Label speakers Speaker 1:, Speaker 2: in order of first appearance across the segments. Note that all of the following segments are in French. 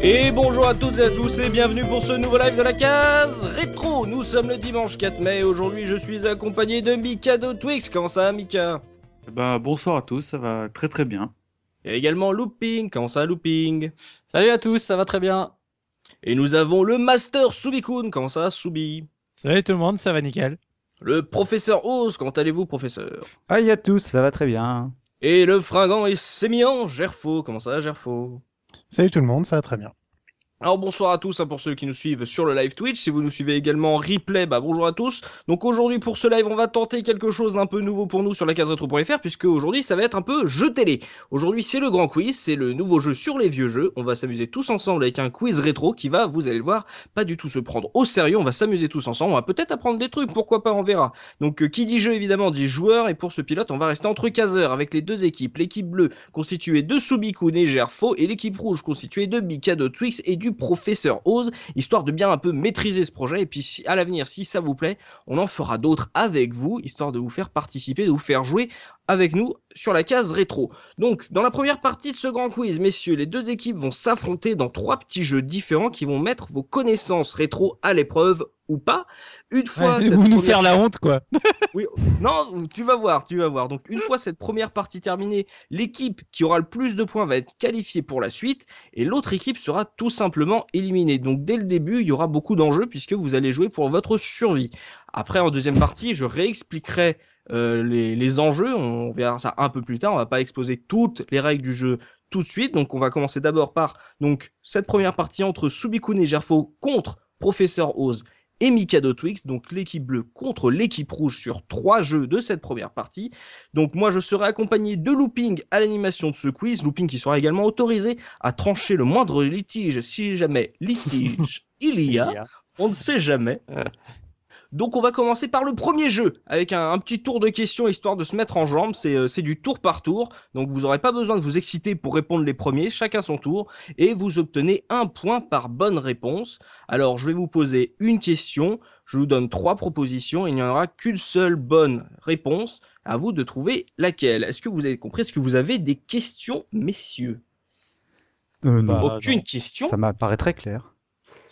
Speaker 1: Et bonjour à toutes et à tous et bienvenue pour ce nouveau live de la case rétro. Nous sommes le dimanche 4 mai. Aujourd'hui, je suis accompagné de Mikado Twix. Comment ça, va, Mika
Speaker 2: Eh ben, bonsoir à tous, ça va très très bien.
Speaker 1: Et également Looping. Comment ça, Looping
Speaker 3: Salut à tous, ça va très bien.
Speaker 1: Et nous avons le Master Subikun. Comment ça, Subi
Speaker 4: Salut tout le monde, ça va nickel.
Speaker 1: Le Professeur Oz. Comment allez-vous, Professeur
Speaker 5: Aïe à tous, ça va très bien.
Speaker 1: Et le fringant et sémillant Gerfo. Comment ça, Gerfo
Speaker 6: Salut tout le monde, ça va très bien.
Speaker 1: Alors bonsoir à tous hein, pour ceux qui nous suivent sur le live Twitch. Si vous nous suivez également en replay, bah bonjour à tous. Donc aujourd'hui pour ce live, on va tenter quelque chose d'un peu nouveau pour nous sur la case rétro.fr puisque aujourd'hui ça va être un peu jeu télé. Aujourd'hui c'est le grand quiz, c'est le nouveau jeu sur les vieux jeux. On va s'amuser tous ensemble avec un quiz rétro qui va, vous allez le voir, pas du tout se prendre au sérieux. On va s'amuser tous ensemble, on va peut-être apprendre des trucs, pourquoi pas, on verra. Donc euh, qui dit jeu évidemment dit joueur et pour ce pilote on va rester entre 15 heures avec les deux équipes. L'équipe bleue constituée de Subikun et Gerfo et l'équipe rouge constituée de Bika, de Twix et du professeur Oz, histoire de bien un peu maîtriser ce projet. Et puis si, à l'avenir, si ça vous plaît, on en fera d'autres avec vous, histoire de vous faire participer, de vous faire jouer avec nous sur la case rétro. Donc, dans la première partie de ce grand quiz, messieurs, les deux équipes vont s'affronter dans trois petits jeux différents qui vont mettre vos connaissances rétro à l'épreuve ou pas. Une fois...
Speaker 4: Ouais,
Speaker 1: cette
Speaker 4: vous nous
Speaker 1: première-
Speaker 4: faire la honte quoi.
Speaker 1: oui, non, tu vas voir, tu vas voir. Donc une fois cette première partie terminée, l'équipe qui aura le plus de points va être qualifiée pour la suite et l'autre équipe sera tout simplement éliminée. Donc dès le début, il y aura beaucoup d'enjeux puisque vous allez jouer pour votre survie. Après, en deuxième partie, je réexpliquerai euh, les, les enjeux. On verra ça un peu plus tard. On va pas exposer toutes les règles du jeu tout de suite. Donc on va commencer d'abord par donc cette première partie entre Subikun et Gerfo contre Professeur Oz et Mikado Twix, donc l'équipe bleue contre l'équipe rouge sur trois jeux de cette première partie. Donc moi je serai accompagné de Looping à l'animation de ce quiz, Looping qui sera également autorisé à trancher le moindre litige si jamais litige il y a, on ne sait jamais. Donc on va commencer par le premier jeu avec un, un petit tour de questions histoire de se mettre en jambes. C'est euh, c'est du tour par tour, donc vous n'aurez pas besoin de vous exciter pour répondre les premiers, chacun son tour, et vous obtenez un point par bonne réponse. Alors, je vais vous poser une question. Je vous donne trois propositions. Il n'y en aura qu'une seule bonne réponse. À vous de trouver laquelle. Est-ce que vous avez compris Est-ce que vous avez des questions, messieurs
Speaker 5: Euh, non.
Speaker 4: Bah,
Speaker 1: Aucune
Speaker 4: non.
Speaker 1: question
Speaker 5: Ça m'apparaît très clair.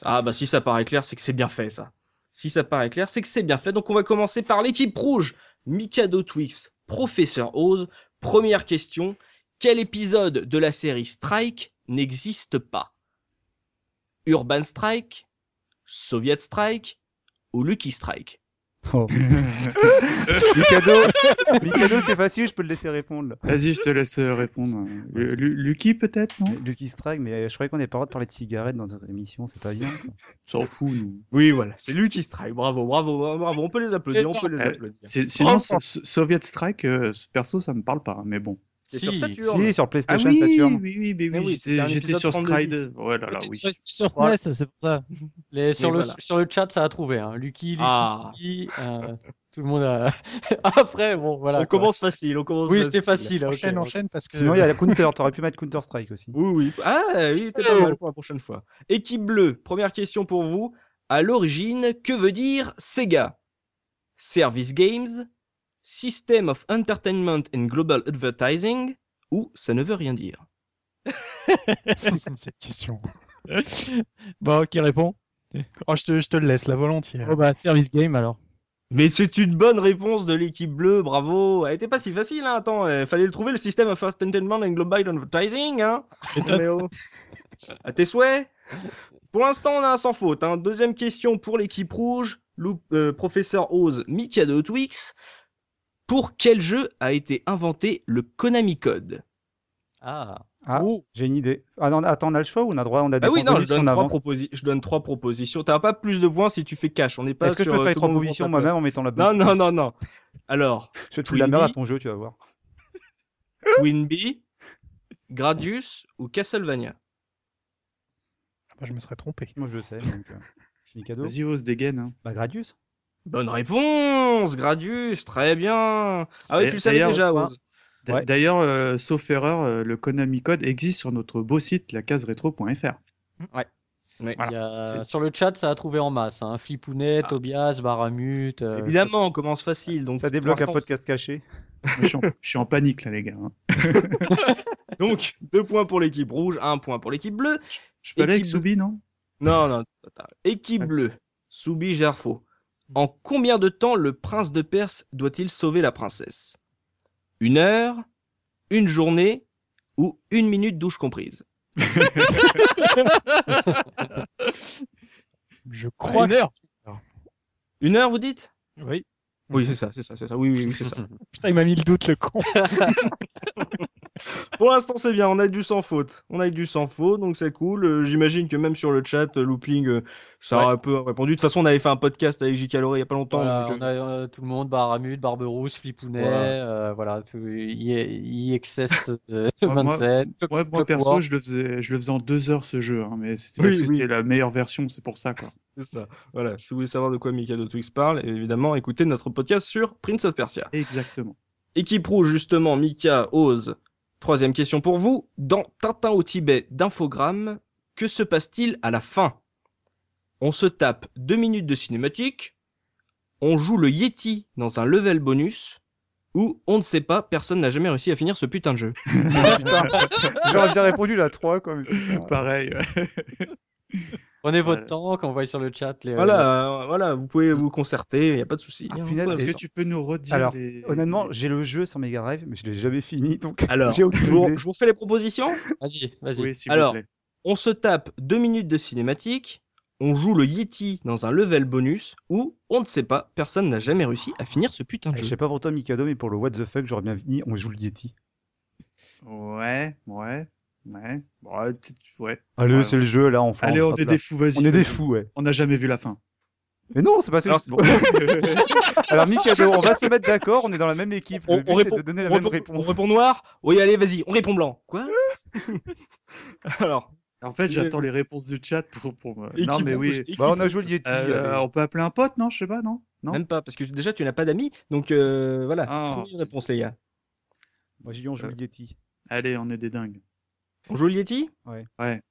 Speaker 1: Ah, bah si ça paraît clair, c'est que c'est bien fait, ça. Si ça paraît clair, c'est que c'est bien fait. Donc, on va commencer par l'équipe rouge. Mikado Twix, Professeur Oz. Première question. Quel épisode de la série Strike n'existe pas Urban Strike Soviet Strike ou Lucky Strike
Speaker 5: Oh. Mikado, Mikado c'est facile, je peux le laisser répondre. là.
Speaker 2: Vas-y, je te laisse euh, répondre. Lu- Lu- Lucky peut-être, non
Speaker 5: Mais Lucky Strike, mais euh, je croyais qu'on n'avait pas le droit de parler de cigarettes dans notre émission, c'est pas bien. ça.
Speaker 2: S'en fout, nous.
Speaker 1: Oui, voilà, c'est lui qui strike. Bravo, bravo, bravo. On peut les applaudir, on peut les
Speaker 2: Euh,
Speaker 1: applaudir.
Speaker 2: C'est- Sinon, so- so- Soviet Strike, euh, ce perso, ça me parle pas, mais bon.
Speaker 1: C'est sur
Speaker 4: Si,
Speaker 1: Saturne.
Speaker 5: si, sur
Speaker 2: Ah
Speaker 5: PlayStation,
Speaker 2: oui, oui,
Speaker 5: Saturn.
Speaker 2: oui, mais
Speaker 1: Mais
Speaker 2: oui,
Speaker 1: oui, c'était un
Speaker 2: j'étais- j'étais
Speaker 1: épisode
Speaker 2: sur
Speaker 1: 32.
Speaker 2: Strike. Ouais, là là, oui.
Speaker 4: Sur sur SNES, c'est pour ça.
Speaker 3: Les, sur,
Speaker 1: Mais
Speaker 3: le,
Speaker 1: voilà.
Speaker 3: sur le chat, ça a trouvé. Hein. Lucky, Lucky,
Speaker 1: Ah.
Speaker 3: Lucky, euh, tout le monde a... Après, bon, voilà.
Speaker 1: on
Speaker 3: quoi.
Speaker 1: commence facile, on commence
Speaker 3: Oui, c'était facile. ok.
Speaker 6: enchaîne, enchaîne, parce que...
Speaker 5: Sinon, il y a la Counter, t'aurais pu mettre Counter Strike aussi.
Speaker 1: Oui, oui. Ah, oui, c'est pas mal pour la prochaine fois. Équipe bleue, première question pour vous. À l'origine, que veut dire Sega Service Games, System of Entertainment and Global Advertising, ou ça ne veut rien dire
Speaker 6: cette question.
Speaker 4: Bon, qui répond
Speaker 6: Oh, je te, je te le laisse, la volontiers.
Speaker 4: Oh bah service game alors.
Speaker 1: Mais c'est une bonne réponse de l'équipe bleue, bravo. Elle était pas si facile, hein. Attends, euh, fallait le trouver le système of entertainment and global advertising, hein. Mais oh. À tes souhaits. Pour l'instant, on a un sans faute. Hein. Deuxième question pour l'équipe rouge, Lou- euh, professeur Oz, Mikado Twix. Pour quel jeu a été inventé le Konami Code
Speaker 3: Ah,
Speaker 5: Ah, j'ai une idée. Ah non, attends, on a le choix ou on a droit, on a
Speaker 1: Bah
Speaker 5: des
Speaker 1: Oh. oui, non, je
Speaker 5: propositions,
Speaker 1: donne,
Speaker 5: on
Speaker 1: trois
Speaker 5: avance.
Speaker 1: proposi- je donne trois propositions. T'as pas plus de points si tu fais cash. On n'est pas
Speaker 5: Est-ce que je
Speaker 1: sur,
Speaker 5: peux
Speaker 1: euh,
Speaker 5: faire
Speaker 1: tout
Speaker 5: trois
Speaker 1: le monde
Speaker 5: propositions
Speaker 1: pense à
Speaker 5: moi-même en mettant la
Speaker 1: toi.
Speaker 5: bonne
Speaker 1: Non, non, non, non. Alors,
Speaker 5: Je vais te foutre la merde à
Speaker 1: Twinbee.
Speaker 5: ton jeu, tu vas voir.
Speaker 1: Winby, Gradius ou Castlevania
Speaker 6: Moi, Ah, bah, je me serais trompé.
Speaker 5: Moi, je le sais. Donc, euh, Mikado.
Speaker 2: Vas-y, ose dégaine. hein.
Speaker 5: Bah, Gradius.
Speaker 1: Bonne réponse, Gradius, très bien. Ah oui,
Speaker 2: Et
Speaker 1: tu le savais
Speaker 2: d'ailleurs,
Speaker 1: déjà,
Speaker 2: quoi
Speaker 1: Oz.
Speaker 2: D'a-
Speaker 5: Ouais.
Speaker 2: D'ailleurs, euh, sauf erreur, euh, le Konami Code existe sur notre beau site, lacaseretro.fr.
Speaker 3: il y a- Sur le chat, ça a trouvé en masse. Hein. Flipounet,
Speaker 1: Ah.
Speaker 3: Tobias, Baramut. euh,
Speaker 1: Évidemment, on commence facile. Donc
Speaker 5: Ça débloque un
Speaker 1: pour l'instant,
Speaker 5: podcast caché.
Speaker 2: Je suis, en, je suis en panique là, les gars. hein.
Speaker 1: Donc, deux points pour l'équipe rouge, un point pour l'équipe bleue.
Speaker 2: Je peux aller avec
Speaker 1: Équipe-
Speaker 2: Soubi, non
Speaker 1: Non, non, attends. équipe bleue, Soubi Gerfo. En combien de temps le prince de Perse doit-il sauver la princesse Une heure, une journée ou une minute douche comprise
Speaker 6: Je crois.
Speaker 4: Une heure.
Speaker 1: Une heure, vous dites
Speaker 4: Oui.
Speaker 1: Oui, c'est ça, c'est ça, c'est ça. Oui, oui, oui, c'est ça.
Speaker 6: Putain, il m'a mis le doute, le con.
Speaker 1: Pour l'instant, c'est bien. On a du sans faute. On a du sans faute, donc c'est cool. Euh, J'imagine que même sur le chat, euh, Looping, euh, ça a un peu répondu. De toute façon, on avait fait un podcast avec J.K. Loré il y a pas longtemps.
Speaker 3: Voilà,
Speaker 1: donc,
Speaker 3: on a euh, tout le monde, Baramut, Barberousse, Flipounet,
Speaker 1: Voilà.
Speaker 3: euh, voilà, tout, I- IXS euh,
Speaker 2: Ouais, moi-
Speaker 3: 27.
Speaker 2: Ouais, moi
Speaker 3: Clockwork.
Speaker 2: perso, je le, faisais, je le faisais en deux heures ce jeu, hein, mais c'était
Speaker 1: Oui,
Speaker 2: parce que
Speaker 1: oui.
Speaker 2: c'était la meilleure version, c'est pour ça quoi.
Speaker 1: C'est ça. Voilà. Si vous voulez savoir de quoi Mikado Twix parle, évidemment, écoutez notre podcast sur Prince of Persia.
Speaker 2: Exactement.
Speaker 1: Équipe rouge, justement, Mika, Oz. Troisième question pour vous. Dans Tintin au Tibet d'Infogramme, que se passe-t-il à la fin On se tape deux minutes de cinématique, on joue le Yeti dans un level bonus, ou on ne sait pas, personne n'a jamais réussi à finir ce putain de jeu.
Speaker 5: J'aurais déjà répondu la 3, quoi. mais putain.
Speaker 2: Pareil. ouais.
Speaker 3: Prenez votre
Speaker 2: Voilà.
Speaker 3: temps, qu'on voit sur le chat. Les,
Speaker 1: Voilà, euh, voilà, vous pouvez vous concerter, il n'y a pas de souci.
Speaker 5: Ah, punaise,
Speaker 2: Est-ce
Speaker 5: Et-
Speaker 2: que tu peux nous redire
Speaker 5: Alors,
Speaker 2: les...
Speaker 5: Honnêtement,
Speaker 2: les-
Speaker 5: j'ai le jeu sur Mega Drive, mais je l'ai jamais fini, donc
Speaker 1: Alors,
Speaker 5: j'ai
Speaker 1: je
Speaker 5: aucune
Speaker 1: vous,
Speaker 5: idée.
Speaker 1: je vous refais les propositions
Speaker 3: euh, Vas-y, vas-y.
Speaker 2: oui, s'il
Speaker 1: Alors,
Speaker 2: vous plaît.
Speaker 1: on se tape deux minutes de cinématique, on joue le Yeti dans un level bonus, ou on ne sait pas, personne n'a jamais réussi à finir ce putain de
Speaker 5: Je
Speaker 1: jeu.
Speaker 5: sais pas pour toi, Mikado, mais pour le What the fuck, j'aurais bien fini. On joue le Yeti.
Speaker 2: Ouais, ouais, ouais. Bon, ouais, peut-être- ouais.
Speaker 5: Allez,
Speaker 2: Ouais,
Speaker 5: c'est le jeu, là, enfin.
Speaker 2: Allez, on
Speaker 5: frappe,
Speaker 2: est
Speaker 5: là.
Speaker 2: des fous, vas-y.
Speaker 5: On est des
Speaker 2: vas-y.
Speaker 5: fous, ouais.
Speaker 2: On n'a jamais vu la fin.
Speaker 5: Mais non, c'est pas ça.
Speaker 1: Alors, c'est bon.
Speaker 5: Alors, Mikado, on va se mettre d'accord, on est dans la même équipe.
Speaker 1: On-
Speaker 5: Le
Speaker 1: on
Speaker 5: but, c'est
Speaker 1: répond-
Speaker 5: de donner la
Speaker 1: on,
Speaker 5: même
Speaker 1: répond, on
Speaker 5: réponse.
Speaker 1: répond noir Oui, allez, vas-y, on répond blanc. Quoi Alors,
Speaker 2: En fait,
Speaker 1: Il-
Speaker 2: j'attends les réponses du chat pour. pour me-
Speaker 1: Équipe
Speaker 2: Non, mais oui.
Speaker 1: rouge,
Speaker 5: Bah, on a joué le Yeti.
Speaker 2: Euh,
Speaker 5: allez.
Speaker 2: on peut appeler un pote, non Je sais pas, non Non
Speaker 1: même pas, parce que déjà, tu n'as pas d'amis, donc euh, voilà,
Speaker 2: Ah.
Speaker 1: trouvez une réponse, les gars.
Speaker 5: Moi, j'ai dit, on joue
Speaker 2: Euh,
Speaker 5: le Yeti.
Speaker 2: Allez, on est des dingues.
Speaker 1: On joue le Yeti
Speaker 5: Ouais.
Speaker 2: Ouais.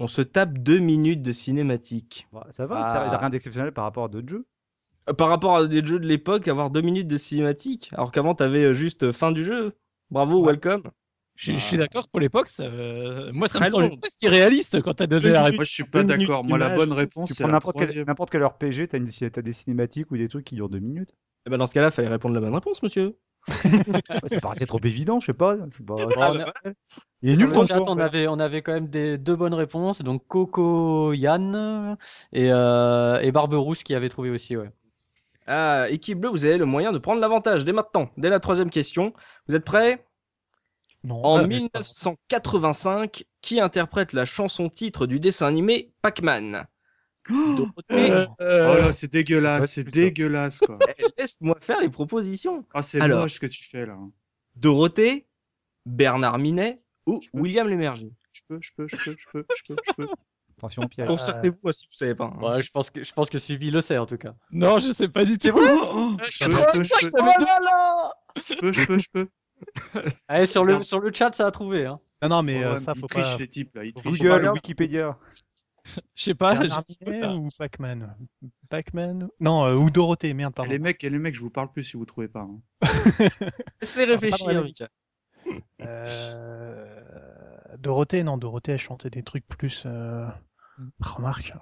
Speaker 1: On se tape deux minutes de cinématique.
Speaker 5: Bah, ça va, ça-
Speaker 1: Ah.
Speaker 5: il n'y a rien d'exceptionnel par rapport à d'autres jeux.
Speaker 1: Euh, Par rapport à des jeux de l'époque, avoir deux minutes de cinématique, alors qu'avant, t'avais euh, juste euh, fin du jeu. Bravo, welcome.
Speaker 4: Je je suis d'accord pour l'époque. ça, euh,
Speaker 1: C'est
Speaker 4: Moi, ça
Speaker 1: très
Speaker 4: me
Speaker 1: long.
Speaker 4: semble presque irréaliste quand t'as donné la réponse.
Speaker 2: Moi, je suis pas
Speaker 1: Deux minutes
Speaker 2: d'accord. Moi, la
Speaker 1: d'image.
Speaker 2: bonne réponse,
Speaker 5: Tu
Speaker 2: c'est
Speaker 5: prends
Speaker 2: la
Speaker 5: n'importe
Speaker 2: troisième.
Speaker 5: quel, n'importe quel RPG, t'as, une, t'as des cinématiques ou des trucs qui durent deux minutes.
Speaker 1: Eh ben, dans ce cas-là, fallait répondre la bonne réponse, monsieur.
Speaker 5: Ouais, ça paraissait trop évident, je sais pas. c'est pas-
Speaker 3: Bon, on, a-
Speaker 5: Il est
Speaker 3: sur
Speaker 5: nul
Speaker 3: le
Speaker 5: ton
Speaker 3: chat,
Speaker 5: jeu.
Speaker 3: on avait, on avait quand même des, deux bonnes réponses, donc Coco Yann et, euh, et Barberousse qui avait trouvé aussi. Ouais.
Speaker 1: Ah, équipe bleue, vous avez le moyen de prendre l'avantage dès maintenant, dès la troisième question. Vous êtes prêts
Speaker 6: Non.
Speaker 1: En
Speaker 6: Ah, mais-
Speaker 1: 1985, qui interprète la chanson-titre du dessin animé Pac-Man Dorothée,
Speaker 2: Oh
Speaker 6: Euh,
Speaker 2: là, c'est dégueulasse, c'est dégueulasse, quoi.
Speaker 1: eh, laisse-moi faire les propositions.
Speaker 2: Ah, c'est
Speaker 1: Alors.
Speaker 2: moche ce que tu fais, là. hein.
Speaker 1: Dorothée, Bernard Minet ou
Speaker 2: Je peux-
Speaker 1: William Lémergie
Speaker 2: Je peux, je peux, je peux, je peux, je peux, je peux.
Speaker 5: Attention,
Speaker 1: Euh,
Speaker 5: Pierre.
Speaker 1: Concertez-vous si vous savez pas. hein.
Speaker 3: Ouais, je pense que je pense que Subi le sait en tout cas.
Speaker 4: Non, je sais pas du tout.
Speaker 2: Oh, oh, je peux, je peux, je peux, je peux, je peux, je peux.
Speaker 3: Allez, sur le
Speaker 2: Non.
Speaker 3: sur le chat, ça a trouvé. Hein.
Speaker 6: Non, non, mais
Speaker 2: Oh,
Speaker 6: euh,
Speaker 2: ouais,
Speaker 6: ça,
Speaker 2: ils
Speaker 6: faut pas.
Speaker 2: trichent, les types, là. Ils
Speaker 6: Google,
Speaker 2: trichent.
Speaker 5: Google, Wikipédia.
Speaker 4: Je sais pas.
Speaker 6: Bernard
Speaker 4: je-
Speaker 6: Minet ou Pac-Man Pac-Man Non, euh, ou Dorothée, merde,
Speaker 2: Et
Speaker 7: hein.
Speaker 6: pardon.
Speaker 2: les mecs, et les mecs, je vous parle plus si vous trouvez pas. hein.
Speaker 1: Laisse-les
Speaker 6: Alors, pas dans la
Speaker 1: réfléchir.
Speaker 6: même-
Speaker 1: Mika.
Speaker 6: Euh, Dorothée, non, Dorothée, elle chantait des trucs plus. euh,
Speaker 4: Mm.
Speaker 6: Remarque.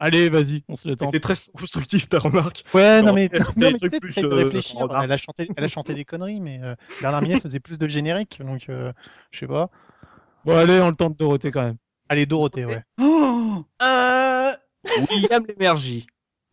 Speaker 4: Allez, vas-y, on se le tente.
Speaker 1: T'es très constructif ta remarque.
Speaker 6: Ouais,
Speaker 1: non,
Speaker 6: Euh, non, mais,
Speaker 1: c'était
Speaker 6: non,
Speaker 1: des
Speaker 6: mais tu
Speaker 1: trucs
Speaker 6: sais,
Speaker 1: plus,
Speaker 6: t'essayes de
Speaker 1: euh,
Speaker 6: réfléchir.
Speaker 1: remarque.
Speaker 6: Elle a, chanté, elle a chanté des conneries, mais euh, Bernard Minet faisait plus de générique, donc euh, je sais pas.
Speaker 4: Bon, allez, on le tente Dorothée quand même.
Speaker 6: Allez, Dorothée, ouais.
Speaker 2: Oh
Speaker 1: Euh, William Lémergie.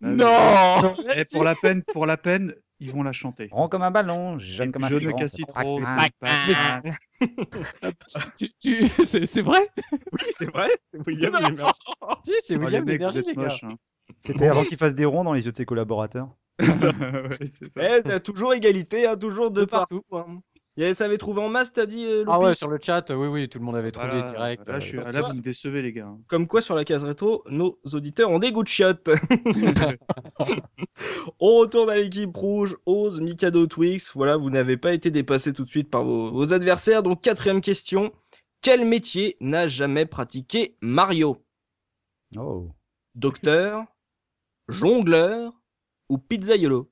Speaker 2: Ah,
Speaker 4: Non
Speaker 2: Eh, pour la peine, pour la peine, ils vont la chanter.
Speaker 5: Rond comme un ballon, jeune comme un
Speaker 2: je ne
Speaker 5: citron.
Speaker 2: cassis trop.
Speaker 5: Ah,
Speaker 2: c'est pas-
Speaker 4: Tu- tu- C'est c'est vrai
Speaker 1: Oui, c'est vrai, c'est William Lémergie.
Speaker 3: Si, c'est
Speaker 2: Oh, les
Speaker 3: William
Speaker 2: mecs, vous
Speaker 3: Lémergie, les
Speaker 2: êtes
Speaker 3: gars.
Speaker 2: moches. hein.
Speaker 5: C'était avant qu'il fasse des ronds dans les yeux de ses collaborateurs.
Speaker 2: Ouais, c'est ça.
Speaker 1: Eh, t'as toujours égalité, hein, toujours de
Speaker 3: De
Speaker 1: partout. hein. Il y a- Ça avait trouvé en masse, t'as dit. euh,
Speaker 3: Ah
Speaker 1: Lopi
Speaker 3: ouais, sur le chat, euh, oui, oui, tout le monde avait trouvé
Speaker 2: Voilà,
Speaker 3: direct.
Speaker 2: Là,
Speaker 3: euh,
Speaker 2: je suis,
Speaker 3: donc,
Speaker 2: là, vous me décevez, les gars. hein.
Speaker 1: Comme quoi, sur la case rétro, nos auditeurs ont des goûts de chiottes. On retourne à l'équipe rouge, Oz, Mikado, Twix. Voilà, vous n'avez pas été dépassé tout de suite par vos, vos adversaires. Donc, quatrième question. Quel métier n'a jamais pratiqué Mario
Speaker 5: Oh.
Speaker 1: Docteur, jongleur ou pizzaiolo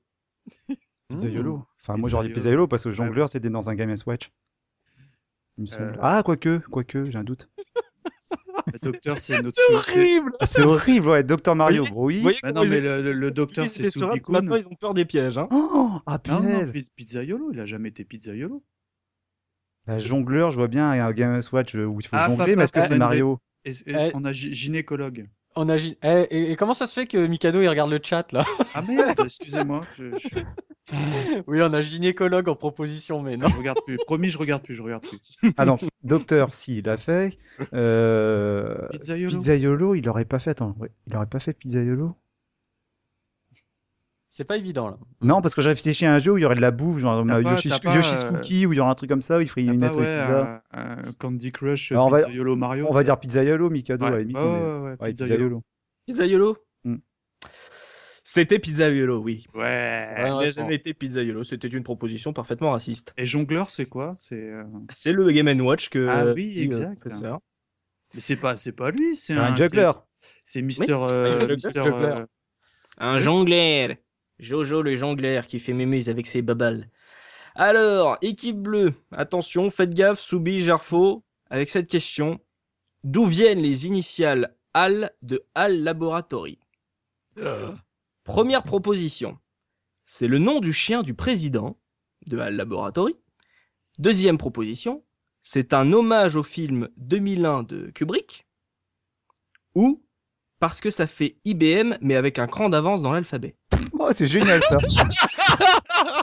Speaker 3: Hmm.
Speaker 5: Pizza
Speaker 2: Mmh.
Speaker 5: Yolo. Enfin, moi
Speaker 2: Pizza
Speaker 5: j'aurais dit
Speaker 2: Yolo.
Speaker 5: Pizza Yolo parce que jongleur c'était dans un Game Watch. Il me semble.
Speaker 2: Euh.
Speaker 5: Ah, quoique, quoique, j'ai un doute. Ah,
Speaker 2: Le docteur, c'est notre.
Speaker 4: C'est horrible
Speaker 5: C'est horrible, ouais, Dr Mario, gros, oui.
Speaker 1: Vous voyez
Speaker 2: Bah
Speaker 1: comment
Speaker 2: non,
Speaker 1: ils-
Speaker 2: mais le, le- le docteur,
Speaker 1: ils
Speaker 2: c'est
Speaker 1: étaient sereins,
Speaker 2: Subi Kun.
Speaker 1: Maintenant, ils ont peur des pièges. Hein.
Speaker 5: Oh, ah,
Speaker 2: Non, non,
Speaker 5: punaise.
Speaker 2: pi- Pizzaiolo, il a jamais été Pizzaiolo.
Speaker 5: Bah, jongleur, je vois bien un Game Watch où il faut
Speaker 2: Ah,
Speaker 5: jongler,
Speaker 2: papa,
Speaker 5: mais est-ce que
Speaker 2: papa,
Speaker 5: c'est Mario
Speaker 2: Et, et
Speaker 3: Euh,
Speaker 2: On a gy- gynécologue.
Speaker 3: On agit. Eh, et, et comment ça se fait que Mikado il regarde le chat là
Speaker 2: Ah merde, excusez-moi, je, je-
Speaker 3: Oui, on a gynécologue en proposition, mais non.
Speaker 2: je regarde plus. Promis, je regarde plus, je regarde plus.
Speaker 5: Ah non, docteur, si, il l'a fait. Euh...
Speaker 2: Pizzaiolo.
Speaker 5: Pizzaiolo, il aurait pas fait. Attends, ouais, il aurait pas fait Pizzaiolo
Speaker 3: C'est pas évident là.
Speaker 5: Non, parce que j'ai réfléchi à un jeu où il y aurait de la bouffe, genre
Speaker 2: T'as
Speaker 5: euh,
Speaker 2: pas-
Speaker 5: Yoshi's,
Speaker 2: t'as pas,
Speaker 5: Yoshi's
Speaker 2: euh,
Speaker 5: Cookie, où il y aurait un truc comme ça, où il ferait
Speaker 2: T'as
Speaker 5: une
Speaker 2: pas,
Speaker 5: lettre avec
Speaker 2: ouais,
Speaker 5: pizza.
Speaker 2: un, un Candy Crush,
Speaker 5: Alors, on va-
Speaker 2: Pizzaiolo Mario.
Speaker 5: On va dire Pizzaiolo, Mikado,
Speaker 2: Ouais,
Speaker 5: à la limite.
Speaker 2: ouais,
Speaker 5: on est-
Speaker 2: ouais, ouais,
Speaker 5: Ouais,
Speaker 2: Pizzaiolo.
Speaker 5: Pizzaiolo.
Speaker 1: Pizzaiolo
Speaker 5: Hmm.
Speaker 1: C'était Pizzaiolo, oui.
Speaker 3: C'est
Speaker 2: Ouais.
Speaker 3: vrai,
Speaker 1: Il
Speaker 3: on
Speaker 1: n'a
Speaker 3: répond.
Speaker 1: jamais été Pizzaiolo, c'était une proposition parfaitement raciste.
Speaker 2: Et jongleur, c'est quoi C'est. euh,
Speaker 1: C'est le Game Watch que.
Speaker 2: Ah oui,
Speaker 1: euh,
Speaker 2: exact.
Speaker 1: c'est ça.
Speaker 2: Mais c'est pas, c'est pas lui, c'est
Speaker 5: Un
Speaker 2: un.
Speaker 5: juggleur.
Speaker 2: C'est Mister. euh,
Speaker 1: juggleur,
Speaker 2: Mister,
Speaker 3: juggleur.
Speaker 2: euh,
Speaker 1: Un jongleur. Jojo le jongleur qui fait mémuse avec ses babales. Alors, équipe bleue, attention, faites gaffe, Soubi, Jarfo, avec cette question. D'où viennent les initiales HAL de HAL Laboratory Première proposition. C'est le nom du chien du président de HAL Laboratory. Deuxième proposition. C'est un hommage au film 2001 de Kubrick. Ou parce que ça fait IBM, mais avec un cran d'avance dans l'alphabet.
Speaker 5: Oh, c'est génial ça.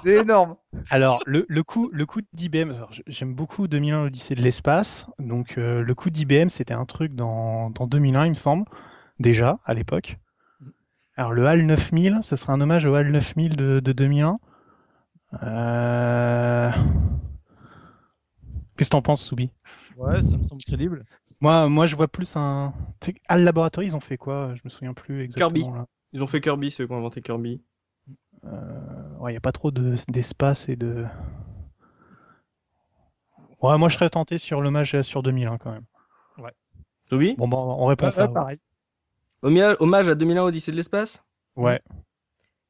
Speaker 5: c'est énorme.
Speaker 6: Alors, le, le coup, le coup d'IBM, alors, j- j'aime beaucoup 2001, l'Odyssée de l'espace. Donc, euh, le coup d'IBM, c'était un truc dans, dans 2001, il me semble, déjà, à l'époque. Alors, le HAL 9000, ça serait un hommage au HAL 9000 de, de 2001. Euh, Qu'est-ce que t'en penses, Soubi?
Speaker 4: Ouais, ça me semble crédible.
Speaker 6: Moi, moi, je vois plus un. tu sais, HAL Laboratory, ils ont fait quoi? Je me souviens plus
Speaker 1: Kirby.
Speaker 6: exactement là.
Speaker 1: Ils ont fait Kirby, ceux qui ont inventé Kirby.
Speaker 6: Ouais, il n'y a pas trop de- d'espace et de. Ouais, moi je serais tenté sur l'hommage à- sur 2001 quand même.
Speaker 1: Toby
Speaker 6: Bon, bah, on répond
Speaker 4: Ouais,
Speaker 6: ça.
Speaker 4: ouais,
Speaker 6: ouais.
Speaker 4: pareil.
Speaker 1: Homia- Hommage à 2001 Odyssée de l'espace
Speaker 6: Ouais.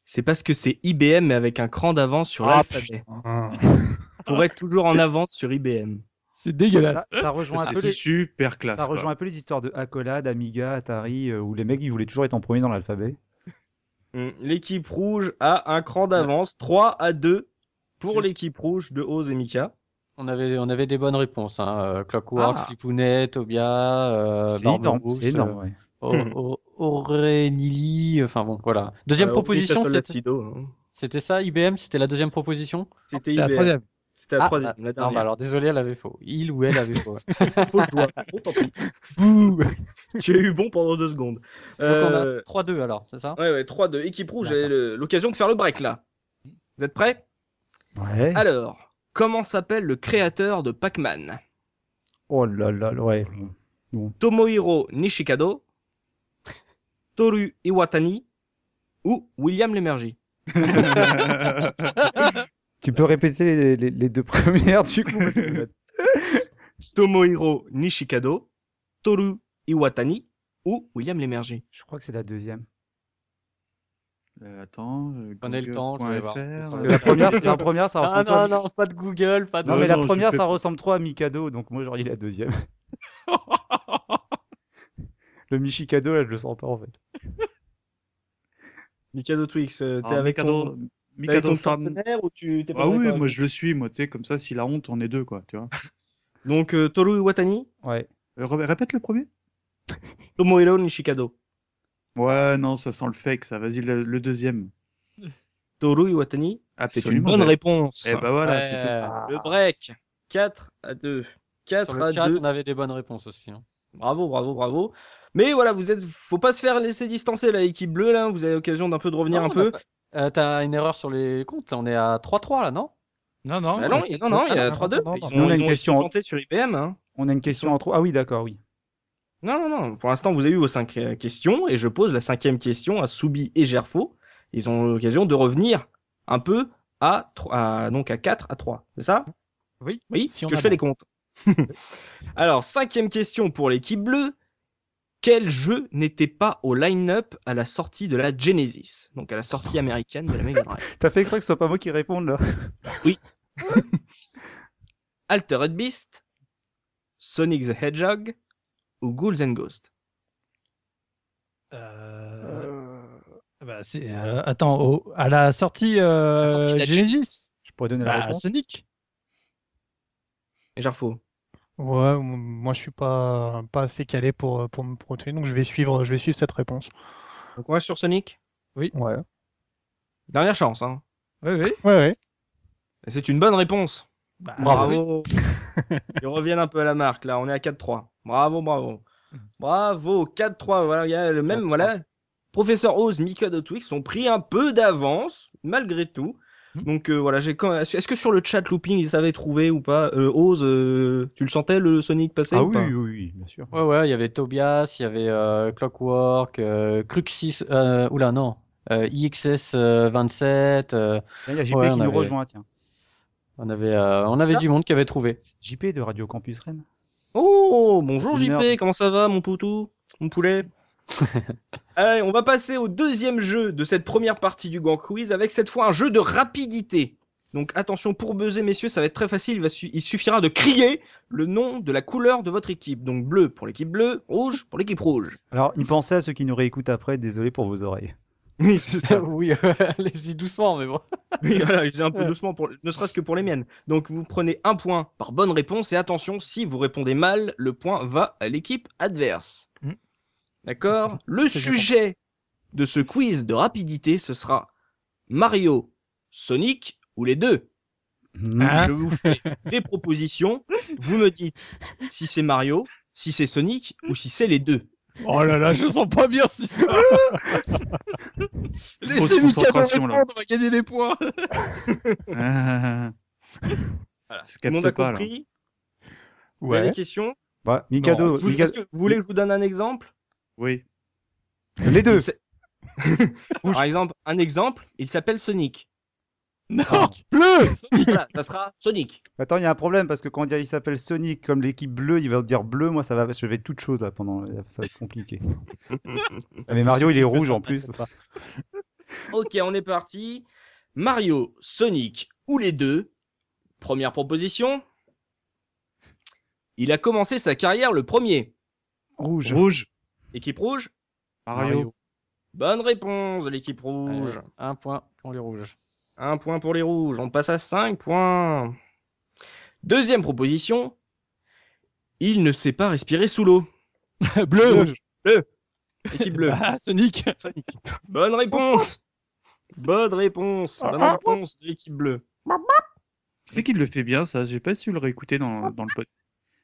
Speaker 1: C'est parce que c'est IBM, mais avec un cran d'avance sur
Speaker 5: Ah,
Speaker 1: l'alphabet.
Speaker 6: Hum.
Speaker 1: Pour être toujours en avance sur IBM.
Speaker 4: C'est dégueulasse.
Speaker 5: Ça, ça rejoint un
Speaker 2: C'est
Speaker 5: peu les...
Speaker 2: super classe.
Speaker 5: ça
Speaker 2: quoi.
Speaker 5: rejoint un peu les histoires de Accolade, Amiga, Atari, euh, où les mecs ils voulaient toujours être en premier dans l'alphabet.
Speaker 1: Mm. L'équipe rouge a un cran d'avance, 3 à 2 pour l'équipe rouge de Oz et Mika.
Speaker 3: On avait, on avait des bonnes réponses. Hein. euh, Clockwork,
Speaker 1: Ah.
Speaker 3: Flipounet, Tobia, euh,
Speaker 5: c'est
Speaker 3: Barbe
Speaker 5: énorme,
Speaker 3: Rousse,
Speaker 5: c'est énorme. ouais.
Speaker 3: euh,
Speaker 2: Hmm.
Speaker 3: O- O- Aurélie, enfin bon, voilà. Deuxième
Speaker 2: Bah,
Speaker 1: Alors,
Speaker 3: proposition,
Speaker 1: Mika Sol
Speaker 3: c'était- Ah,
Speaker 1: Lacido, hein.
Speaker 3: c'était ça, IBM, c'était la deuxième proposition
Speaker 1: C'était
Speaker 4: C'était la
Speaker 1: IBM.
Speaker 4: troisième.
Speaker 1: C'était la
Speaker 3: Ah,
Speaker 1: troisième.
Speaker 3: ah,
Speaker 1: La
Speaker 3: Non, bah
Speaker 1: dernière.
Speaker 3: alors désolé, elle avait faux. Il ou elle avait faux. ouais.
Speaker 1: Fausse joie. Oh, tant pis.
Speaker 3: Bouh Donc
Speaker 1: Tu as eu bon pendant deux secondes.
Speaker 3: on
Speaker 1: Euh,
Speaker 3: a 3-2 alors, c'est ça
Speaker 1: Ouais, ouais, 3-2. Équipe rouge,
Speaker 3: D'accord.
Speaker 1: j'ai le- l'occasion de faire le break là. Vous êtes prêts
Speaker 5: Ouais.
Speaker 1: Alors, comment s'appelle le créateur de Pac-Man
Speaker 5: Oh là là, ouais.
Speaker 1: Tomohiro Nishikado, Toru Iwatani ou William Lemergy
Speaker 5: Tu peux répéter les, les- les deux premières du coup parce que-
Speaker 1: Tomohiro Nishikado, Toru Iwatani ou William Lemergy
Speaker 5: Je crois que c'est la deuxième.
Speaker 2: Euh, attends. euh,
Speaker 3: Prenez le temps, je vais voir.
Speaker 2: Google.fr,
Speaker 5: Parce
Speaker 2: euh,
Speaker 5: que la première, la première
Speaker 2: Ah,
Speaker 5: ça ressemble trop à-
Speaker 3: Ah, non, pas de Google, pas
Speaker 5: Non,
Speaker 2: Euh,
Speaker 5: mais la
Speaker 2: non, je
Speaker 5: première
Speaker 2: fais
Speaker 5: ça
Speaker 2: pas.
Speaker 5: ressemble trop à Mikado, donc moi j'aurais dit la deuxième. le Michikado là, je le sens pas en fait.
Speaker 1: Mikado Twix, euh, t'es
Speaker 2: alors,
Speaker 1: avec
Speaker 2: Ah, Mikado,
Speaker 1: ton, t'es avec
Speaker 2: Mikado
Speaker 1: ton
Speaker 2: San-
Speaker 1: partenaire ou tu t'es pas
Speaker 2: Ah
Speaker 1: d'accord
Speaker 2: oui,
Speaker 1: avec
Speaker 2: moi
Speaker 1: lui
Speaker 2: je le suis, moi, tu sais, comme ça, s'il a honte, on est deux, quoi, tu vois.
Speaker 1: Donc, euh, Toru Iwatani,
Speaker 5: Ouais.
Speaker 2: Euh, re- répète le premier
Speaker 1: Tomohiro Nishikado,
Speaker 2: Ouais, non, ça sent le fake, ça. Vas-y, le, le deuxième.
Speaker 1: Toru Iwatani, Ah, c'est une
Speaker 2: Absolument.
Speaker 1: bonne
Speaker 2: j'avais-
Speaker 1: réponse.
Speaker 2: Eh ben voilà,
Speaker 3: Ouais.
Speaker 2: c'était. Ah.
Speaker 1: Le break, 4 à 2. 4
Speaker 3: Sur
Speaker 1: à
Speaker 3: le chat,
Speaker 1: 2.
Speaker 3: on avait des bonnes réponses aussi. hein.
Speaker 1: Bravo, bravo, bravo. Mais voilà, vous êtes, faut pas se faire laisser distancer la équipe bleue là. Vous avez l'occasion d'un peu de revenir
Speaker 3: Non,
Speaker 1: un
Speaker 3: on a
Speaker 1: peu.
Speaker 3: pas- Euh, T'as une erreur sur les comptes, là, on est à 3-3 là, non
Speaker 4: Non, non.
Speaker 1: Bah non, il- non, non, il y
Speaker 6: Ah,
Speaker 1: a
Speaker 6: non,
Speaker 1: 3-2.
Speaker 6: non, non,
Speaker 1: Ils
Speaker 6: non.
Speaker 1: sont-
Speaker 5: Nous, on a
Speaker 1: ils
Speaker 5: une
Speaker 1: ont- ils
Speaker 5: question
Speaker 1: sont
Speaker 5: en-
Speaker 1: plantés sur IBM. hein.
Speaker 5: On a une question en trop. Ah oui, d'accord, oui.
Speaker 1: Non, non, non. Pour l'instant, vous avez eu vos cinq euh, questions et je pose la cinquième question à Soubi et Gerfo. Ils ont l'occasion de revenir un peu à, tro- à- donc à 4 à 3. C'est ça
Speaker 6: Oui,
Speaker 1: Oui,
Speaker 6: si
Speaker 1: parce
Speaker 6: on
Speaker 1: que
Speaker 6: a
Speaker 1: je fais
Speaker 6: bon.
Speaker 1: les comptes. Alors, cinquième question pour l'équipe bleue. Quel jeu n'était pas au line-up à la sortie de la Genesis, donc à la sortie américaine de la Mega Drive
Speaker 5: T'as fait exprès que ce soit pas moi qui réponde là.
Speaker 1: Altered Beast, Sonic the Hedgehog ou Ghouls and Ghosts
Speaker 4: Euh, bah, c'est, euh, attends, au- à la sortie, euh,
Speaker 1: La sortie de la
Speaker 4: Genesis,
Speaker 5: Je pourrais donner la
Speaker 4: bah,
Speaker 5: réponse.
Speaker 4: Sonic.
Speaker 1: Et Jarfo
Speaker 6: Ouais, m- moi je suis pas, pas assez calé pour, euh, pour me protéger, donc je vais suivre, je vais suivre cette réponse.
Speaker 1: Donc on reste sur Sonic
Speaker 6: Ouais.
Speaker 1: Dernière chance, hein.
Speaker 4: Oui, oui.
Speaker 6: Ouais, ouais.
Speaker 1: Et C'est une bonne réponse.
Speaker 6: Bah,
Speaker 5: Ah
Speaker 4: euh,
Speaker 1: Bravo. Ils reviennent un peu à la marque, là. On est à 4-3. Bravo, bravo. Bravo, 4-3. Voilà, il y a le même, voilà. Professeur Oz, Mika de Twix ont pris un peu d'avance, malgré tout.
Speaker 4: Hmm.
Speaker 1: Donc euh, voilà, j'ai quand Est-ce que sur le chat looping, ils savaient trouver ou pas Euh, Oz, euh, tu le sentais le Sonic passer
Speaker 5: Ah
Speaker 1: ou
Speaker 5: oui,
Speaker 1: pas
Speaker 5: oui, oui, bien sûr.
Speaker 3: Ouais, ouais, il y avait Tobias, il y avait euh, Clockwork, euh, Cruxis, euh, oula, non, euh, IXS euh, 27, euh,
Speaker 5: Il y a JP
Speaker 3: Ouais,
Speaker 5: qui
Speaker 3: on
Speaker 5: nous
Speaker 3: avait-
Speaker 5: rejoint, tiens.
Speaker 3: on avait, euh, on avait
Speaker 1: Ça
Speaker 3: du monde qui avait trouvé.
Speaker 5: JP de Radio Campus Rennes.
Speaker 1: Oh, bonjour
Speaker 5: Une
Speaker 1: JP,
Speaker 5: heure.
Speaker 1: comment ça va mon poutou, mon poulet Allez, on va passer au deuxième jeu de cette première partie du Grand Quiz avec cette fois un jeu de rapidité. Donc attention, pour buzzer messieurs, ça va être très facile, il, va su- il suffira de crier le nom de la couleur de votre équipe. Donc bleu pour l'équipe bleue, rouge pour l'équipe rouge.
Speaker 5: Alors, il pensait à ceux qui nous réécoutent après, désolé pour vos oreilles.
Speaker 1: Oui, c'est
Speaker 3: oui, allez-y doucement, mais bon.
Speaker 1: Oui, voilà, je dis un peu doucement, pour, ne serait-ce que pour les miennes. Donc vous prenez un point par bonne réponse et attention, si vous répondez mal, le point va à l'équipe adverse.
Speaker 6: Mhm.
Speaker 1: D'accord Le
Speaker 6: C'est bien
Speaker 1: sujet de ce quiz de rapidité, ce sera Mario, Sonic ou les deux.
Speaker 5: Ah.
Speaker 6: Hein
Speaker 1: Je vous fais des propositions, vous me dites si c'est Mario, si c'est Sonic ou si c'est les deux.
Speaker 4: Oh là là, je sens pas bien cette histoire.
Speaker 2: Grosse
Speaker 4: Laissez Mika
Speaker 2: concentration, là.
Speaker 4: répondre, on va gagner des points.
Speaker 2: Ah,
Speaker 1: Voilà.
Speaker 2: Se
Speaker 1: Tout le monde a
Speaker 2: capte pas, là.
Speaker 1: compris Vous avez
Speaker 6: Ouais.
Speaker 1: des questions
Speaker 5: Bah, Mikado,
Speaker 1: Vous-
Speaker 5: Mika-
Speaker 1: est-ce que vous voulez que je vous donne un exemple
Speaker 2: oui.
Speaker 5: les deux.
Speaker 1: C'est- Par exemple, un exemple, il s'appelle Sonic.
Speaker 4: Non, bleu.
Speaker 1: Voilà, ça sera Sonic.
Speaker 5: Attends, il y a un problème parce que quand on dit il s'appelle Sonic, comme l'équipe bleue, il va dire bleu. Moi, ça va, je vais toute chose là pendant. Ça va être compliqué. Ah, Mais Mario, il est rouge en plus.
Speaker 1: Ok, on est parti. Mario, Sonic ou les deux. Première proposition. Il a commencé sa carrière le premier.
Speaker 5: Rouge.
Speaker 2: Rouge.
Speaker 1: Équipe rouge
Speaker 2: Mario.
Speaker 1: Bonne réponse de l'équipe rouge.
Speaker 3: Allez, un point pour les rouges.
Speaker 1: Un point pour les rouges. On passe à 5 points. Deuxième proposition. Il ne sait pas respirer sous l'eau.
Speaker 4: bleu.
Speaker 1: Équipe bleue.
Speaker 4: Ah, Sonic.
Speaker 1: Bonne réponse Bonne réponse Bonne réponse de l'équipe bleue.
Speaker 2: C'est qui le fait bien, ça J'ai pas su le réécouter dans, dans le pod.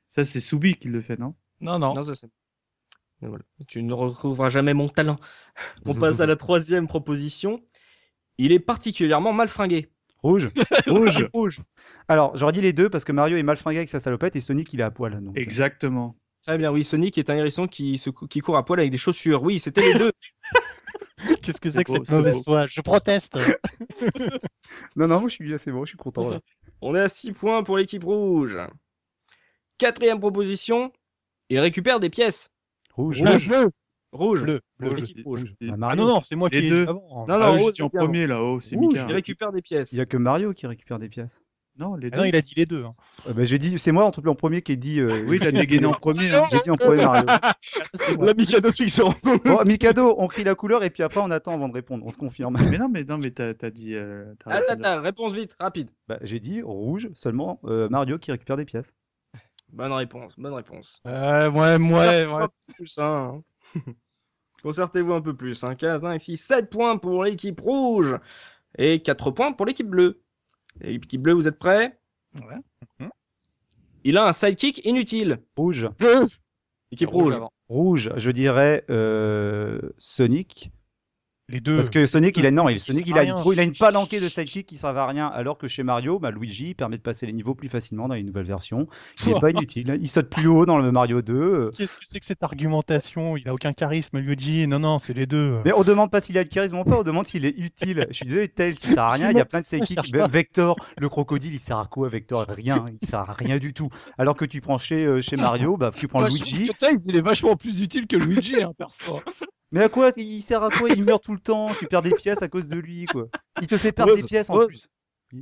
Speaker 2: Ça, c'est Soubi qui le fait, non
Speaker 4: Non, non.
Speaker 1: Non, ça c'est... Mais voilà, Tu ne retrouveras jamais mon talent. On passe à la troisième proposition. Il est particulièrement mal fringué.
Speaker 5: Rouge.
Speaker 2: Rouge.
Speaker 1: Rouge.
Speaker 5: Alors, j'aurais dit les deux parce que Mario est mal fringué avec sa salopette et Sonic, il est à poil. donc. euh.
Speaker 2: Exactement.
Speaker 1: Très bien, oui, Sonic est un hérisson qui, se cou- qui court à poil avec des chaussures. Oui, c'était les deux.
Speaker 6: Qu'est-ce que c'est que
Speaker 2: beau,
Speaker 6: cette
Speaker 2: c'est
Speaker 6: mauvaise
Speaker 2: beau.
Speaker 6: foi Je proteste.
Speaker 5: Non, non, je suis bien, c'est bon, je suis content. là.
Speaker 1: On est à 6 points pour l'équipe rouge. Quatrième proposition. Il récupère des pièces.
Speaker 5: Rouge.
Speaker 4: Bleu, bleu,
Speaker 1: Rouge.
Speaker 4: bleu, bleu.
Speaker 1: Rouge. L'équipe rouge.
Speaker 2: Et-
Speaker 5: Bah,
Speaker 6: Ah
Speaker 5: Mario.
Speaker 6: non, non, c'est moi
Speaker 2: Les
Speaker 6: qui ai
Speaker 2: deux.
Speaker 6: Ah bon.
Speaker 1: Non, non,
Speaker 2: ah, oui,
Speaker 1: rouge,
Speaker 2: j'étais en
Speaker 1: bien, non.
Speaker 2: premier là-haut, c'est
Speaker 5: Rouge.
Speaker 2: Mika. hein.
Speaker 1: Il récupère des pièces.
Speaker 5: Il y a que Mario qui récupère des pièces.
Speaker 2: Non, les
Speaker 6: Ah
Speaker 2: deux.
Speaker 6: non, il a dit les deux. hein.
Speaker 5: Euh, bah, j'ai dit, c'est moi en tout cas en premier qui ai dit. euh,
Speaker 2: Oui, il a dégainé en premier. hein.
Speaker 5: J'ai dit en premier Mario.
Speaker 1: La Mikado qui se rend
Speaker 5: Bon, Mikado, on crie la couleur et puis après on attend avant de répondre. On se confirme.
Speaker 2: Mais non, mais non, mais t'as t'as dit. euh, t'as
Speaker 1: Attends,
Speaker 2: répondu.
Speaker 1: attends, réponse vite, rapide.
Speaker 5: Bah, j'ai dit rouge, seulement euh, Mario qui récupère des pièces.
Speaker 1: Bonne réponse, bonne réponse.
Speaker 4: Euh, ouais, ouais, ouais.
Speaker 1: Plus hein. Concertez-vous un peu plus. Hein. 4, 5, 6, 7 points pour l'équipe rouge et 4 points pour l'équipe bleue. L'équipe bleue, vous êtes prêts Mm-hmm.
Speaker 6: Ouais.
Speaker 1: Il a un sidekick inutile.
Speaker 5: Rouge.
Speaker 4: Bleu.
Speaker 1: Équipe
Speaker 3: Rouge
Speaker 1: rouge.
Speaker 3: avant.
Speaker 5: Rouge, je dirais euh, Sonic.
Speaker 6: Les deux.
Speaker 5: Parce que Sonic, il a non, il,
Speaker 6: Ils
Speaker 5: Sonic,
Speaker 6: servent
Speaker 5: il
Speaker 6: à
Speaker 5: a, une,
Speaker 6: rien.
Speaker 5: pro- il a une palanquée de sidekick qui servent à rien, alors que chez Mario, bah, Luigi permet de passer les niveaux plus facilement dans les nouvelles versions. Il n'est pas inutile. Il saute plus haut dans le Mario 2. euh.
Speaker 6: Qu'est-ce que c'est que cette argumentation Il a aucun charisme, Luigi. Non, non, c'est les deux.
Speaker 5: Mais on demande pas s'il a le charisme ou pas, on demande s'il est utile. Je suis désolé, Tails, il sert à rien. Il y a plein de
Speaker 6: Je
Speaker 5: sidekicks.
Speaker 6: cherche
Speaker 5: Ve- Vector, le crocodile, il sert à quoi Vector Rien, il sert à rien du tout. Alors que tu prends chez, euh, chez Mario, bah, tu prends
Speaker 7: Moi, je trouve
Speaker 5: Luigi.
Speaker 7: que Tails, il est vachement plus utile que Luigi, hein, perso.
Speaker 5: Mais à quoi Il sert à quoi Il meurt tout le temps. Tu perds des pièces à cause de lui, quoi. Il te fait perdre
Speaker 1: Rose,
Speaker 5: des pièces en
Speaker 1: Rose.
Speaker 5: plus.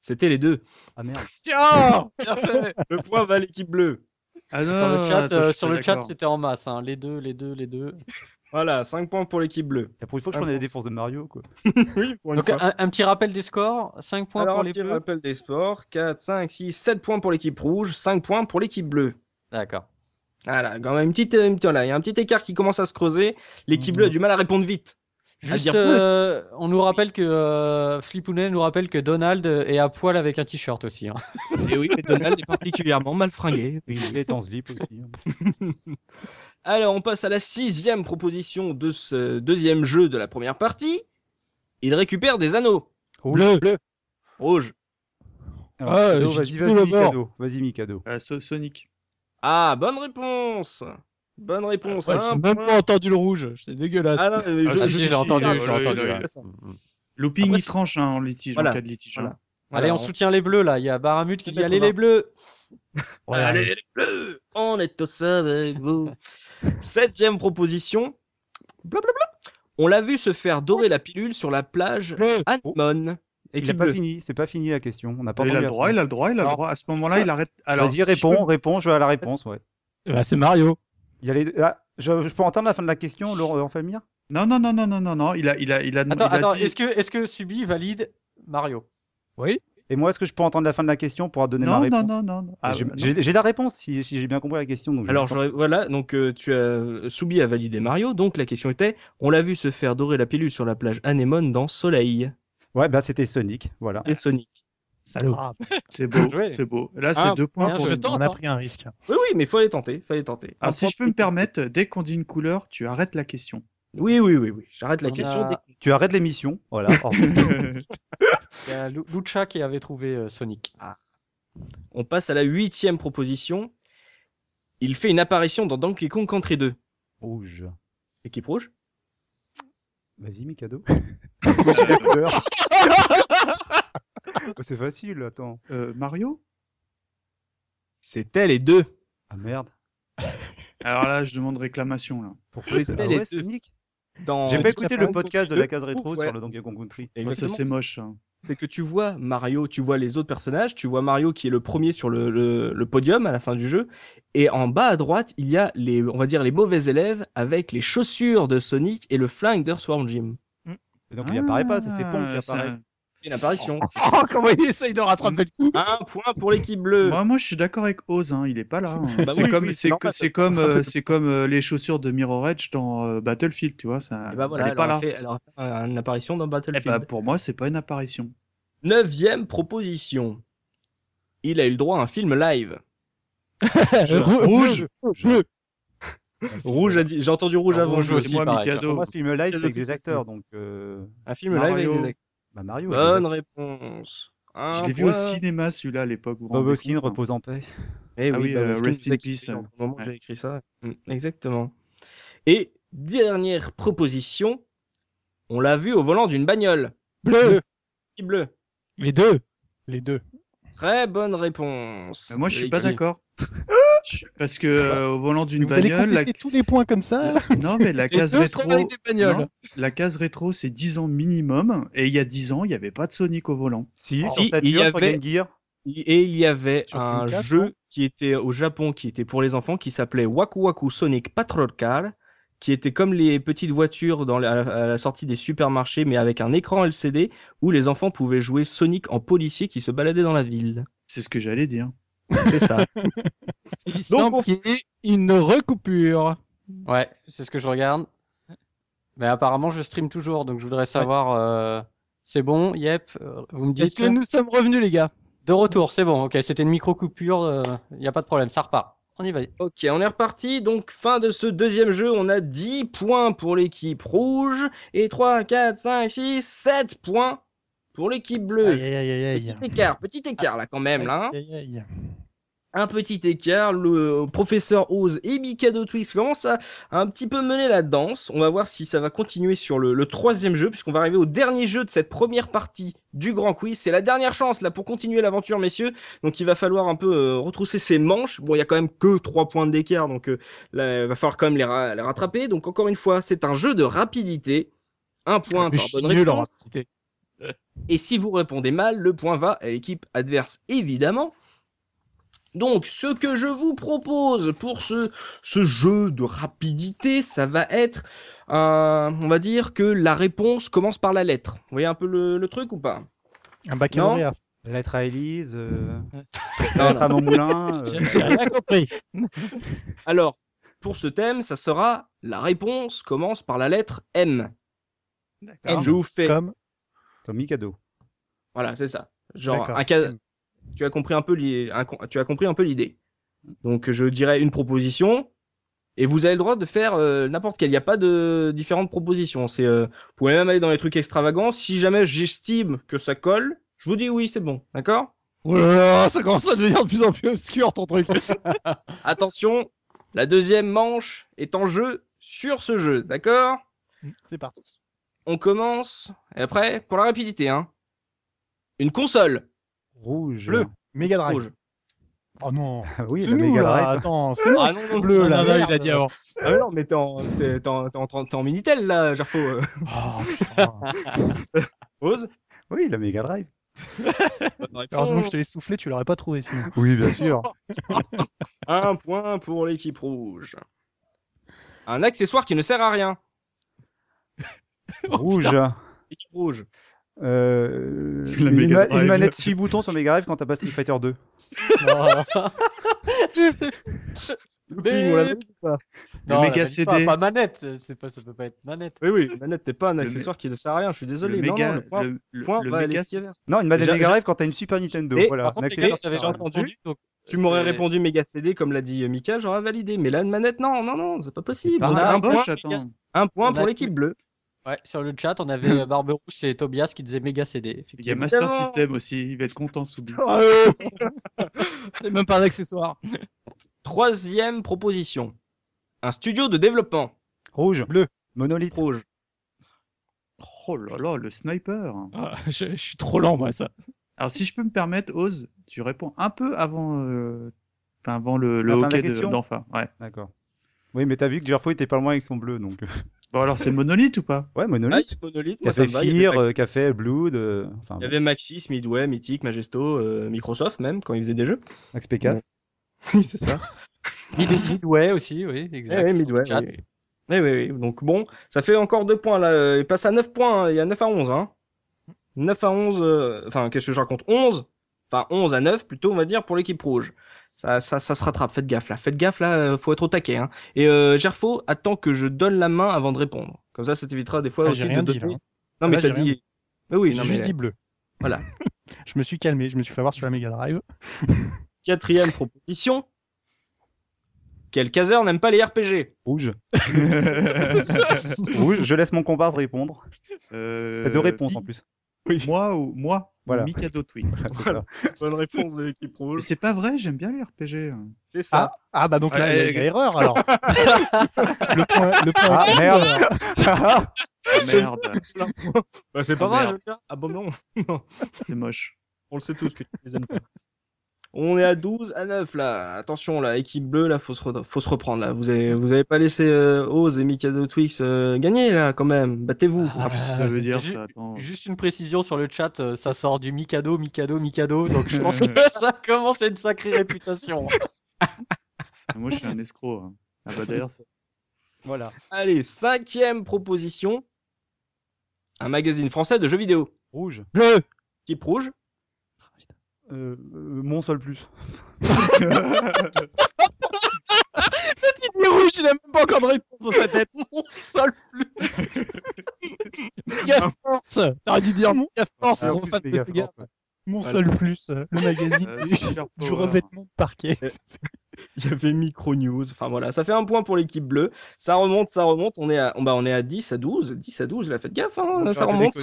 Speaker 1: C'était les deux.
Speaker 5: Ah merde.
Speaker 7: Tiens Bien fait
Speaker 1: Le point va à l'équipe bleue.
Speaker 2: Ah non,
Speaker 3: Sur le chat,
Speaker 2: attends,
Speaker 3: euh,
Speaker 2: je suis
Speaker 3: sur
Speaker 2: pas
Speaker 3: le chat,
Speaker 2: d'accord.
Speaker 3: c'était en masse. hein. Les deux, les deux, les deux.
Speaker 1: Voilà, 5 points pour l'équipe bleue.
Speaker 5: C'est la première
Speaker 2: Ah
Speaker 5: fois que je prenais la défense de Mario, quoi.
Speaker 1: Oui, pour une
Speaker 3: Donc
Speaker 1: fois.
Speaker 3: un, un petit rappel des scores. 5 points
Speaker 1: Alors,
Speaker 3: pour
Speaker 1: un
Speaker 3: les
Speaker 1: petit
Speaker 3: bleus.
Speaker 1: rappel des sports 4, 5, 6, 7 points pour l'équipe rouge, 5 points pour l'équipe bleue.
Speaker 3: D'accord.
Speaker 1: Voilà, quand même, une petite, euh, une petite- là, il y a un petit écart qui commence à se creuser. L'équipe
Speaker 3: Mm.
Speaker 1: bleue a du mal à répondre vite. dire
Speaker 3: Juste,
Speaker 1: poil.
Speaker 3: euh, on nous rappelle que euh, Flipounet nous rappelle que Donald est à poil avec un t-shirt aussi. hein.
Speaker 1: Et oui, Donald est particulièrement mal fringué.
Speaker 5: Il est en slip aussi. hein.
Speaker 1: Alors, on passe à la sixième proposition de ce deuxième jeu de la première partie. Il récupère des anneaux.
Speaker 4: Bleu.
Speaker 1: Rouge.
Speaker 5: Alors,
Speaker 4: Ah,
Speaker 5: Mikado,
Speaker 4: j'ai
Speaker 5: vas-y,
Speaker 4: dit
Speaker 5: vas-y,
Speaker 4: tout d'abord.
Speaker 5: Mikado. Vas-y, Mikado.
Speaker 2: Ah, So- Sonic.
Speaker 1: Ah, bonne réponse. Bonne réponse.
Speaker 7: Ouais,
Speaker 1: un
Speaker 7: J'ai même
Speaker 1: point.
Speaker 7: pas entendu le rouge, c'est dégueulasse.
Speaker 1: Ah non, mais
Speaker 2: Ah,
Speaker 1: je-
Speaker 2: si,
Speaker 1: je-
Speaker 2: si,
Speaker 1: je-
Speaker 2: j'ai entendu,
Speaker 1: ah,
Speaker 2: j'ai
Speaker 1: oui,
Speaker 2: entendu,
Speaker 1: oui,
Speaker 2: ouais.
Speaker 1: c'est ça.
Speaker 2: Looping,
Speaker 1: Après,
Speaker 2: il tranche hein, en litige,
Speaker 1: Voilà.
Speaker 2: en cas de litige. hein.
Speaker 1: Voilà.
Speaker 3: Allez, on
Speaker 1: Voilà,
Speaker 3: soutient les bleus là. Il y a Baramut qui dit
Speaker 1: Peut-être
Speaker 3: allez
Speaker 1: on va-
Speaker 3: les bleus.
Speaker 4: Voilà.
Speaker 1: Allez, les bleus, on est tous avec vous. Septième proposition. Blablabla. On l'a vu se faire dorer la pilule sur la plage Anemone.
Speaker 5: Il a
Speaker 1: Équipe
Speaker 5: pas
Speaker 1: bleue.
Speaker 5: fini, c'est pas fini la question. On n'a pas
Speaker 2: Il a
Speaker 5: entendu
Speaker 2: le
Speaker 5: la
Speaker 2: droit,
Speaker 5: fin.
Speaker 2: il a le droit, il a le droit. À ce moment-là, il arrête. Alors,
Speaker 5: Vas-y,
Speaker 2: si je peux-
Speaker 5: réponds, réponds, je vais à la réponse, ouais.
Speaker 7: Bah, c'est Mario.
Speaker 5: Il y a les deux- ah, je, je peux entendre la fin de la question, Laurent euh, en famille
Speaker 2: Non, non, non, non, non, non, non. Il a, il a, il a,
Speaker 3: Attends,
Speaker 2: il a
Speaker 3: attends.
Speaker 2: dit-
Speaker 3: Est-ce que, est-ce que Subi valide Mario
Speaker 7: Oui.
Speaker 5: Et moi, est-ce que je peux entendre la fin de la question pour donner ma
Speaker 2: Non, non,
Speaker 5: réponse
Speaker 2: non, non, non. Ah,
Speaker 5: J'ai-
Speaker 2: non.
Speaker 5: J'ai j'ai la réponse si, si j'ai bien compris la question. Donc je-
Speaker 1: Alors j'aurais- voilà, donc euh, tu as Soubi a validé Mario, donc la question était on l'a vu se faire dorer la pilule sur la plage Anemone dans Soleil
Speaker 5: Ouais, bah c'était Sonic, voilà.
Speaker 1: et Sonic.
Speaker 4: Salaud.
Speaker 6: Ah,
Speaker 2: C'est beau,
Speaker 3: joué.
Speaker 2: c'est beau. Là, c'est
Speaker 3: Ah,
Speaker 2: deux points
Speaker 3: bien
Speaker 2: pour
Speaker 3: joué.
Speaker 2: le
Speaker 3: tente,
Speaker 6: on a
Speaker 3: hein.
Speaker 6: pris un risque.
Speaker 1: Oui oui, mais fallait tenter, fallait tenter. Un
Speaker 2: Alors, si
Speaker 1: point
Speaker 2: je peux
Speaker 1: pour-
Speaker 2: me permettre, dès qu'on dit une couleur, tu arrêtes la question.
Speaker 1: Oui oui oui oui, j'arrête la
Speaker 3: On
Speaker 1: question.
Speaker 3: a-
Speaker 1: dès-
Speaker 5: Tu arrêtes l'émission, voilà. Au revoir.
Speaker 3: Il y a Lu- Lucha qui avait trouvé euh, Sonic.
Speaker 1: On passe à la huitième proposition. Il fait une apparition dans Donkey Kong Country 2.
Speaker 5: Rouge.
Speaker 1: Équipe rouge.
Speaker 5: Vas-y, Mikado. Moi, j'ai la couleur. Oh, C'est facile, attends.
Speaker 2: Euh, Mario
Speaker 1: C'était les deux.
Speaker 5: Ah merde.
Speaker 2: Alors là, je demande réclamation. Là.
Speaker 5: Pourquoi les...
Speaker 1: C'était
Speaker 5: ah
Speaker 1: les
Speaker 5: ouais,
Speaker 1: deux.
Speaker 5: Sonic
Speaker 1: Dans...
Speaker 5: J'ai pas écouté le podcast de la case
Speaker 1: Ouf,
Speaker 5: rétro
Speaker 1: ouais.
Speaker 5: sur le Donkey Kong Country.
Speaker 2: Moi, ça,
Speaker 1: Exactement.
Speaker 2: c'est moche. hein.
Speaker 1: c'est que tu vois Mario, tu vois les autres personnages, tu vois Mario qui est le premier sur le, le- le podium à la fin du jeu, et en bas à droite, il y a les, on va dire, les mauvais élèves avec les chaussures de Sonic et le flingue de Swarm Jim.
Speaker 5: Et donc il apparaît pas, ça c'est Pong qui
Speaker 2: Ah, ça-
Speaker 5: apparaît.
Speaker 1: C'est une apparition.
Speaker 7: Oh, comment il essaye de rattraper le coup
Speaker 1: Un point pour l'équipe bleue.
Speaker 2: oh. Bah, Moi, moi, je suis d'accord avec Oz, hein, il est pas là. hein.
Speaker 1: Bah
Speaker 2: c'est
Speaker 1: oui,
Speaker 2: comme,
Speaker 1: oui,
Speaker 2: c'est
Speaker 1: c'est
Speaker 2: co-
Speaker 1: normal.
Speaker 2: c'est comme, euh, c'est comme euh, les chaussures de Mirror Edge dans euh, Battlefield, tu vois. Ça,
Speaker 1: Et bah voilà,
Speaker 2: elle
Speaker 1: elle,
Speaker 2: est pas
Speaker 1: aura
Speaker 2: là.
Speaker 1: fait, elle aura fait un- une apparition dans
Speaker 2: Eh
Speaker 1: Battlefield.
Speaker 2: bah, pour moi, c'est pas une apparition.
Speaker 1: Neuvième proposition. Il a eu le droit à un film live.
Speaker 7: Rou-
Speaker 2: Rouge.
Speaker 7: bleu.
Speaker 1: Rouge, a dit- j'ai entendu rouge avant.
Speaker 3: Rouge
Speaker 1: je-
Speaker 3: aussi,
Speaker 2: Ah, moi,
Speaker 3: pareil,
Speaker 5: Pour moi,
Speaker 2: Mikado.
Speaker 5: ce film live, c'est avec
Speaker 2: Tout
Speaker 5: des
Speaker 2: ça,
Speaker 5: acteurs, donc. euh,
Speaker 1: Un film live
Speaker 2: Mario.
Speaker 1: avec des acteurs.
Speaker 5: Bah Mario. avec des
Speaker 1: Bonne
Speaker 5: acteurs.
Speaker 1: réponse. Un
Speaker 2: Je l'ai vu au
Speaker 1: point.
Speaker 2: cinéma, celui-là, à l'époque. vous vous
Speaker 5: Bob
Speaker 2: rendez
Speaker 5: Hoskin
Speaker 2: compte, hein.
Speaker 5: repose en paix.
Speaker 1: Eh
Speaker 2: Ah oui,
Speaker 1: bah,
Speaker 2: euh,
Speaker 1: parce que
Speaker 2: rest
Speaker 1: vous
Speaker 2: in
Speaker 1: avez
Speaker 2: peace,
Speaker 1: compris,
Speaker 2: euh,
Speaker 1: au moment où
Speaker 2: ouais.
Speaker 1: j'ai écrit ça. Mm, Exactement. Et dernière proposition, on l'a vu au volant d'une bagnole.
Speaker 7: Bleu.
Speaker 1: Petit bleu.
Speaker 7: Les deux.
Speaker 6: Les deux.
Speaker 1: Très bonne réponse.
Speaker 2: Bah, moi, je suis pas
Speaker 1: L'équipe-
Speaker 2: d'accord. Je- Parce que euh, au volant d'une
Speaker 6: Vous allez
Speaker 2: bagnole, la...
Speaker 6: contester tous les points comme ça
Speaker 2: non mais la
Speaker 7: Les
Speaker 2: case
Speaker 7: deux sont
Speaker 2: rétro,
Speaker 7: avec des bagnoles.
Speaker 2: non, la case rétro, c'est 10 ans minimum. Et il y a 10 ans, il n'y avait pas de Sonic au volant.
Speaker 5: Si,
Speaker 1: Si,
Speaker 5: sur
Speaker 1: il y
Speaker 5: Saturn, sur
Speaker 1: avait-
Speaker 5: Game Gear.
Speaker 1: Et il y avait
Speaker 6: Sur
Speaker 1: un
Speaker 6: Dreamcast,
Speaker 1: jeu qui était au Japon, qui était pour les enfants, qui s'appelait Waku Waku Sonic Patrol Car, qui était comme les petites voitures dans la, à la sortie des supermarchés, mais avec un écran LCD où les enfants pouvaient jouer Sonic en policier qui se baladait dans la ville.
Speaker 2: C'est ce que j'allais dire.
Speaker 1: C'est ça.
Speaker 7: Il
Speaker 1: Donc,
Speaker 7: semble
Speaker 1: on-
Speaker 7: qu'il y ait une recoupure.
Speaker 3: Ouais, c'est ce que je regarde. Mais apparemment, je stream toujours, donc je voudrais savoir. euh, C'est bon, yep. euh, Vous me
Speaker 7: Est-ce
Speaker 3: dites
Speaker 7: que nous sommes revenus, les gars
Speaker 3: de retour, c'est bon. Ok, c'était une micro coupure. Il n'y euh, a pas de problème, ça repart. On y va.
Speaker 1: Ok, on est reparti. Donc, fin de ce deuxième jeu, on a 10 points pour l'équipe rouge et 3, 4, 5, 6, 7 points pour l'équipe bleue.
Speaker 4: Aïe, aïe, aïe, aïe, aïe.
Speaker 1: Petit écart, petit écart là quand même. Là, hein.
Speaker 4: Aïe, aïe, aïe.
Speaker 1: Un petit écart. Le professeur Oz et Mikado Twix commencent à, à un petit peu mener la danse. On va voir si ça va continuer sur le, le troisième jeu, puisqu'on va arriver au dernier jeu de cette première partie du grand quiz. C'est la dernière chance là pour continuer l'aventure, messieurs. Donc il va falloir un peu euh, retrousser ses manches. Bon, il y a quand même que trois points d'écart, donc euh, là, il va falloir quand même les, ra- les rattraper. Donc encore une fois, c'est un jeu de rapidité. Un point
Speaker 7: Mais
Speaker 1: par
Speaker 7: Ah, je suis
Speaker 1: bonne
Speaker 7: nul en
Speaker 1: réponse.
Speaker 7: rapidité.
Speaker 1: Et si vous répondez mal, le point va à l'équipe adverse, évidemment. Donc, ce que je vous propose pour ce, ce jeu de rapidité, ça va être, euh, on va dire que la réponse commence par la lettre. Vous voyez un peu le, le truc ou pas
Speaker 6: Un baccalauréat.
Speaker 5: Lettre à Élise, euh,
Speaker 1: Non,
Speaker 5: lettre à euh, mon moulin.
Speaker 7: J'ai j'ai rien compris.
Speaker 1: Alors, pour ce thème, ça sera la réponse commence par la lettre M.
Speaker 2: D'accord.
Speaker 1: Je vous fais,
Speaker 6: Comme
Speaker 5: Comme Mikado.
Speaker 1: voilà, c'est ça. Genre
Speaker 6: D'accord.
Speaker 1: un cas, tu as compris un peu l'i- un con- tu as compris un peu l'idée. Donc je dirais une proposition et vous avez le droit de faire euh, n'importe quelle. Il n'y a pas de différentes propositions. C'est euh, vous pouvez même aller dans les trucs extravagants. Si jamais j'estime que ça colle, je vous dis oui, c'est bon, d'accord
Speaker 7: Oh là là, ça commence à devenir de plus en plus obscur ton truc.
Speaker 1: Attention, la deuxième manche est en jeu sur ce jeu, d'accord
Speaker 6: C'est parti.
Speaker 1: On commence et après pour la rapidité, hein. Une console
Speaker 5: Rouge.
Speaker 6: Bleu. Mega Drive.
Speaker 1: rouge.
Speaker 6: Oh non.
Speaker 5: Ah oui,
Speaker 6: C'est
Speaker 5: la
Speaker 6: nous
Speaker 5: Mega
Speaker 6: là.
Speaker 5: Drive.
Speaker 6: Attends, c'est nous
Speaker 1: Ah non, non,
Speaker 6: bleu
Speaker 7: Ah,
Speaker 6: là.
Speaker 7: non, non, il a
Speaker 6: merde.
Speaker 7: dit avant.
Speaker 1: Ah ouais, non, mais t'es en, t'es- t'es en- t'es en- t'es en minitel là, Gerfo. euh,
Speaker 6: Oh, putain.
Speaker 1: Ose.
Speaker 5: Oui, la Mega Drive.
Speaker 6: Heureusement que je te l'ai soufflé, tu l'aurais pas trouvé sinon.
Speaker 5: Oui, bien sûr.
Speaker 1: Un point pour l'équipe rouge. Un accessoire qui ne sert à rien.
Speaker 5: Rouge.
Speaker 1: Équipe rouge.
Speaker 5: Euh,
Speaker 2: La
Speaker 5: une,
Speaker 2: Mega
Speaker 5: ma-
Speaker 2: Drive.
Speaker 5: une manette 6 boutons sur Mega Drive quand t'as pas Street Fighter 2.
Speaker 1: Looping, on l'avait
Speaker 3: Bip.
Speaker 1: ou pas
Speaker 2: Le
Speaker 3: Non,
Speaker 2: méga
Speaker 3: la manette,
Speaker 2: CD.
Speaker 3: Pas, pas manette, c'est pas, ça peut pas être manette.
Speaker 1: Oui, oui, manette, t'es pas un
Speaker 2: Le
Speaker 1: accessoire qui ne sert à rien, je suis désolé.
Speaker 2: le
Speaker 1: Non,
Speaker 2: méga,
Speaker 1: non, le point,
Speaker 2: le, le-
Speaker 1: point bah,
Speaker 2: le
Speaker 1: va à
Speaker 2: méga,
Speaker 1: l'équipe adverse.
Speaker 5: Non, une manette
Speaker 1: J'a-
Speaker 5: Mega Drive quand t'as une Super Nintendo.
Speaker 1: Et,
Speaker 5: voilà,
Speaker 3: Par contre,
Speaker 5: un
Speaker 3: les gars,
Speaker 5: accessoire,
Speaker 1: ça
Speaker 3: j'avais
Speaker 1: j'avais
Speaker 5: ça sert à rien.
Speaker 1: entendu.
Speaker 3: entendu. Donc,
Speaker 1: Tu m'aurais
Speaker 3: c'est-
Speaker 1: répondu méga CD comme l'a dit euh, Mika, j'aurais validé. Mais là, une manette, non, non, non, c'est pas possible.
Speaker 5: pas
Speaker 1: On
Speaker 2: Ah,
Speaker 1: a un point,
Speaker 2: Bosch, attends.
Speaker 1: un point
Speaker 3: On a
Speaker 1: pour
Speaker 3: tout.
Speaker 1: l'équipe bleue.
Speaker 3: Ouais, sur le chat, on avait euh, Barberousse et Tobias qui disaient méga CD.
Speaker 2: Il y a Master
Speaker 1: Évidemment.
Speaker 2: System aussi, il va être content, Soubi.
Speaker 7: Ah, C'est même pas un accessoire.
Speaker 1: Troisième proposition. Un studio de développement
Speaker 5: Rouge.
Speaker 6: Bleu.
Speaker 5: Monolithe.
Speaker 1: rouge.
Speaker 2: Oh là là, le sniper. hein.
Speaker 7: Ah, je, je suis trop lent, moi, ça.
Speaker 2: Alors, si je peux me permettre, Oz, tu réponds un peu avant, euh, enfin, avant le, le
Speaker 5: La fin de la
Speaker 2: hockey de-
Speaker 5: question
Speaker 2: d'enfin. ouais.
Speaker 5: D'accord. Oui, mais t'as vu que Gerfo était pas loin avec son bleu, donc. euh,
Speaker 2: Bon, alors, c'est monolithe ou pas
Speaker 5: Ouais,
Speaker 1: Ah,
Speaker 5: monolithe.
Speaker 1: il y a monolithe, moi, ça
Speaker 5: Café
Speaker 1: me va, il y
Speaker 5: Fear,
Speaker 1: avait
Speaker 5: euh,
Speaker 1: Maxis.
Speaker 5: Café Blood, euh, enfin,
Speaker 1: Il y avait Maxis, Midway, Mythic, Majesto, euh, Microsoft même, quand ils faisaient des jeux.
Speaker 5: Max Pécasse.
Speaker 1: Oui, c'est ça.
Speaker 3: Mid- Midway aussi, oui, exact.
Speaker 1: Eh oui,
Speaker 3: sur le
Speaker 1: Midway,
Speaker 3: chat.
Speaker 1: oui. Eh oui, oui. Donc bon, ça fait encore deux points là. Euh, Il passe à 9 points. hein. Il y a 9 à 11. Hein. 9 à 11. euh, Enfin, qu'est-ce que je raconte 11 Enfin, 11 à 9 plutôt, on va dire, pour l'équipe rouge. Ça, ça, ça se rattrape. Faites gaffe là. Faites gaffe là. euh, Faut être au taquet. Hein. Et euh, Gerfo, attends que je donne la main avant de répondre. Comme ça, ça t'évitera des fois
Speaker 6: Ah,
Speaker 1: aussi
Speaker 6: j'ai
Speaker 1: de
Speaker 6: rien dit,
Speaker 1: donner-
Speaker 6: là.
Speaker 1: Non, mais
Speaker 6: Là,
Speaker 1: t'as
Speaker 6: j'ai rien
Speaker 1: dit. Mais oui, non,
Speaker 6: J'ai
Speaker 1: mais...
Speaker 6: juste dit bleu.
Speaker 1: Voilà.
Speaker 6: je me suis calmé, je me suis fait avoir sur la Mega Drive.
Speaker 1: Quatrième proposition. Quel caseur n'aime pas les RPG
Speaker 5: Rouge.
Speaker 2: Euh,
Speaker 5: Rouge. Je laisse mon comparse répondre.
Speaker 1: Euh,
Speaker 5: T'as deux réponses en plus.
Speaker 2: Oui. Moi ou moi
Speaker 5: Voilà.
Speaker 2: ou Mikado Twix.
Speaker 5: C'est ça.
Speaker 1: Bonne réponse de l'équipe
Speaker 2: Mais
Speaker 1: rouge.
Speaker 2: c'est pas vrai, j'aime bien les RPG. hein.
Speaker 1: C'est ça.
Speaker 6: Ah bah donc là, il y a- il y a erreur alors. le point, le point.
Speaker 5: Ah, merde.
Speaker 2: Ah, merde,
Speaker 1: Bah, c'est
Speaker 2: Ah,
Speaker 1: pas grave,
Speaker 2: merde.
Speaker 1: j'aime bien. Ah bon, non,
Speaker 2: c'est moche.
Speaker 1: on le sait tous que tu les aimes pas. On est à 12 à 9 là. Attention là, équipe bleue là, faut se, re- faut se reprendre là. Vous avez, vous avez pas laissé euh, Oz et Mikado Twix euh, gagner là quand même. Battez-vous.
Speaker 2: Ah, qu'est-ce que ça veut dire
Speaker 3: ju-
Speaker 2: ça Attends.
Speaker 3: Juste une précision sur le chat, euh, ça sort du Mikado, Mikado, Mikado, donc je pense que ça commence à une sacrée réputation.
Speaker 2: Ah, Moi, je suis un escroc. hein. Ah bah d'ailleurs, ça-
Speaker 5: Voilà.
Speaker 1: Allez, cinquième proposition. Un magazine français de jeux vidéo.
Speaker 5: Rouge.
Speaker 7: Bleu.
Speaker 1: Équipe rouge.
Speaker 5: Euh, euh, mon seul plus.
Speaker 7: Il est rouge, il a même pas encore de réponse dans sa tête.
Speaker 3: Mon seul plus.
Speaker 6: Ah.
Speaker 7: Méga force. T'aurais dû dire méga force,
Speaker 5: Ah,
Speaker 7: gros
Speaker 5: plus
Speaker 7: fan de
Speaker 5: Mega
Speaker 7: Sega.
Speaker 5: Force, ouais.
Speaker 6: Mon
Speaker 2: Voilà.
Speaker 6: seul plus, euh, le magazine
Speaker 2: Euh,
Speaker 6: du,
Speaker 2: super
Speaker 6: du
Speaker 2: power.
Speaker 6: revêtement de parquet.
Speaker 1: Il y avait Micro News. Enfin voilà, ça fait un point pour l'équipe bleue. Ça remonte, ça remonte. On est à, bah, on est à 10 à 12. 10 à 12, là, faites gaffe. hein, ça remonte. ça-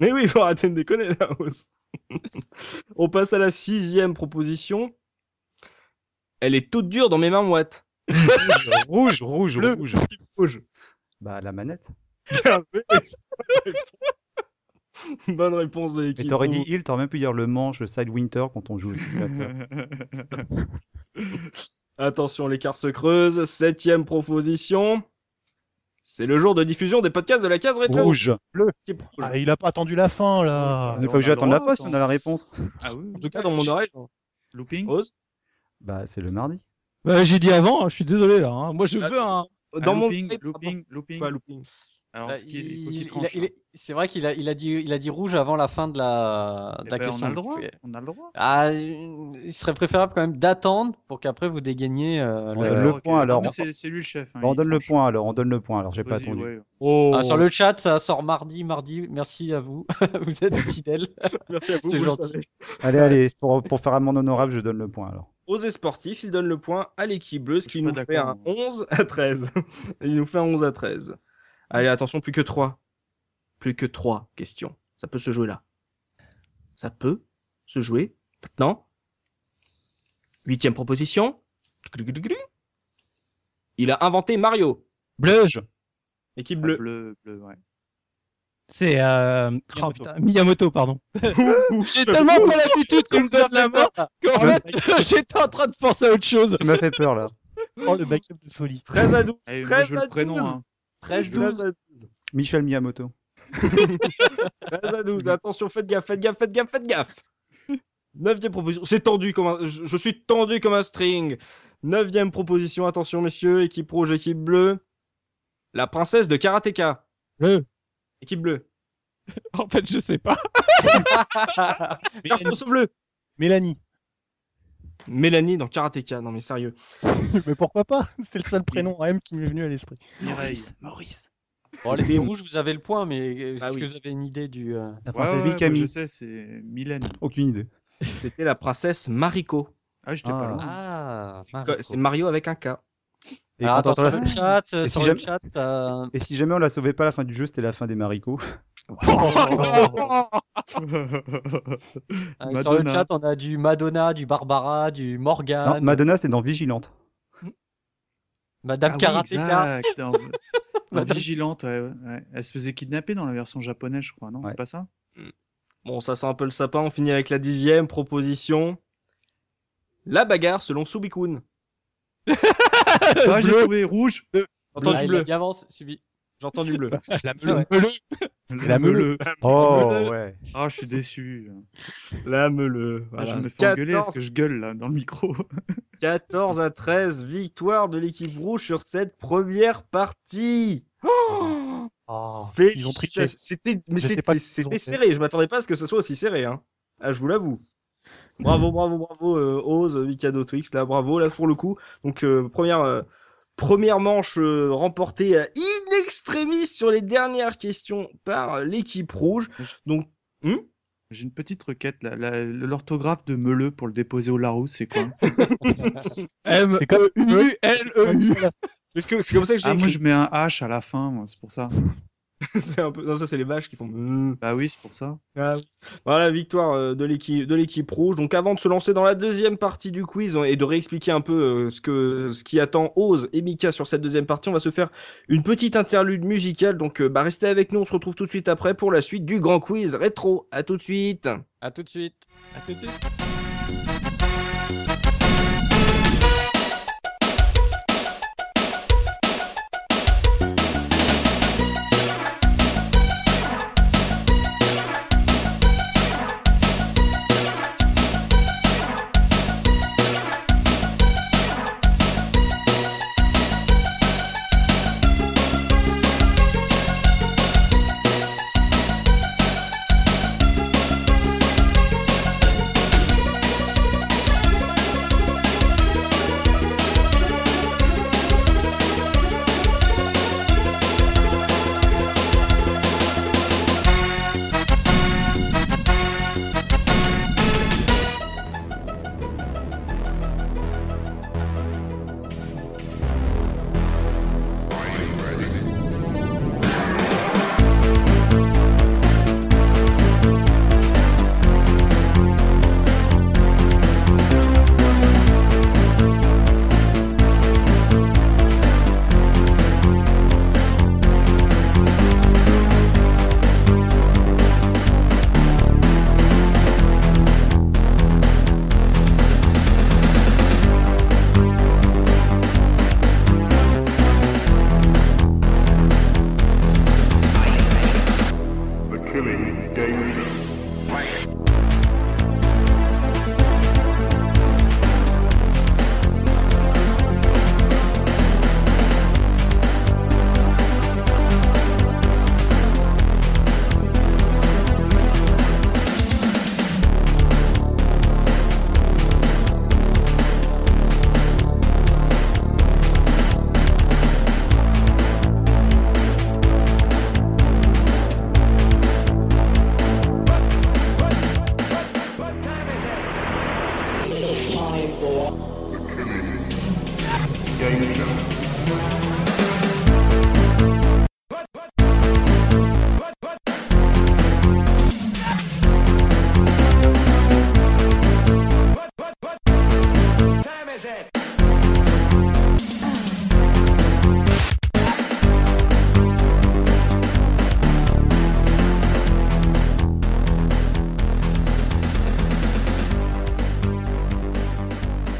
Speaker 1: Mais oui, il faut arrêter de déconner, la hausse. on passe à la sixième proposition. Elle est toute dure dans mes marmoites.
Speaker 5: Euh,
Speaker 2: Rouge, rouge, rouge.
Speaker 5: Bah, la manette.
Speaker 1: Bonne réponse de l'équipe.
Speaker 5: Et t'aurais dit il, t'aurais même pu dire le manche Side Winter quand on joue au
Speaker 2: hein.
Speaker 5: simulateur.
Speaker 1: Attention, l'écart se creuse. Septième proposition. C'est le jour de diffusion des podcasts de la case rétro.
Speaker 5: Rouge.
Speaker 1: Équipe rouge.
Speaker 6: Ah, il a pas attendu la fin là.
Speaker 5: Ah, On n'est pas obligé
Speaker 2: a
Speaker 5: d'attendre la
Speaker 2: droit,
Speaker 5: fin si on a la réponse.
Speaker 2: Ah oui,
Speaker 1: En tout cas, dans mon oreille, j'en
Speaker 2: looping.
Speaker 1: pose.
Speaker 5: Bah, c'est le mardi.
Speaker 4: Bah, J'ai dit avant, hein, je suis désolé là. hein. Moi, je veux un.
Speaker 1: Dans
Speaker 2: Ah,
Speaker 1: mon
Speaker 2: looping,
Speaker 1: oreille,
Speaker 2: looping, looping.
Speaker 1: pas looping.
Speaker 2: Alors,
Speaker 3: Bah,
Speaker 2: ce qu'il- il faut
Speaker 3: il-
Speaker 2: qu'il
Speaker 3: il a-
Speaker 2: tranche. hein.
Speaker 3: il est- C'est vrai qu'il a, il a, dit, il a dit rouge avant la fin de la,
Speaker 2: Eh
Speaker 3: de la
Speaker 2: ben,
Speaker 3: question.
Speaker 2: on a le
Speaker 3: donc,
Speaker 2: droit.
Speaker 3: euh,
Speaker 2: On a le droit.
Speaker 3: Ah, il serait préférable quand même d'attendre pour qu'après vous dégainiez euh,
Speaker 5: On
Speaker 3: le-
Speaker 5: a le
Speaker 2: ok.
Speaker 5: point, alors.
Speaker 2: Non, mais C'est c'est lui le chef. hein,
Speaker 5: Bah, on
Speaker 2: il
Speaker 5: donne le
Speaker 2: tranche.
Speaker 5: point alors, on donne le point alors, j'ai pas
Speaker 2: Vas-y,
Speaker 5: attendu.
Speaker 2: ouais.
Speaker 1: Oh,
Speaker 3: Ah, sur le chat, ça sort mardi, mardi. Merci à vous. vous êtes fidèles.
Speaker 1: merci à vous,
Speaker 3: c'est
Speaker 1: vous le
Speaker 3: gentil.
Speaker 1: savez.
Speaker 5: Allez, allez, pour, pour faire amende honorable, je donne le point alors.
Speaker 1: Osez sportif, il donne le point à l'équipe bleue, ce
Speaker 2: Je
Speaker 1: qui
Speaker 2: suis
Speaker 1: nous
Speaker 2: pas
Speaker 1: fait un
Speaker 2: d'accord,
Speaker 1: 11 à 13. il nous fait un 11 à 13. Allez, attention, plus que 3. Plus que 3 questions. Ça peut se jouer là. Ça peut se jouer maintenant. Huitième proposition. Il a inventé Mario.
Speaker 4: Bleuge.
Speaker 1: Équipe
Speaker 2: Bleu,
Speaker 1: bleue.
Speaker 2: bleu, bleu, ouais.
Speaker 4: C'est euh... oh,
Speaker 2: Miyamoto.
Speaker 4: putain, Miyamoto, pardon.
Speaker 7: J'ai tellement pas l'habitude, tu me donnes la main.
Speaker 4: En fait, j'étais en train de penser à autre chose.
Speaker 5: Tu m'as fait peur là.
Speaker 6: Oh, le backup de folie.
Speaker 1: 13 à 12.
Speaker 2: Allez, Eh, moi,
Speaker 1: 13
Speaker 2: je veux
Speaker 1: à
Speaker 2: le prénom.
Speaker 1: 12.
Speaker 2: hein.
Speaker 1: 13
Speaker 2: Je veux-
Speaker 1: 12.
Speaker 5: Michel Miyamoto.
Speaker 1: 13 à 12. Attention, faites gaffe, faites gaffe, faites gaffe, faites gaffe. Neuvième proposition. C'est tendu comme un... Je je suis tendu comme un string. Neuvième proposition. Attention, messieurs. Équipe rouge, équipe bleue. La princesse de Karateka.
Speaker 4: Bleu.
Speaker 1: Équipe bleue.
Speaker 7: En fait, je sais pas.
Speaker 1: Carton bleu.
Speaker 6: Mélanie.
Speaker 1: Mélanie dans Karateka. Non, mais sérieux.
Speaker 6: Mais pourquoi pas C'était le seul prénom M qui m'est venu à l'esprit.
Speaker 2: Mireille.
Speaker 5: Maurice.
Speaker 3: Bon, les rouges, vous avez le point, mais euh,
Speaker 1: Ah
Speaker 3: est-ce
Speaker 1: oui.
Speaker 3: que vous avez une idée du. euh,
Speaker 5: La
Speaker 2: Ouais, ouais,
Speaker 5: princesse
Speaker 2: ouais,
Speaker 5: Mikami.
Speaker 2: bah, je sais, c'est Mylène.
Speaker 5: Aucune idée.
Speaker 1: C'était la princesse Mariko.
Speaker 2: Ah, j'étais
Speaker 5: Ah.
Speaker 2: pas loin.
Speaker 3: Ah,
Speaker 1: C'est Mario avec un K.
Speaker 5: Et
Speaker 3: Alors,
Speaker 5: quand on
Speaker 3: attends,
Speaker 5: entend la-
Speaker 3: sur le chat,
Speaker 5: Et
Speaker 3: euh,
Speaker 5: si
Speaker 3: sur
Speaker 5: jamais-
Speaker 3: le chat, euh,
Speaker 5: Et si jamais on la sauvait pas à la fin du jeu, c'était la fin des maricots.
Speaker 3: euh, sur le
Speaker 2: Madonna.
Speaker 3: chat, on a du Madonna, du Barbara, du Morgan,
Speaker 5: Ah, Non, Madonna, c'était dans Vigilante.
Speaker 3: Madame Karateka.
Speaker 2: Ah exact. en- en
Speaker 3: Madame-
Speaker 2: Vigilante, ouais, ouais, ouais. Elle se faisait kidnapper dans la version japonaise, je crois, non
Speaker 5: Ouais.
Speaker 2: C'est pas ça
Speaker 1: Bon, ça sent un peu le sapin. On finit avec la dixième proposition. La bagarre selon Subikun.
Speaker 2: Ah, j'ai trouvé rouge.
Speaker 1: J'entends
Speaker 3: Ah,
Speaker 1: du
Speaker 3: il a
Speaker 1: bleu.
Speaker 3: bien avance, subi.
Speaker 1: J'entends du bleu.
Speaker 4: E
Speaker 2: La meule.
Speaker 5: Oh, ouais.
Speaker 2: Ah, je suis déçu.
Speaker 1: La meule.
Speaker 2: Ah, je
Speaker 1: voilà.
Speaker 2: me fais engueuler
Speaker 1: 14,
Speaker 2: parce que je gueule là, dans le micro.
Speaker 1: 14 à 13, victoire de l'équipe rouge sur cette première partie. Oh
Speaker 6: ils ont pris
Speaker 1: Félicitations. C'était mais
Speaker 6: Je sais
Speaker 1: c'était-
Speaker 6: pas ce qu'ils ont
Speaker 1: c'était
Speaker 6: fait.
Speaker 1: serré, je m'attendais pas à ce que ce soit aussi serré hein. Ah, je vous l'avoue. Bravo, bravo, bravo euh, Oz, Mikado Twix là, bravo là pour le coup. Donc euh, première euh, Première manche euh, remportée euh, in extremis sur les dernières questions par euh, l'équipe rouge. Donc, hmm
Speaker 2: J'ai une petite requête là. La- L'orthographe de meuleux pour le déposer au Larousse, c'est quoi
Speaker 4: M
Speaker 6: C'est comme
Speaker 4: E. Euh, U L E U.
Speaker 1: c'est que- c'est comme ça que j'ai
Speaker 2: Ah, moi
Speaker 1: écrit.
Speaker 2: je mets un H à la fin, moi, c'est pour ça.
Speaker 1: C'est un peu... Non, ça c'est les vaches qui font. hmm.
Speaker 2: Bah oui, c'est pour ça.
Speaker 1: Ah oui. Voilà, victoire euh, de l'équipe de l'équipe rouge. Donc avant de se lancer dans la deuxième partie du quiz on- et de réexpliquer un peu euh, ce que ce qui attend Oz et Mika sur cette deuxième partie, on va se faire une petite interlude musicale. Donc euh, bah restez avec nous, on se retrouve tout de suite après pour la suite du grand quiz rétro. À tout de suite.
Speaker 3: À tout de suite. À tout de suite.
Speaker 8: Daily, daily.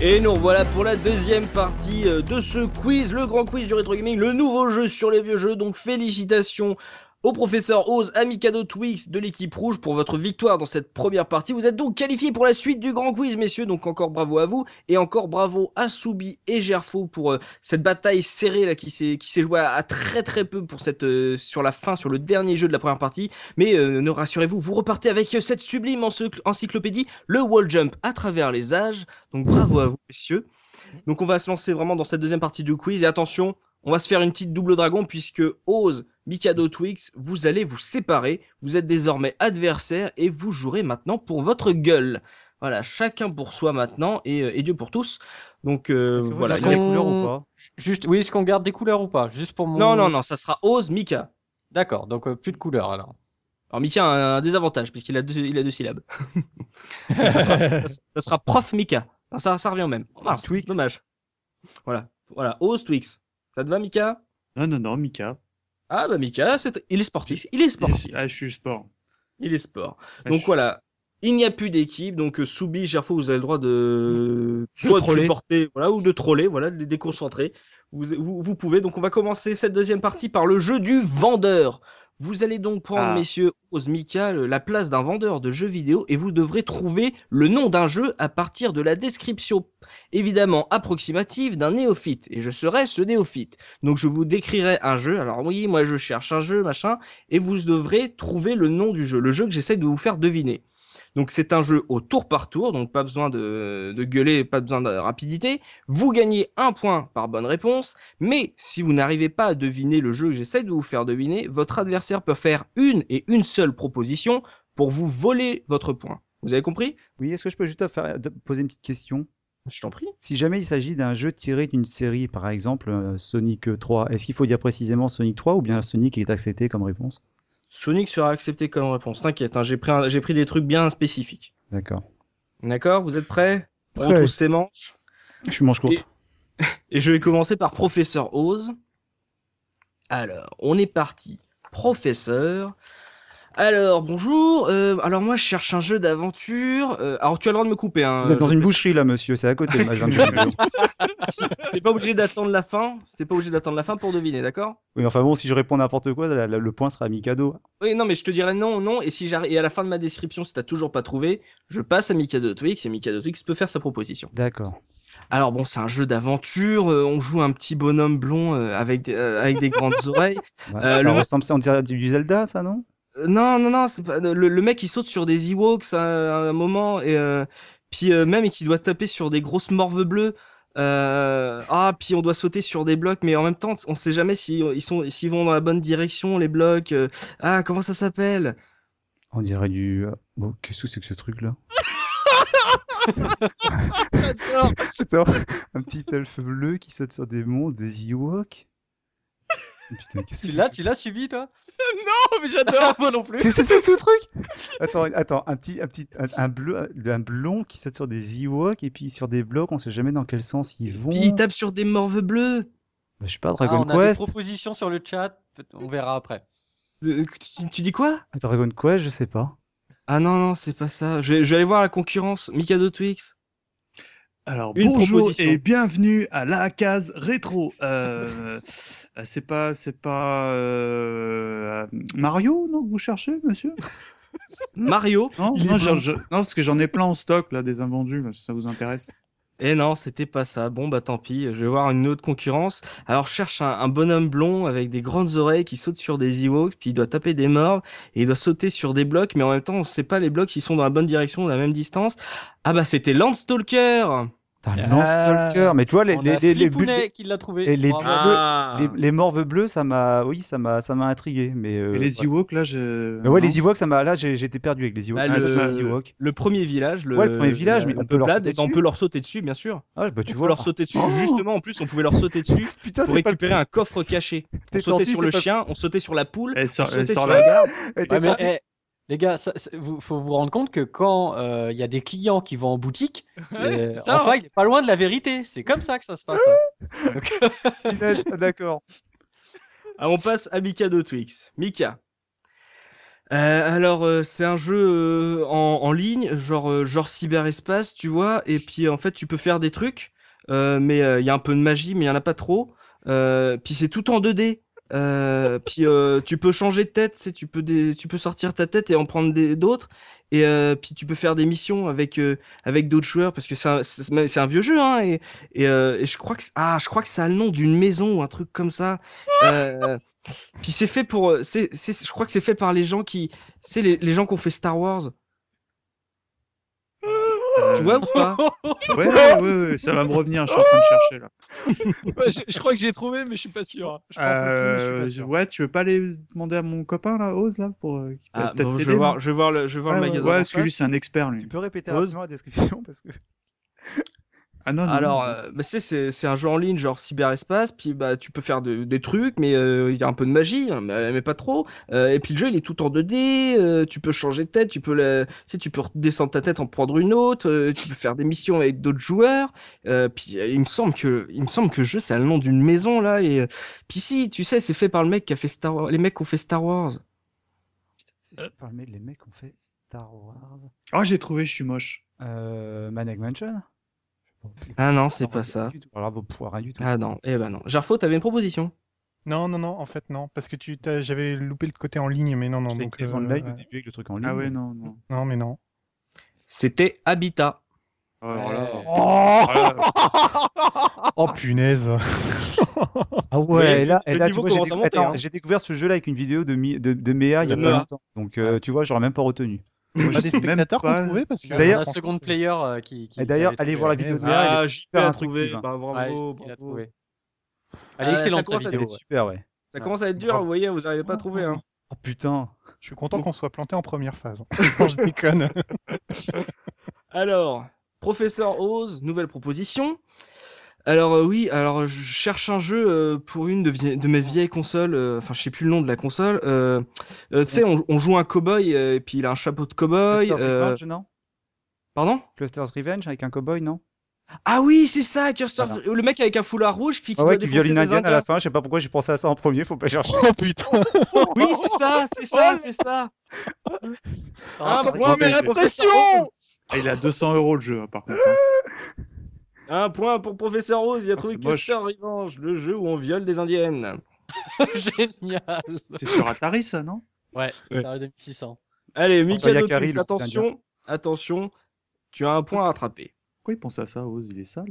Speaker 1: Et nous voilà pour la deuxième partie euh, de ce quiz, le grand quiz du rétro gaming, le nouveau jeu sur les vieux jeux. Donc félicitations au professeur Oz, à Mikado Twix de l'équipe rouge pour votre victoire dans cette première partie. Vous êtes donc qualifiés pour la suite du grand quiz, messieurs. Donc encore bravo à vous et encore bravo à Soubi et Gerfo pour euh, cette bataille serrée là qui s'est qui s'est jouée à, à très très peu pour cette euh, sur la fin, sur le dernier jeu de la première partie. Mais euh, ne rassurez-vous, vous repartez avec euh, cette sublime encycl- encyclopédie, le wall jump à travers les âges. Donc bravo à vous, messieurs. Donc on va se lancer vraiment dans cette deuxième partie du quiz. Et attention, on va se faire une petite double dragon puisque Oz, Mikado, Twix, vous allez vous séparer. Vous êtes désormais adversaires et vous jouerez maintenant pour votre gueule. Voilà, chacun pour soi maintenant et, euh, et Dieu pour tous. Donc euh,
Speaker 5: Est-ce que vous
Speaker 1: voilà.
Speaker 5: gardez les
Speaker 3: Qu'on-
Speaker 5: couleurs ou pas
Speaker 3: Juste, oui, est-ce qu'on garde des couleurs ou pas Juste pour mon.
Speaker 1: Non, non, non, ça sera Oz, Mika.
Speaker 3: D'accord, donc euh, plus de couleurs alors.
Speaker 1: Alors Mika a un, un désavantage puisqu'il a deux, il a deux syllabes. ça, sera, ça sera prof Mika. Non, ça, ça revient au même. Ah, c'est
Speaker 2: Twix.
Speaker 1: Dommage. Voilà, voilà. Oz Twix. Ça te va Mika
Speaker 2: Non, non, non, Mika.
Speaker 1: Ah bah Mika, c'est- il est sportif. Il est sportif.
Speaker 2: Ah, je suis sport.
Speaker 1: Il est sport.
Speaker 2: Ah,
Speaker 1: Donc
Speaker 2: je-
Speaker 1: voilà. Il n'y a plus d'équipe, donc euh, Soubi, Gerfo, vous avez le droit de soit de
Speaker 4: troller.
Speaker 1: supporter, voilà, ou de troller, voilà, de les déconcentrer. Vous, vous, vous pouvez. Donc on va commencer cette deuxième partie par le jeu du vendeur. Vous allez donc prendre,
Speaker 2: Ah.
Speaker 1: messieurs, Osmika, le- la place d'un vendeur de jeux vidéo et vous devrez trouver le nom d'un jeu à partir de la description, évidemment approximative, d'un néophyte. Et je serai ce néophyte. Donc je vous décrirai un jeu. Alors oui, moi je cherche un jeu, machin et vous devrez trouver le nom du jeu, le jeu que j'essaie de vous faire deviner. Donc c'est un jeu au tour par tour, donc pas besoin de, de gueuler, pas besoin de rapidité. Vous gagnez un point par bonne réponse, mais si vous n'arrivez pas à deviner le jeu que j'essaie de vous faire deviner, votre adversaire peut faire une et une seule proposition pour vous voler votre point. Vous avez compris
Speaker 5: Oui, est-ce que je peux juste te faire, te poser une petite question
Speaker 1: Je t'en prie.
Speaker 5: Si jamais il s'agit d'un jeu tiré d'une série, par exemple euh, Sonic 3, est-ce qu'il faut dire précisément Sonic 3 ou bien Sonic est accepté comme réponse
Speaker 1: Sonic sera accepté comme réponse. T'inquiète, hein, j'ai pris, un- j'ai pris des trucs bien spécifiques.
Speaker 5: D'accord.
Speaker 1: D'accord Vous êtes prêts On
Speaker 6: Prêt.
Speaker 1: retrousse ses manches.
Speaker 5: Je suis manche courte.
Speaker 1: Et- euh, Et je vais commencer par Professeur Oz. Alors, on est parti. Professeur. Alors, bonjour. euh, alors, moi, je cherche un jeu d'aventure. Euh, alors, tu as le droit de me couper. Hein,
Speaker 5: Vous êtes dans
Speaker 1: je
Speaker 5: une
Speaker 1: te-
Speaker 5: boucherie là, monsieur, c'est à côté. le magasin de jeux vidéo.
Speaker 1: T'es pas obligé d'attendre la fin. T'es pas obligé d'attendre la fin pour deviner, d'accord
Speaker 5: oui, enfin bon, si je réponds n'importe quoi, la- la- le point sera Mikado.
Speaker 1: Oui, non, mais je te dirai non, non. Et si j'arrive, et à la fin de ma description, si t'as toujours pas trouvé, je passe à Mikado Twix et Mikado Twix peut faire sa proposition.
Speaker 5: D'accord.
Speaker 1: Alors bon, c'est un jeu d'aventure. euh, on joue un petit bonhomme blond euh, avec des- euh, avec des grandes oreilles.
Speaker 5: Ouais,
Speaker 1: Euh,
Speaker 5: Bah, ça
Speaker 1: le-
Speaker 5: ressemble, ça, on dirait du Zelda, ça, non
Speaker 1: Euh, Non, non, non, c'est pas... le, le mec il saute sur des Ewoks à, à un moment et euh, puis euh, même et qui doit taper sur des grosses morves bleues. Euh, ah, puis on doit sauter sur des blocs, mais en même temps on sait jamais si ils sont s'ils vont dans la bonne direction les blocs. euh, ah, comment ça s'appelle
Speaker 5: On dirait du. euh, Bon, qu'est-ce que c'est que ce truc-là
Speaker 7: J'adore.
Speaker 5: Attends, un petit elfe bleu qui saute sur des monstres, des Ewoks Putain, qu'est-ce que
Speaker 3: Tu
Speaker 5: c'est
Speaker 3: l'as,
Speaker 5: que
Speaker 3: tu l'as subi toi
Speaker 7: Oh, mais j'adore.
Speaker 3: Moi non plus.
Speaker 5: Qu'est-ce que c'est que ce truc Attends, attends, un petit, un petit, un, un bleu, euh, un blond qui saute sur des Ewoks et puis sur des blocs, on sait jamais dans quel sens ils vont.
Speaker 1: Puis il tape sur des morves bleues.
Speaker 5: Bah, je sais pas,
Speaker 3: Ah,
Speaker 5: Dragon
Speaker 3: on a des
Speaker 5: Quest.
Speaker 3: propositions sur le chat, peut- on verra après.
Speaker 1: Euh, tu, tu dis quoi
Speaker 5: Dragon Quest, je sais pas.
Speaker 1: Ah non non, c'est pas ça. Je, vais- je vais aller voir la concurrence. Mikado Twix.
Speaker 2: Alors
Speaker 1: Une
Speaker 2: bonjour
Speaker 1: proposition.
Speaker 2: et bienvenue à la case rétro. Euh, euh, c'est pas c'est pas euh, euh, Mario non que vous cherchez monsieur
Speaker 1: Mario
Speaker 2: Non,
Speaker 6: Il est
Speaker 2: non, je-
Speaker 6: blanc.
Speaker 2: je- non, parce que j'en ai plein en stock là des invendus là, si ça vous intéresse.
Speaker 1: Eh non, c'était pas ça. Bon, bah tant pis, je vais voir une autre concurrence. Alors, je cherche un, un bonhomme blond avec des grandes oreilles qui saute sur des Ewoks, puis il doit taper des morts, et il doit sauter sur des blocs, mais en même temps, on sait pas les blocs s'ils sont dans la bonne direction ou la même distance. Ah bah, c'était Landstalker
Speaker 5: Putain,
Speaker 3: Ah.
Speaker 5: Landstalker. Mais tu vois, les,
Speaker 3: On
Speaker 5: les,
Speaker 3: a
Speaker 5: les, les bulles-
Speaker 3: Flipounet qui l'a trouvé.
Speaker 5: les- les
Speaker 3: Bravo.
Speaker 1: Ah,
Speaker 5: bulles-
Speaker 2: Ah.
Speaker 5: les- les morves bleues, ça m'a, oui, ça m'a, ça m'a intrigué. Mais euh,
Speaker 2: et les
Speaker 5: voilà.
Speaker 2: Ewoks là je.
Speaker 5: Mais Euh, ouais,
Speaker 2: non.
Speaker 5: les Ewoks, ça m'a. Là, j'ai- j'étais perdu avec les Ewoks.
Speaker 1: Bah,
Speaker 5: Ah,
Speaker 1: le-
Speaker 5: surtout les Ewoks.
Speaker 1: Le premier village, le,
Speaker 5: Ouais, le premier village,
Speaker 1: la-
Speaker 5: mais on
Speaker 1: la
Speaker 5: peut leur
Speaker 1: peuplade,
Speaker 5: sauter
Speaker 1: on
Speaker 5: dessus
Speaker 1: peut leur sauter dessus, bien sûr.
Speaker 5: Ah, bah tu
Speaker 1: on
Speaker 5: vois.
Speaker 1: peut leur sauter dessus.
Speaker 2: Oh
Speaker 1: Justement, en plus, on pouvait leur sauter dessus
Speaker 5: Putain,
Speaker 1: pour
Speaker 5: c'est pas le-
Speaker 1: récupérer un coffre caché. On
Speaker 5: T'es
Speaker 1: sautait
Speaker 5: tortue,
Speaker 1: sur le
Speaker 5: c'est pas-
Speaker 1: chien, on sautait sur la poule.
Speaker 2: Elle sort,
Speaker 1: on
Speaker 2: elle
Speaker 1: sautait
Speaker 2: sort
Speaker 1: sur-
Speaker 2: la garde.
Speaker 5: Eh, t'es
Speaker 3: Ouais, mais,
Speaker 5: tortue.
Speaker 3: eh, les gars, ça, ça- vous- faut vous rendre compte que quand euh, il y a des clients qui vont en boutique,
Speaker 7: Ouais,
Speaker 3: euh,
Speaker 7: c'est ça.
Speaker 3: enfin, il est pas loin de la vérité. C'est comme ça que ça se passe. hein.
Speaker 5: Punaise, ah, D'accord.
Speaker 1: Ah, on passe à Mika de Twix. Mika. Euh, alors, euh, c'est un jeu euh, en, en ligne, genre, euh, genre cyberespace, tu vois. Et puis, en fait, tu peux faire des trucs, euh, mais il y a un peu de magie, mais il y en a pas trop. Euh, puis, c'est tout en 2D. Euh, puis, euh, tu peux changer de tête, c'est- tu peux, des- tu peux sortir ta tête et en prendre des- d'autres. Et euh, puis, tu peux faire des missions avec, euh, avec d'autres joueurs, parce que c'est un, c'est- c'est un vieux jeu, hein. Et, et, euh, et je, crois que, c'est- ah, je crois que ça a le nom d'une maison ou un truc comme ça. Euh, puis c'est fait pour, euh, c'est, c'est- je crois que c'est fait par les gens qui, c'est les, les gens qui ont fait Star Wars.
Speaker 2: Euh,
Speaker 1: Tu vois ou pas
Speaker 2: ouais, ouais, ouais, ouais, ça va me revenir. Je suis en train de chercher là.
Speaker 7: Ouais, je, je crois que j'ai trouvé, mais je suis pas sûr.
Speaker 6: Je pense aussi, mais je suis
Speaker 2: Euh,
Speaker 6: pas
Speaker 2: je-
Speaker 6: sûr.
Speaker 2: ouais, tu veux pas aller demander à mon copain là, Oz là, pour euh, qu'il peut
Speaker 1: Ah,
Speaker 2: peut-être
Speaker 1: bon, je
Speaker 2: t'aider,
Speaker 1: vais
Speaker 2: non
Speaker 1: voir, je vais voir le, je vais voir le
Speaker 2: Ouais, ouais,
Speaker 1: magasin.
Speaker 2: ouais,
Speaker 1: en
Speaker 2: parce que
Speaker 1: face.
Speaker 2: lui c'est un expert lui.
Speaker 5: Tu peux répéter
Speaker 1: Rose.
Speaker 5: rapidement la description parce que.
Speaker 2: Ah non, non,
Speaker 1: Alors,
Speaker 2: non.
Speaker 1: euh, bah, c'est, c'est, c'est un jeu en ligne, genre cyberespace, puis bah, tu peux faire de- des trucs, mais euh, il y a un peu de magie, hein, mais, mais pas trop. Euh, et puis le jeu, il est tout en 2D, euh, tu peux changer de tête, tu peux, la- tu, sais, tu peux descendre ta tête, en prendre une autre, euh, tu peux faire des missions avec d'autres joueurs. Euh, puis euh, il me semble que, il me semble que le jeu, c'est le nom d'une maison, là. Et, euh, puis si, tu sais, c'est fait par le mec qui a fait Star Wars, les mecs qui ont fait Star Wars.
Speaker 5: Parmi les mecs ont fait Star Wars.
Speaker 2: Ah, j'ai trouvé, je suis moche.
Speaker 5: Euh, Maniac Mansion.
Speaker 1: Ah non, c'est
Speaker 5: Alors,
Speaker 1: pas
Speaker 5: rien
Speaker 1: ça.
Speaker 5: du tout. Alors, bon, pour rien du tout.
Speaker 1: Ah non, eh ben non. Gerfo, t'avais une proposition
Speaker 6: Non, non, non, en fait, non. Parce que tu t'as- j'avais loupé le côté en ligne, mais non, non.
Speaker 5: J'étais
Speaker 6: Donc,
Speaker 5: avec les ventes
Speaker 6: euh,
Speaker 5: live au
Speaker 6: ouais.
Speaker 5: début avec le truc en ligne.
Speaker 2: Ah ouais, non, non.
Speaker 6: Non, mais non.
Speaker 1: C'était Habitat.
Speaker 2: Alors là,
Speaker 3: Ouais.
Speaker 6: Oh,
Speaker 2: alors là,
Speaker 6: oh punaise
Speaker 5: Ah ouais,
Speaker 1: Le-
Speaker 5: là,
Speaker 1: le
Speaker 5: et là, tu
Speaker 1: niveau
Speaker 5: vois, j'ai
Speaker 1: commence à
Speaker 5: décou-
Speaker 1: monter,
Speaker 5: attends,
Speaker 1: hein.
Speaker 5: j'ai découvert ce jeu-là avec une vidéo de, Mi- de, de Méa il y a
Speaker 1: De
Speaker 5: pas
Speaker 1: Méa.
Speaker 5: longtemps. Donc, euh, tu vois, j'aurais même pas retenu.
Speaker 2: moi,
Speaker 6: Pas
Speaker 2: je
Speaker 6: des
Speaker 2: sais même
Speaker 6: spectateurs qu'on
Speaker 2: pas.
Speaker 6: trouvait parce que.
Speaker 5: D'ailleurs,
Speaker 3: on a
Speaker 5: en
Speaker 3: second
Speaker 6: France,
Speaker 3: player euh, qui. qui-
Speaker 5: Et
Speaker 3: qui
Speaker 5: d'ailleurs,
Speaker 3: avait
Speaker 5: allez
Speaker 3: trouvé euh,
Speaker 5: voir la
Speaker 6: la
Speaker 5: vidéo de
Speaker 6: maison.
Speaker 5: Méa,
Speaker 1: Ah,
Speaker 5: elle est
Speaker 1: JP
Speaker 5: super hein.
Speaker 1: a trouvé.
Speaker 5: instructive.
Speaker 1: Bah,
Speaker 3: Ouais,
Speaker 1: bravo,
Speaker 3: il l'a
Speaker 1: bravo.
Speaker 3: trouvé. Elle est
Speaker 1: Ah, ça
Speaker 3: excellente sa
Speaker 1: commence à
Speaker 5: Elle
Speaker 3: vidéo.
Speaker 5: est
Speaker 3: ouais.
Speaker 5: super, ouais.
Speaker 1: Ça commence à être dur,
Speaker 6: Bravo.
Speaker 1: vous voyez, vous n'arrivez pas à trouver. Hein.
Speaker 5: Oh putain.
Speaker 6: Je suis content qu'on soit planté en première phase. Non, je déconne.
Speaker 1: Alors, professeur Oz, nouvelle proposition. Alors euh, oui, alors je cherche un jeu euh, pour une de, vie- de mes vieilles consoles, euh, enfin je sais plus le nom de la console. Euh, euh, tu sais, on, on joue un cowboy euh, et puis il a un chapeau de cowboy.
Speaker 5: Cluster's
Speaker 1: euh,
Speaker 5: Revenge, non
Speaker 1: Pardon
Speaker 5: Cluster's Revenge avec un cowboy, non
Speaker 1: Ah oui, c'est ça, Cursor-
Speaker 5: Voilà.
Speaker 1: le mec avec un foulard rouge puis qui
Speaker 5: Ah
Speaker 1: doit
Speaker 5: ouais, qui viole
Speaker 1: défoncer
Speaker 5: une
Speaker 1: des
Speaker 5: indienne à
Speaker 1: Indiens.
Speaker 5: la fin. Je sais pas pourquoi j'ai pensé à ça en premier, faut pas chercher.
Speaker 6: oh putain
Speaker 1: Oui, c'est ça, c'est ça, c'est ça.
Speaker 3: Ah,
Speaker 1: Un
Speaker 2: encore
Speaker 1: point,
Speaker 2: des
Speaker 1: Ah, pour
Speaker 2: empêchés.
Speaker 1: professeur Oz.
Speaker 2: Ah, il a 200 euros le jeu, hein, par contre. hein.
Speaker 1: Un point pour professeur Rose, il
Speaker 5: Oh,
Speaker 1: a
Speaker 2: Ah,
Speaker 1: trouvé
Speaker 2: c'est moche.
Speaker 1: Custer Revenge, le jeu où on viole des indiennes.
Speaker 3: Génial.
Speaker 2: C'est sur Atari, ça, non
Speaker 3: Ouais,
Speaker 1: Ouais.
Speaker 3: Atari 2600.
Speaker 1: Allez,
Speaker 5: Sans
Speaker 1: Mikado
Speaker 5: Yakari,
Speaker 1: Twix,
Speaker 5: le petit
Speaker 1: attention, attention, tu as un point à rattraper.
Speaker 2: Pourquoi il pense à ça, Oz Il est sale.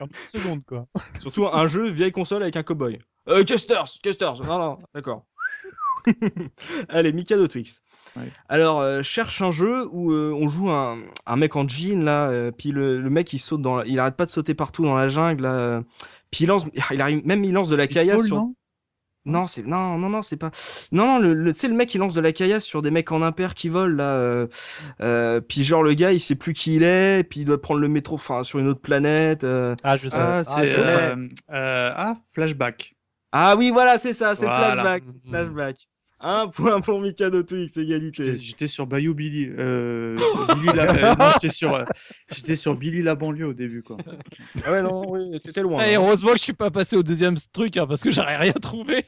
Speaker 6: En une seconde, quoi.
Speaker 1: Surtout un jeu vieille console avec un cowboy. Euh, Custers, Custers, non, non, d'accord. Allez, Mikado Twix.
Speaker 2: Ouais.
Speaker 1: Alors, euh, cherche un jeu où euh, on joue un, un mec en jean, là, euh, puis le, le mec il saute dans, la- il arrête pas de sauter partout dans la jungle, là, euh, puis il lance, il arrive, même il lance de la
Speaker 2: Speedfall,
Speaker 1: caillasse sur
Speaker 2: non
Speaker 1: Non, c'est non, non, non, c'est pas. Non, non, le, le, tu sais, le mec il lance de la caillasse sur des mecs en impair qui volent là. Euh, euh, puis genre le gars il sait plus qui il est, et puis il doit prendre le métro, enfin sur une autre planète. euh.
Speaker 6: Ah, je sais.
Speaker 2: Ah,
Speaker 1: ah,
Speaker 2: c'est.
Speaker 1: je
Speaker 2: euh, euh, ah, Flashback.
Speaker 1: Ah oui, voilà, Mm-hmm. c'est ça, c'est
Speaker 2: Voilà.
Speaker 1: flashback, c'est flashback. Un point pour Mikado Twix,
Speaker 2: J'étais-
Speaker 1: égalité.
Speaker 2: J'étais sur Bayou Billy. euh, Billy la- euh, non, j'étais sur, euh, j'étais sur Billy la banlieue au début, quoi.
Speaker 1: Ah ouais, non, oui, t'étais loin.
Speaker 7: Allez,
Speaker 1: hein.
Speaker 7: heureusement que je suis pas passé au deuxième truc, hein, parce que j'aurais rien trouvé.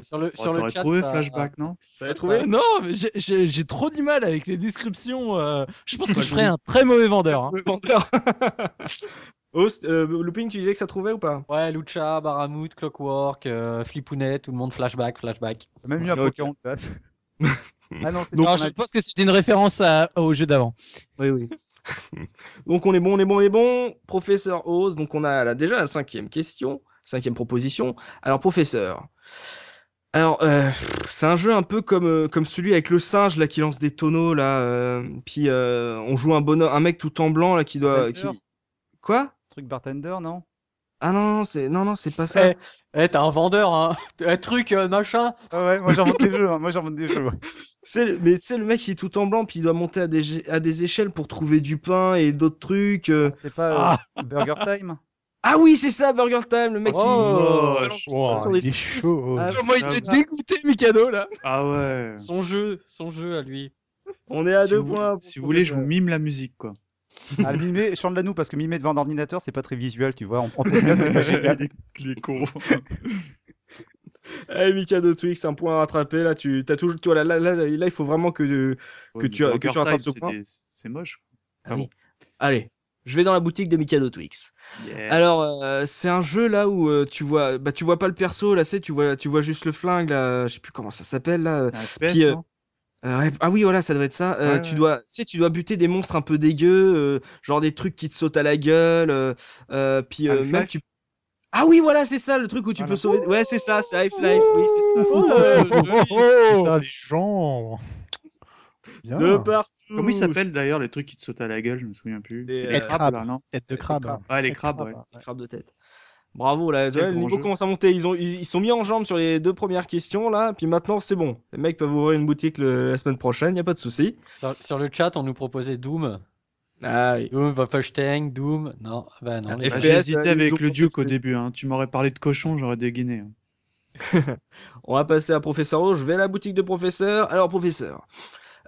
Speaker 3: sur le,
Speaker 2: Oh,
Speaker 3: sur le
Speaker 2: T'aurais
Speaker 3: chat,
Speaker 2: trouvé
Speaker 3: ça-
Speaker 2: Flashback, non
Speaker 3: ça-
Speaker 7: T'as trouvé
Speaker 3: ça-
Speaker 4: Non, mais j'ai- j'ai j'ai trop du mal avec les descriptions. euh, Je pense que
Speaker 3: Moi,
Speaker 4: je
Speaker 3: je
Speaker 4: serais
Speaker 3: vous-
Speaker 4: un très mauvais vendeur. hein.
Speaker 1: Vendeur. Host, euh, Looping, tu disais que ça trouvait ou pas
Speaker 3: Ouais, Lucha, Baramut, Clockwork, euh, Flipounet, tout le monde flashback, flashback.
Speaker 5: Même eu un
Speaker 1: Ok.
Speaker 5: Pocahontas. ah non, c'est
Speaker 4: Donc,
Speaker 5: pas un
Speaker 4: je
Speaker 5: adulte.
Speaker 4: pense que c'était une référence à- au jeu d'avant.
Speaker 1: Oui, oui. donc on est bon, on est bon, on est bon. Professeur Oz, donc on a là, déjà la cinquième question, cinquième proposition. Alors professeur, alors euh, pff, c'est un jeu un peu comme euh, comme celui avec le singe là qui lance des tonneaux là, euh, puis euh, on joue un bonhomme, un mec tout en blanc là qui doit, qui...
Speaker 5: Bartender.
Speaker 1: quoi
Speaker 5: Truc bartender, non
Speaker 1: Ah non, non, c'est non non c'est pas ça.
Speaker 3: Eh, eh, t'es un vendeur, hein Un truc, euh, machin
Speaker 5: Ah ouais, moi j'invente des jeux. hein, Moi j'invente des jeux. ouais.
Speaker 1: C'est le- mais c'est le mec qui est tout en blanc puis il doit monter à des gé- à des échelles pour trouver du pain et d'autres trucs. euh.
Speaker 5: C'est pas euh, Burger Time
Speaker 1: Ah oui, c'est ça Burger Time, le mec qui
Speaker 4: Oh,
Speaker 1: balance
Speaker 4: je-
Speaker 1: du pain
Speaker 2: hein,
Speaker 1: sur
Speaker 4: oh,
Speaker 1: les
Speaker 4: il est
Speaker 1: saucisses.
Speaker 4: chaud.
Speaker 1: Ah,
Speaker 7: Moi, il
Speaker 2: putain,
Speaker 7: était
Speaker 2: ça-
Speaker 7: dégoûté, Mikado, là.
Speaker 2: Ah ouais.
Speaker 3: Son jeu, son jeu à lui.
Speaker 1: On est à
Speaker 2: si
Speaker 1: deux
Speaker 2: vous, voulez-
Speaker 1: points. pour
Speaker 2: si vous voulez, je
Speaker 1: professeur.
Speaker 2: vous mime la musique, quoi.
Speaker 5: Ah, mimer, chante-la nous parce que mimer devant un ordinateur c'est pas très visuel, tu vois. En en podcast, c'est pas génial.
Speaker 2: Les cons.
Speaker 1: Eh, Mikado Twix, un point à rattraper. Là, tu as toujours. Tu vois, là, là, là, là, il faut vraiment que. euh,
Speaker 2: Ouais,
Speaker 1: tu
Speaker 2: mais
Speaker 1: as- que tu
Speaker 2: Burger
Speaker 1: rattrapes
Speaker 2: Time,
Speaker 1: ce point.
Speaker 2: c'est des- C'est moche.
Speaker 1: Ah
Speaker 2: Ah
Speaker 1: oui. Allez, je vais dans la boutique de Mikado Twix.
Speaker 2: Ah,
Speaker 1: Alors, euh, c'est un jeu là où euh, tu vois, bah, tu vois pas le perso. Là, c'est tu vois, tu vois juste le flingue. Là, je sais plus comment ça s'appelle. Là,
Speaker 2: C'est un FPS,
Speaker 1: Puis, euh,
Speaker 2: non
Speaker 1: Euh, ouais, ah oui, voilà, ça doit être ça. Euh,
Speaker 2: Ouais,
Speaker 1: tu
Speaker 2: ouais.
Speaker 1: dois, tu sais, tu dois buter des monstres un peu dégueux, euh, genre des trucs qui te sautent à la gueule. euh, euh, puis euh, même
Speaker 2: Half-Life
Speaker 1: tu. Ah oui, voilà, c'est ça, le truc où tu peux
Speaker 2: Voilà.
Speaker 1: sauver. Ouais, c'est ça, c'est Half-Life. Oui, c'est ça.
Speaker 7: Euh,
Speaker 1: oh,
Speaker 6: Putain, les gens. Bien.
Speaker 1: De partout.
Speaker 2: Ah. Comment ils s'appellent d'ailleurs les trucs qui te sautent à la gueule Je me souviens plus.
Speaker 1: Des,
Speaker 2: C'est
Speaker 1: euh,
Speaker 2: les crabes, là, non
Speaker 6: Tête de crabe. hein.
Speaker 2: Ouais, les
Speaker 6: Tête de
Speaker 2: crabes, ouais.
Speaker 1: Les crabes de tête. Bravo, là, tu vois, le
Speaker 2: grand
Speaker 1: niveau
Speaker 2: jeu.
Speaker 1: commence à monter. Ils ont, ils ils sont mis en jambes sur les deux premières questions, là. Puis maintenant, c'est bon. Les mecs peuvent ouvrir une boutique le- la semaine prochaine, y a pas de souci.
Speaker 3: Sur, sur le chat, on nous proposait Doom.
Speaker 1: Ah, oui.
Speaker 3: Doom, Wolfenstein, Doom. Non, bah non. les
Speaker 1: Ah,
Speaker 2: Bah,
Speaker 3: gars.
Speaker 1: FPS,
Speaker 2: J'ai hésité
Speaker 1: euh, ils ont
Speaker 2: avec le Duke au
Speaker 1: compris.
Speaker 2: début. Hein. Tu m'aurais parlé de cochon, j'aurais dégainé. hein.
Speaker 1: On va passer à Professeur O. Je vais à la boutique de Professeur. Alors, Professeur.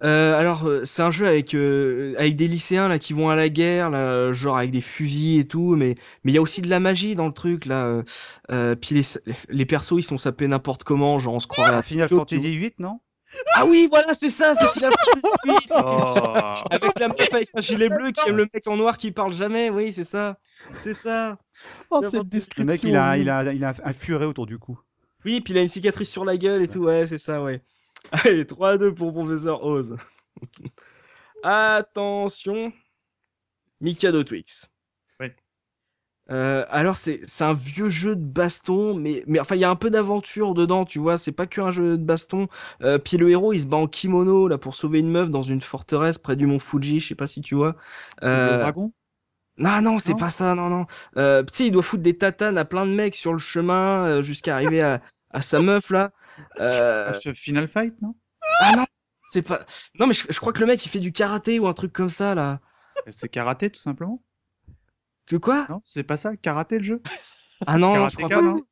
Speaker 1: euh, alors, euh, c'est un jeu avec, euh, avec des lycéens là qui vont à la guerre, là, euh, genre avec des fusils et tout, mais mais il y a aussi de la magie dans le truc là. euh, euh, puis les, les, les persos ils sont sapés n'importe comment, genre on se croirait. à
Speaker 5: Ah, Final
Speaker 1: Tokyo,
Speaker 5: Fantasy 8, non
Speaker 1: Ah oui, voilà, c'est ça, c'est Final Fantasy VIII,
Speaker 2: Oh.
Speaker 1: avec la meuf avec un gilet bleu qui aime le mec en noir qui parle jamais. Oui, c'est ça, c'est ça.
Speaker 6: Oh,
Speaker 1: cette
Speaker 6: cette
Speaker 5: Le
Speaker 6: description.
Speaker 5: mec, il a, il a, il a un furet autour du cou.
Speaker 1: Oui, puis il a une cicatrice sur la gueule et tout. Ouais, c'est ça, ouais. Allez, 3-2 pour Professeur Oz. Attention. Mikado Twix.
Speaker 2: Ouais.
Speaker 1: Euh, alors, c'est c'est un vieux jeu de baston, mais, mais enfin, il y a un peu d'aventure dedans, tu vois. C'est pas que un jeu de baston. Euh, puis le héros, il se bat en kimono là pour sauver une meuf dans une forteresse près du mont Fuji. Je sais pas si tu vois.
Speaker 2: Le
Speaker 1: Euh,
Speaker 2: dragon
Speaker 1: non, non, c'est
Speaker 2: Non
Speaker 1: pas ça, non, non. Euh, tu sais, il doit foutre des tatanes à plein de mecs sur le chemin euh, jusqu'à arriver à, à sa meuf, là. Euh,
Speaker 2: Ah, ce Final Fight, non
Speaker 1: ah non, c'est pas... Non, mais je, je crois que le mec, il fait du karaté ou un truc comme ça, là.
Speaker 2: C'est karaté, tout simplement
Speaker 1: Tu quoi
Speaker 2: Non C'est pas ça Karaté, le jeu
Speaker 1: Ah non, je crois
Speaker 2: Karateka,
Speaker 1: pas. que
Speaker 2: non
Speaker 1: c'est-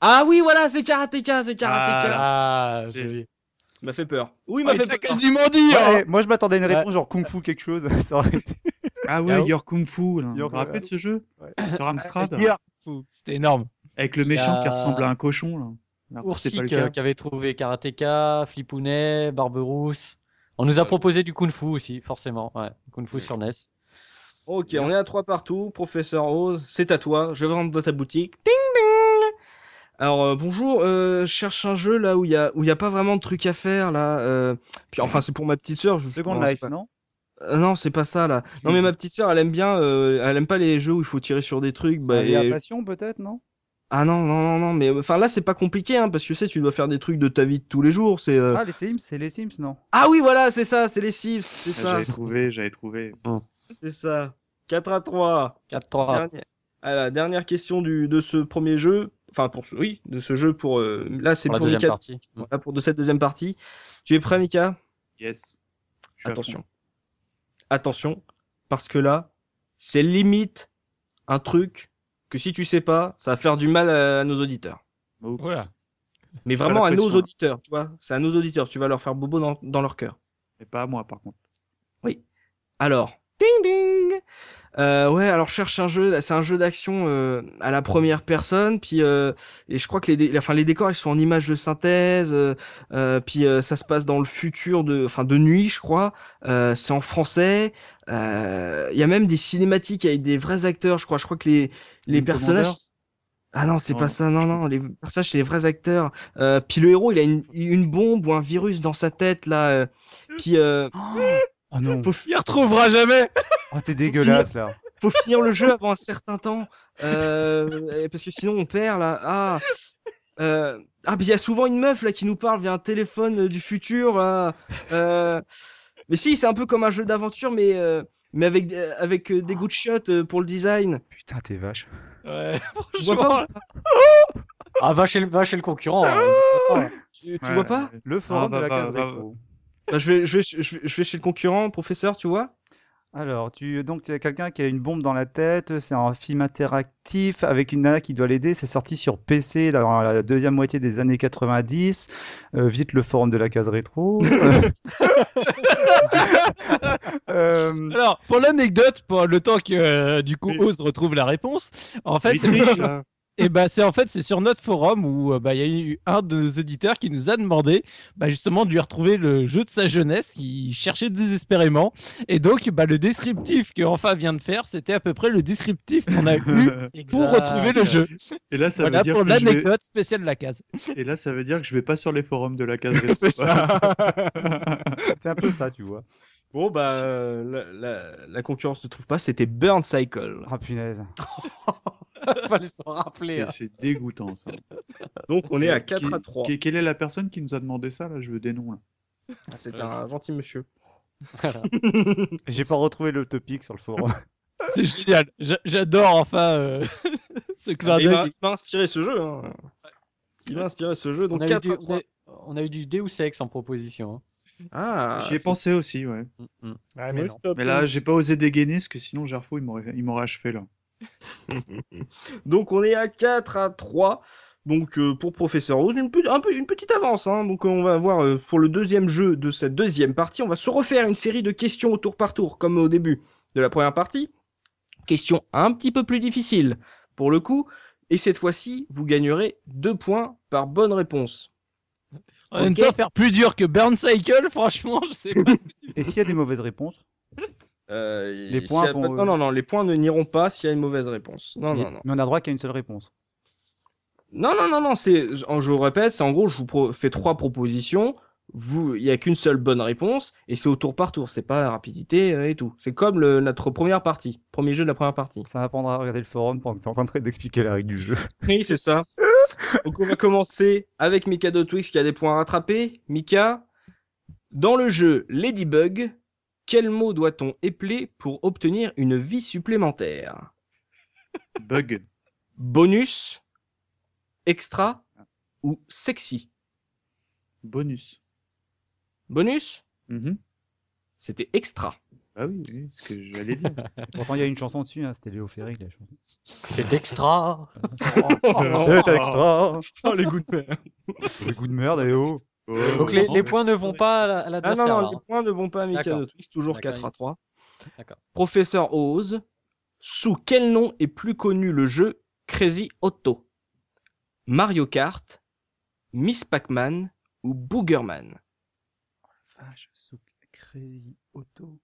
Speaker 1: Ah oui, voilà, c'est karatéka, c'est karatéka.
Speaker 4: Ah,
Speaker 2: C'est-
Speaker 4: joli.
Speaker 1: Il m'a fait peur. Oui, il m'a
Speaker 7: Il
Speaker 1: fait
Speaker 7: t'a
Speaker 1: peur.
Speaker 7: quasiment dit, hein.
Speaker 5: Ouais, moi, je m'attendais à une réponse genre Kung Fu quelque chose. Ça aurait été-
Speaker 2: Ah
Speaker 4: Ah
Speaker 2: ouais,
Speaker 4: oui.
Speaker 2: Your Kung Fu. Là. Vous vous
Speaker 5: Your-
Speaker 2: rappelez de ce jeu
Speaker 5: Ouais.
Speaker 2: Sur Amstrad
Speaker 4: Hier, fou, C'était énorme.
Speaker 2: Avec le méchant qui
Speaker 3: a-
Speaker 2: ressemble à un cochon, là. Alors que c'est
Speaker 3: Oursic
Speaker 2: Ah, pas le
Speaker 3: euh,
Speaker 2: cas.
Speaker 3: qui avait trouvé Karateka, Flipounet, Barberousse. On nous a proposé du Kung Fu aussi, forcément. Ouais, Kung Fu sur NES.
Speaker 1: Ok, on est à trois partout. Professeur Rose, c'est à toi. Je rentre dans ta boutique. Ding ding. Alors euh, bonjour, euh, je cherche un jeu là où il y a où il y a pas vraiment de truc à faire là. euh, Puis enfin c'est pour ma petite sœur. Je, je
Speaker 5: Second
Speaker 1: pense
Speaker 5: Life,
Speaker 1: pas.
Speaker 5: non
Speaker 1: Euh, non c'est pas ça là. Non mais ma petite sœur elle aime bien, euh, elle aime pas les jeux où il faut tirer sur des trucs. bah,
Speaker 5: Bah,
Speaker 1: et-
Speaker 5: passion peut-être, non
Speaker 1: Ah non non non non mais enfin là c'est pas compliqué hein, parce que tu sais tu dois faire des trucs de ta vie de tous les jours. C'est euh, ah.
Speaker 5: Ah, les Sims, c'est les Sims, non
Speaker 1: oui voilà c'est ça c'est les Sims c'est
Speaker 2: Ah,
Speaker 1: ça
Speaker 2: J'avais trouvé, j'avais trouvé.
Speaker 1: c'est ça. 4 à 3.
Speaker 3: 4-3.
Speaker 1: Dernière, à la dernière question du, de ce premier jeu, enfin pour ce, oui, de ce jeu pour euh, là c'est
Speaker 3: Pour la
Speaker 1: pour,
Speaker 3: deuxième
Speaker 1: Mika-
Speaker 3: partie.
Speaker 1: voilà, pour de cette deuxième partie. Tu es prêt Mika
Speaker 2: Yes. Je suis à
Speaker 1: Attention. Attention parce que là c'est limite un truc que si tu sais pas, ça va faire du mal à, à nos auditeurs.
Speaker 2: fond. Oups.
Speaker 4: Voilà.
Speaker 1: Mais
Speaker 2: Faire
Speaker 1: vraiment
Speaker 2: la
Speaker 1: à nos
Speaker 2: pression, là.
Speaker 1: auditeurs, tu vois, c'est à nos auditeurs, tu vas leur faire bobo dans, dans leur cœur.
Speaker 2: Mais pas à moi, par contre.
Speaker 1: Alors, Ding ding. Euh, ouais, alors je cherche un jeu. là, C'est un jeu d'action euh, à la première personne. Puis euh, et je crois que les, dé- enfin, les décors ils sont en images de synthèse. euh, euh, puis euh, ça se passe dans le futur de, enfin de nuit, je crois. Euh, c'est en français. Euh, Il y a même des cinématiques avec des vrais acteurs, je crois. Je crois que les les
Speaker 2: Wing
Speaker 1: personnages.
Speaker 2: Commander
Speaker 1: Ah non, c'est
Speaker 2: Non,
Speaker 1: pas ça. Non, non, les personnages c'est les vrais acteurs. Euh, puis le héros, il a une, une bombe ou un virus dans sa tête là. euh, puis euh,
Speaker 2: Ah non.
Speaker 1: faut fuir
Speaker 7: retrouvera jamais.
Speaker 5: Oh, t'es dégueulasse là.
Speaker 1: faut finir le jeu avant un certain temps. euh, et parce que sinon, on perd, là. Ah, euh, ah puis il y a souvent une meuf, là, qui nous parle via un téléphone euh, du futur. là. Euh, mais si, c'est un peu comme un jeu d'aventure, mais, euh, mais avec, euh, avec euh, des goûts de shot euh, pour le design.
Speaker 5: Putain, t'es vache.
Speaker 7: Ouais,
Speaker 1: Tu vois pas,
Speaker 7: franchement.
Speaker 3: Ah, va chez le, va chez le concurrent. hein. Attends.
Speaker 1: tu, tu vois pas
Speaker 5: Le forum
Speaker 2: Ah,
Speaker 5: de la
Speaker 2: bah,
Speaker 5: case
Speaker 2: bah,
Speaker 5: rétro.
Speaker 1: Bah, je, vais, je, vais, je, vais, je vais chez le concurrent, professeur, tu vois
Speaker 5: Alors, tu donc t'as quelqu'un qui a une bombe dans la tête, c'est un film interactif avec une nana qui doit l'aider, c'est sorti sur PC dans la deuxième moitié des années 90. Euh, vite le forum de la case rétro. Euh,
Speaker 7: Alors, pour l'anecdote, pour le temps que euh, du coup
Speaker 2: Oui.
Speaker 7: Oz retrouve la réponse, en fait,
Speaker 2: Vite, vite,
Speaker 7: c'est-
Speaker 2: là.
Speaker 7: eh ben, c'est en fait c'est sur notre forum où euh, bah, il y a eu un de nos auditeurs qui nous a demandé bah, justement de lui retrouver le jeu de sa jeunesse qu'il cherchait désespérément. Et donc, bah, le descriptif que Enfa vient de faire, c'était à peu près le descriptif qu'on a eu pour
Speaker 3: Exact.
Speaker 7: retrouver le jeu.
Speaker 2: Et là, ça
Speaker 7: voilà
Speaker 2: veut dire
Speaker 7: pour
Speaker 2: que je vais...
Speaker 7: l'anecdote spéciale de la case.
Speaker 2: Et là, ça veut dire que je vais pas sur les forums de la case Ah, rétro.
Speaker 5: c'est un peu ça, tu vois.
Speaker 1: Bon, bah, euh, la, la- la concurrence ne trouve pas, c'était Burn Cycle.
Speaker 5: Ah punaise.
Speaker 3: Fallait s'en rappeler.
Speaker 2: C'est-
Speaker 3: hein.
Speaker 2: C'est dégoûtant ça.
Speaker 1: Donc, on est à
Speaker 2: Qui-
Speaker 1: 4 à 3.
Speaker 2: qui- Quelle est la personne qui nous a demandé ça là Je veux des noms là.
Speaker 1: Ah, C'est un gentil monsieur.
Speaker 3: Voilà.
Speaker 5: J'ai pas retrouvé le topic sur le forum.
Speaker 7: C'est génial. J'a- J'adore enfin euh, ce clin
Speaker 1: Il m'a
Speaker 7: d'œil.
Speaker 1: il m'a inspiré ce jeu. hein. Il m'a inspiré ce jeu.
Speaker 3: On
Speaker 1: Donc
Speaker 3: a, eu
Speaker 1: 4
Speaker 3: du,
Speaker 1: à 3.
Speaker 3: on a eu du Deus Ex en proposition.
Speaker 1: Ah,
Speaker 2: J'y ai pensé aussi, ouais.
Speaker 3: hein. Mm, mm.
Speaker 6: Ouais, Ah, mais non.
Speaker 2: Mais là, j'ai pas osé dégainer parce que sinon, Gerfo, il m'aurait il m'aurait achevé là.
Speaker 1: donc on est à 4 à 3. Donc euh, pour Professeur Oz, une, pe- un peu- une petite avance. hein. Donc euh, on va avoir euh, pour le deuxième jeu de cette deuxième partie, on va se refaire une série de questions au tour par tour, comme au début de la première partie. Questions un petit peu plus difficiles pour le coup. Et cette fois-ci, vous gagnerez 2 points par bonne réponse.
Speaker 7: En
Speaker 6: Ah,
Speaker 7: même
Speaker 1: Ok.
Speaker 7: temps, faire plus dur que Burn Cycle, franchement, je sais pas.
Speaker 5: Et s'il y a des mauvaises réponses,
Speaker 1: Euh,
Speaker 5: Les
Speaker 1: s'il
Speaker 5: points
Speaker 1: y a
Speaker 5: vont,
Speaker 1: pas-
Speaker 5: euh,
Speaker 1: Non, non, non, les points ne n'iront pas s'il y a une mauvaise réponse. Non,
Speaker 5: mais
Speaker 1: non, non.
Speaker 5: mais on a droit qu'à une seule réponse.
Speaker 1: Non, non, non, non, c'est, en- je vous répète, c'est en gros, je vous pro- fais trois propositions, vous, il n'y a qu'une seule bonne réponse, et c'est au tour par tour, c'est pas la rapidité euh, et tout. C'est comme le- notre première partie, premier jeu de la première partie.
Speaker 5: Ça m'apprendra à regarder le forum pendant que t'es en train de- d'expliquer la règle du jeu.
Speaker 1: Oui, c'est ça. Donc on va commencer avec Mika de Twix qui a des points à rattraper. Mika, dans le jeu Ladybug, quel mot doit-on épeler pour obtenir une vie supplémentaire
Speaker 2: Bug.
Speaker 1: Bonus, extra ou sexy
Speaker 2: Bonus.
Speaker 1: Bonus,
Speaker 2: Mhm.
Speaker 1: c'était extra.
Speaker 2: Ah oui, oui, ce que j'allais dire.
Speaker 5: Pourtant, il y a une chanson dessus, hein, c'était Léo Ferré la chanson.
Speaker 3: C'est extra.
Speaker 5: Oh,
Speaker 2: Oh.
Speaker 5: C'est extra
Speaker 1: Oh, les goûts de mer.
Speaker 5: Le goût de merde, et oh
Speaker 2: Ouais,
Speaker 3: Donc
Speaker 2: ouais,
Speaker 3: les,
Speaker 2: non,
Speaker 3: les
Speaker 2: mais-
Speaker 3: points ne vont pas à la- à
Speaker 1: Ah
Speaker 3: l'adversaire. hein.
Speaker 1: non, non,
Speaker 3: alors.
Speaker 1: les points ne vont pas à Mika
Speaker 3: D'accord.
Speaker 1: de Twix, toujours
Speaker 3: D'accord,
Speaker 1: 4 à 3.
Speaker 3: D'accord.
Speaker 1: Professeur Oz, sous quel nom est plus connu le jeu Crazy Otto Mario Kart, Miss Pac-Man ou Boogerman
Speaker 5: Vache, sous Crazy Auto.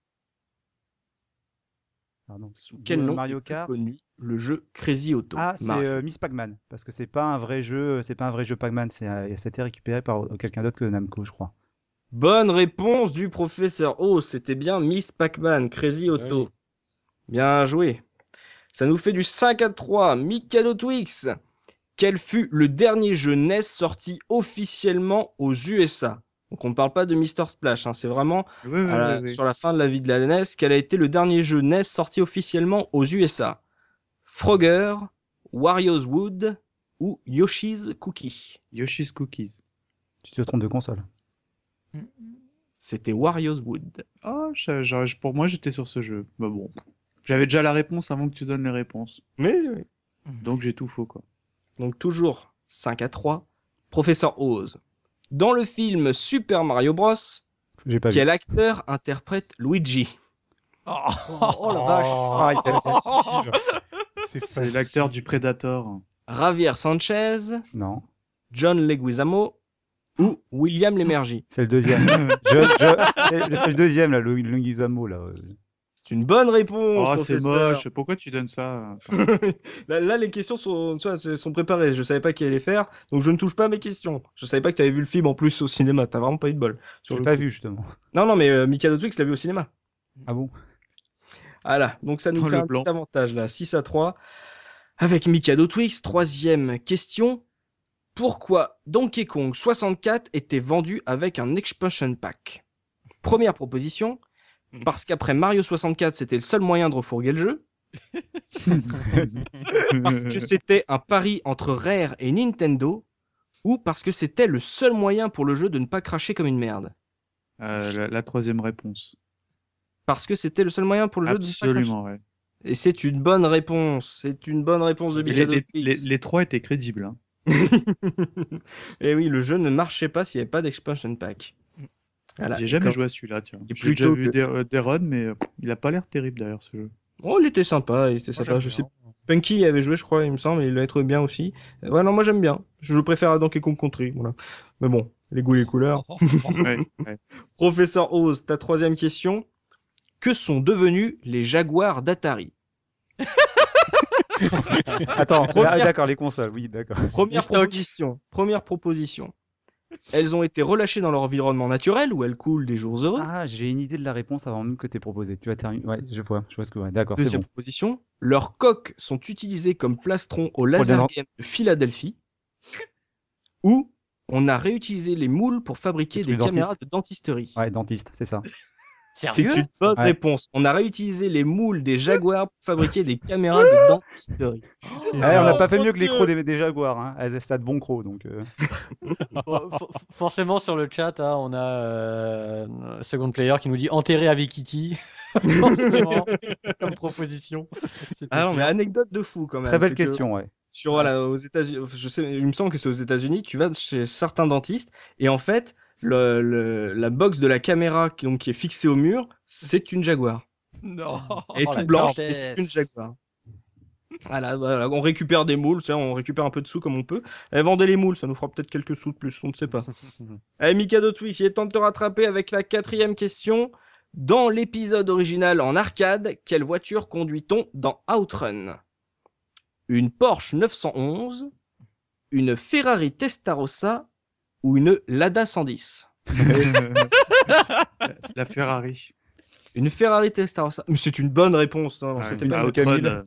Speaker 5: Pardon.
Speaker 1: Sous quel
Speaker 5: Euh,
Speaker 1: nom
Speaker 5: Mario
Speaker 1: est plus
Speaker 5: Kart.
Speaker 1: connu le jeu Crazy Otto
Speaker 5: Ah, c'est
Speaker 1: Mario.
Speaker 5: euh, Miss Pac-Man, parce que c'est pas un vrai jeu, euh, c'est pas un vrai jeu Pac-Man, c'est un- c'était récupéré par euh, quelqu'un d'autre que Namco, je crois.
Speaker 1: Bonne réponse du professeur Oz, c'était bien Miss Pac-Man, Crazy Otto.
Speaker 3: Oui.
Speaker 1: Bien joué. Ça nous fait du 5 à 3. Mikado Twix. Quel fut le dernier jeu NES sorti officiellement aux USA Donc on ne parle pas de Mister Splash, hein, c'est vraiment
Speaker 2: Ouais, ouais,
Speaker 1: à la-
Speaker 2: ouais, ouais.
Speaker 1: sur la fin de la vie de la NES quel a été le dernier jeu NES sorti officiellement aux USA. Frogger, Wario's Wood ou Yoshi's Cookie
Speaker 2: Yoshi's Cookies.
Speaker 5: Tu te trompes de console.
Speaker 1: C'était Wario's Wood.
Speaker 2: Ah, je- je- je- pour moi, j'étais sur ce jeu. Bah bon. J'avais déjà la réponse avant que tu donnes les réponses. Donc j'ai tout faux, quoi.
Speaker 1: donc toujours 5 à 3. Professeur Oz. Dans le film Super Mario Bros,
Speaker 5: J'ai pas vu.
Speaker 1: Quel acteur interprète Luigi
Speaker 6: Oh
Speaker 7: la
Speaker 5: Ah, il fallait-
Speaker 2: C'est l'acteur du
Speaker 1: Oh,
Speaker 2: Predator.
Speaker 1: Javier Sanchez,
Speaker 5: Non,
Speaker 1: John Leguizamo ou William Lémergie.
Speaker 5: c'est le deuxième. John- John- c'est c'est le deuxième, là, le Lungizamo, là. euh.
Speaker 1: C'est une bonne réponse.
Speaker 2: Oh, c'est
Speaker 1: professeur.
Speaker 2: moche. Pourquoi tu donnes ça hein
Speaker 1: Là, là, les questions sont, tu vois, sont préparées. Je savais pas qui allait faire, donc je ne touche pas à mes questions. Je savais pas que tu avais vu le film en plus au cinéma. T'as vraiment pas eu de bol.
Speaker 5: Je
Speaker 1: Sur
Speaker 5: l'ai
Speaker 1: le
Speaker 5: pas
Speaker 1: coup.
Speaker 5: vu, justement.
Speaker 1: Non, non, mais euh, Mikado Twix l'a vu au cinéma.
Speaker 5: Ah bon
Speaker 1: Voilà, donc ça nous
Speaker 2: Oh,
Speaker 1: fait
Speaker 2: le
Speaker 1: un
Speaker 2: blanc.
Speaker 1: petit avantage là, 6 à 3. Avec Mikado Twix, troisième question. Pourquoi Donkey Kong 64 était vendu avec un expansion pack Première proposition, parce qu'après Mario 64, c'était le seul moyen de refourguer le jeu. Parce que c'était un pari entre Rare et Nintendo. Ou parce que c'était le seul moyen pour le jeu de ne pas cracher comme une merde.
Speaker 2: Euh, la, la troisième réponse.
Speaker 1: Parce que c'était le seul moyen pour le jeu de ne pas cracher.
Speaker 2: Absolument, ouais.
Speaker 1: Et c'est une bonne réponse. C'est une bonne réponse de
Speaker 2: Les,
Speaker 1: Mikado
Speaker 2: les-
Speaker 1: Twix.
Speaker 2: les- les trois étaient crédibles. hein.
Speaker 1: Et Eh oui, le jeu ne marchait pas s'il n'y avait pas d'expansion pack. Voilà.
Speaker 2: Mm. J'ai jamais joué à celui-là, tiens.
Speaker 1: Et
Speaker 2: J'ai déjà
Speaker 1: plutôt
Speaker 2: vu
Speaker 1: que-
Speaker 2: des, euh, des runs, mais euh, il a pas l'air terrible d'ailleurs ce jeu.
Speaker 1: Oh, il était sympa, il était sympa. Je sais... Punky y avait joué, je crois, il me semble, et il l'avait trouvé bien aussi. Euh, ouais, non, moi j'aime bien. Je le préfère à Donkey Kong Country. Voilà. Mais bon, les goûts, les couleurs.
Speaker 2: Ouais, ouais.
Speaker 1: Professeur Oz, ta troisième question. Que sont devenus les Jaguars d'Atari
Speaker 5: Attends,
Speaker 1: Première-
Speaker 5: ah, d'accord, les consoles, oui, d'accord.
Speaker 1: Première proposition. Première proposition. Elles ont été relâchées dans leur environnement naturel où elles coulent des jours heureux.
Speaker 5: Ah, j'ai une idée de la réponse avant même que t'aies proposé. Tu vas terminer. Ouais, je vois, je vois ce que. Ouais, d'accord, c'est
Speaker 1: Deuxième
Speaker 5: bon.
Speaker 1: proposition, leurs coques sont utilisées comme plastrons au laser
Speaker 5: Troisième.
Speaker 1: game de Philadelphie, où on a réutilisé les moules pour fabriquer
Speaker 5: Des
Speaker 1: des
Speaker 5: trucs
Speaker 1: caméras de dentisterie.
Speaker 5: Ouais, dentiste, c'est ça.
Speaker 1: C'est une bonne
Speaker 5: Ouais.
Speaker 1: réponse. On a réutilisé les moules des Jaguars pour fabriquer des caméras de dentisterie.
Speaker 5: Eh,
Speaker 7: Ah,
Speaker 5: on
Speaker 1: Oh,
Speaker 5: n'a pas fait
Speaker 7: mon
Speaker 5: mieux que les
Speaker 7: Dieu.
Speaker 5: crocs des, des Jaguars, hein. Elles étaient de bons crocs, donc. euh,
Speaker 3: For- for- Euh, Forcément, sur le chat, hein, on a euh, Second Player qui nous dit enterré avec Kitty. Forcément, comme proposition. C'était
Speaker 1: Ah non,
Speaker 3: sûr.
Speaker 1: mais anecdote de fou quand même.
Speaker 5: Très belle
Speaker 1: c'est que
Speaker 5: question, ouais.
Speaker 1: Sur voilà, aux États-Unis, je sais, il me semble que c'est aux États-Unis. Tu vas chez certains dentistes et en fait, le, le- la box de la caméra qui, donc, qui est fixée au mur, c'est une Jaguar.
Speaker 7: Non.
Speaker 1: Elle est
Speaker 3: Oh, la
Speaker 1: toute blanche et
Speaker 3: tristesse.
Speaker 1: c'est une Jaguar. Voilà, voilà, on récupère des moules, tu sais, on récupère un peu de sous comme on peut. Eh, vendez les moules, ça nous fera peut-être quelques sous de plus, on ne sait pas. Eh, Mikado Twix, il est temps de te rattraper avec la quatrième question. Dans l'épisode original en arcade, quelle voiture conduit-on dans Outrun Une Porsche 911, une Ferrari Testarossa ou une Lada 110
Speaker 2: la Ferrari.
Speaker 1: Une Ferrari Testarossa. Mais c'est une bonne réponse. hein,
Speaker 3: Ah,
Speaker 2: Ouais,
Speaker 1: c'était
Speaker 2: Ah, une
Speaker 1: pas-
Speaker 5: le
Speaker 2: Outrun,
Speaker 5: Camille.
Speaker 2: euh.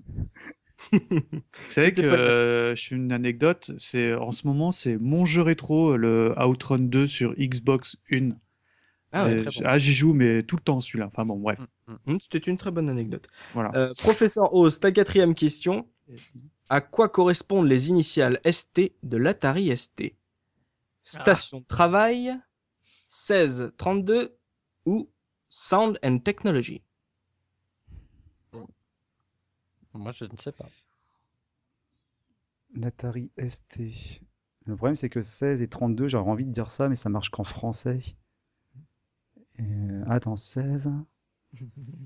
Speaker 2: Vous savez que
Speaker 1: C'était pas le-
Speaker 2: euh, je suis une anecdote, c'est en ce moment c'est mon jeu rétro, le Outrun 2 sur Xbox 1.
Speaker 3: Ah ouais,
Speaker 2: C'est-
Speaker 3: très bon. Mm.
Speaker 2: ah, j'y joue mais tout le temps celui-là. Enfin bon, bref.
Speaker 1: Hmm, C'était une très bonne anecdote.
Speaker 2: Voilà.
Speaker 1: Euh, professeur Oz, ta quatrième question. À quoi correspondent les initiales ST de l'Atari ST Station de travail, 1632 ou Sound and Technology
Speaker 3: Moi, je ne sais pas.
Speaker 5: L'Atari ST. Le problème, c'est que 16 et 32, j'aurais envie de dire ça, mais ça marche qu'en français. Euh, attends, 16.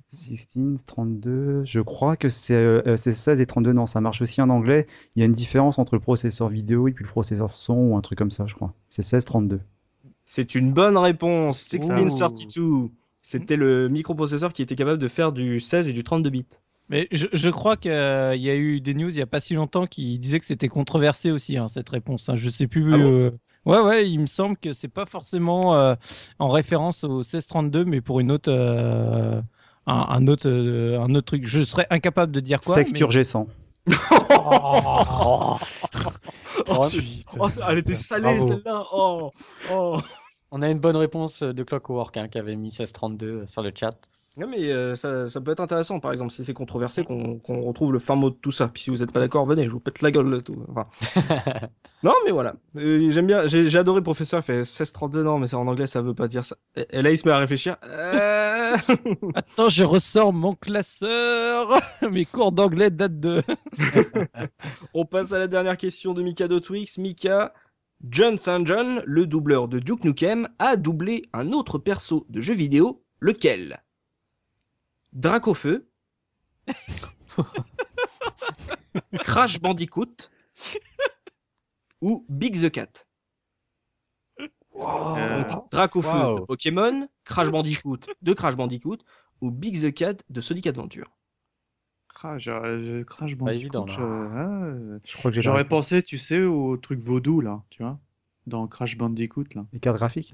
Speaker 5: 16, 32. Je crois que c'est euh, c'est 16 et 32. Non, ça marche aussi en anglais. Il y a une différence entre le processeur vidéo et puis le processeur son ou un truc comme ça, je crois. C'est 16, 32.
Speaker 1: C'est une bonne réponse.
Speaker 2: C'est
Speaker 1: 1632. C'était le microprocesseur qui était capable de faire du 16 et du 32 bits.
Speaker 7: Mais je, je crois qu'il y a eu des news il n'y a pas si longtemps qui disaient que c'était controversé aussi, hein, cette réponse. hein. Je sais plus.
Speaker 1: Ah bon
Speaker 7: euh, Ouais, ouais, il me semble que c'est pas forcément euh, en référence au 1632, mais pour une autre, euh, un, un autre, euh, un autre truc. Je serais incapable de dire quoi. mais-
Speaker 5: Sexturgescent.
Speaker 1: Oh, ça- elle était salée
Speaker 4: Bravo.
Speaker 1: celle-là. Oh, oh.
Speaker 3: On a une bonne réponse de Clockwork hein, qui avait mis 1632 sur le chat.
Speaker 1: Non mais euh, ça, ça peut être intéressant par exemple si c'est controversé qu'on qu'on retrouve le fin mot de tout ça. Puis si vous n'êtes pas d'accord, venez, je vous pète la gueule là, tout. Enfin, non mais voilà, Euh, j'aime bien, j'ai j'ai adoré le professeur, il fait 1632 non mais c'est en anglais ça veut pas dire ça. Et, et là il se met à réfléchir. Euh,
Speaker 7: Attends, je ressors mon classeur. Mes cours d'anglais datent de.
Speaker 1: On passe à la dernière question de Mikado Twix. Mika, John St. John, le doubleur de Duke Nukem, a doublé un autre perso de jeu vidéo, lequel Dracofeu, Crash Bandicoot ou Big the Cat.
Speaker 3: Oh,
Speaker 2: Euh,
Speaker 1: Dracofeu
Speaker 7: Wow.
Speaker 1: de Pokémon, Crash Bandicoot de Crash Bandicoot ou Big the Cat de Sonic Adventure.
Speaker 2: Crash, euh, je- Crash
Speaker 3: évident,
Speaker 2: Bandicoot.
Speaker 3: là.
Speaker 2: euh, ah, euh,
Speaker 5: Je crois que j'ai
Speaker 2: J'aurais pensé, tu sais, au truc vaudou, là, tu vois, dans Crash Bandicoot, là.
Speaker 5: les cartes graphiques.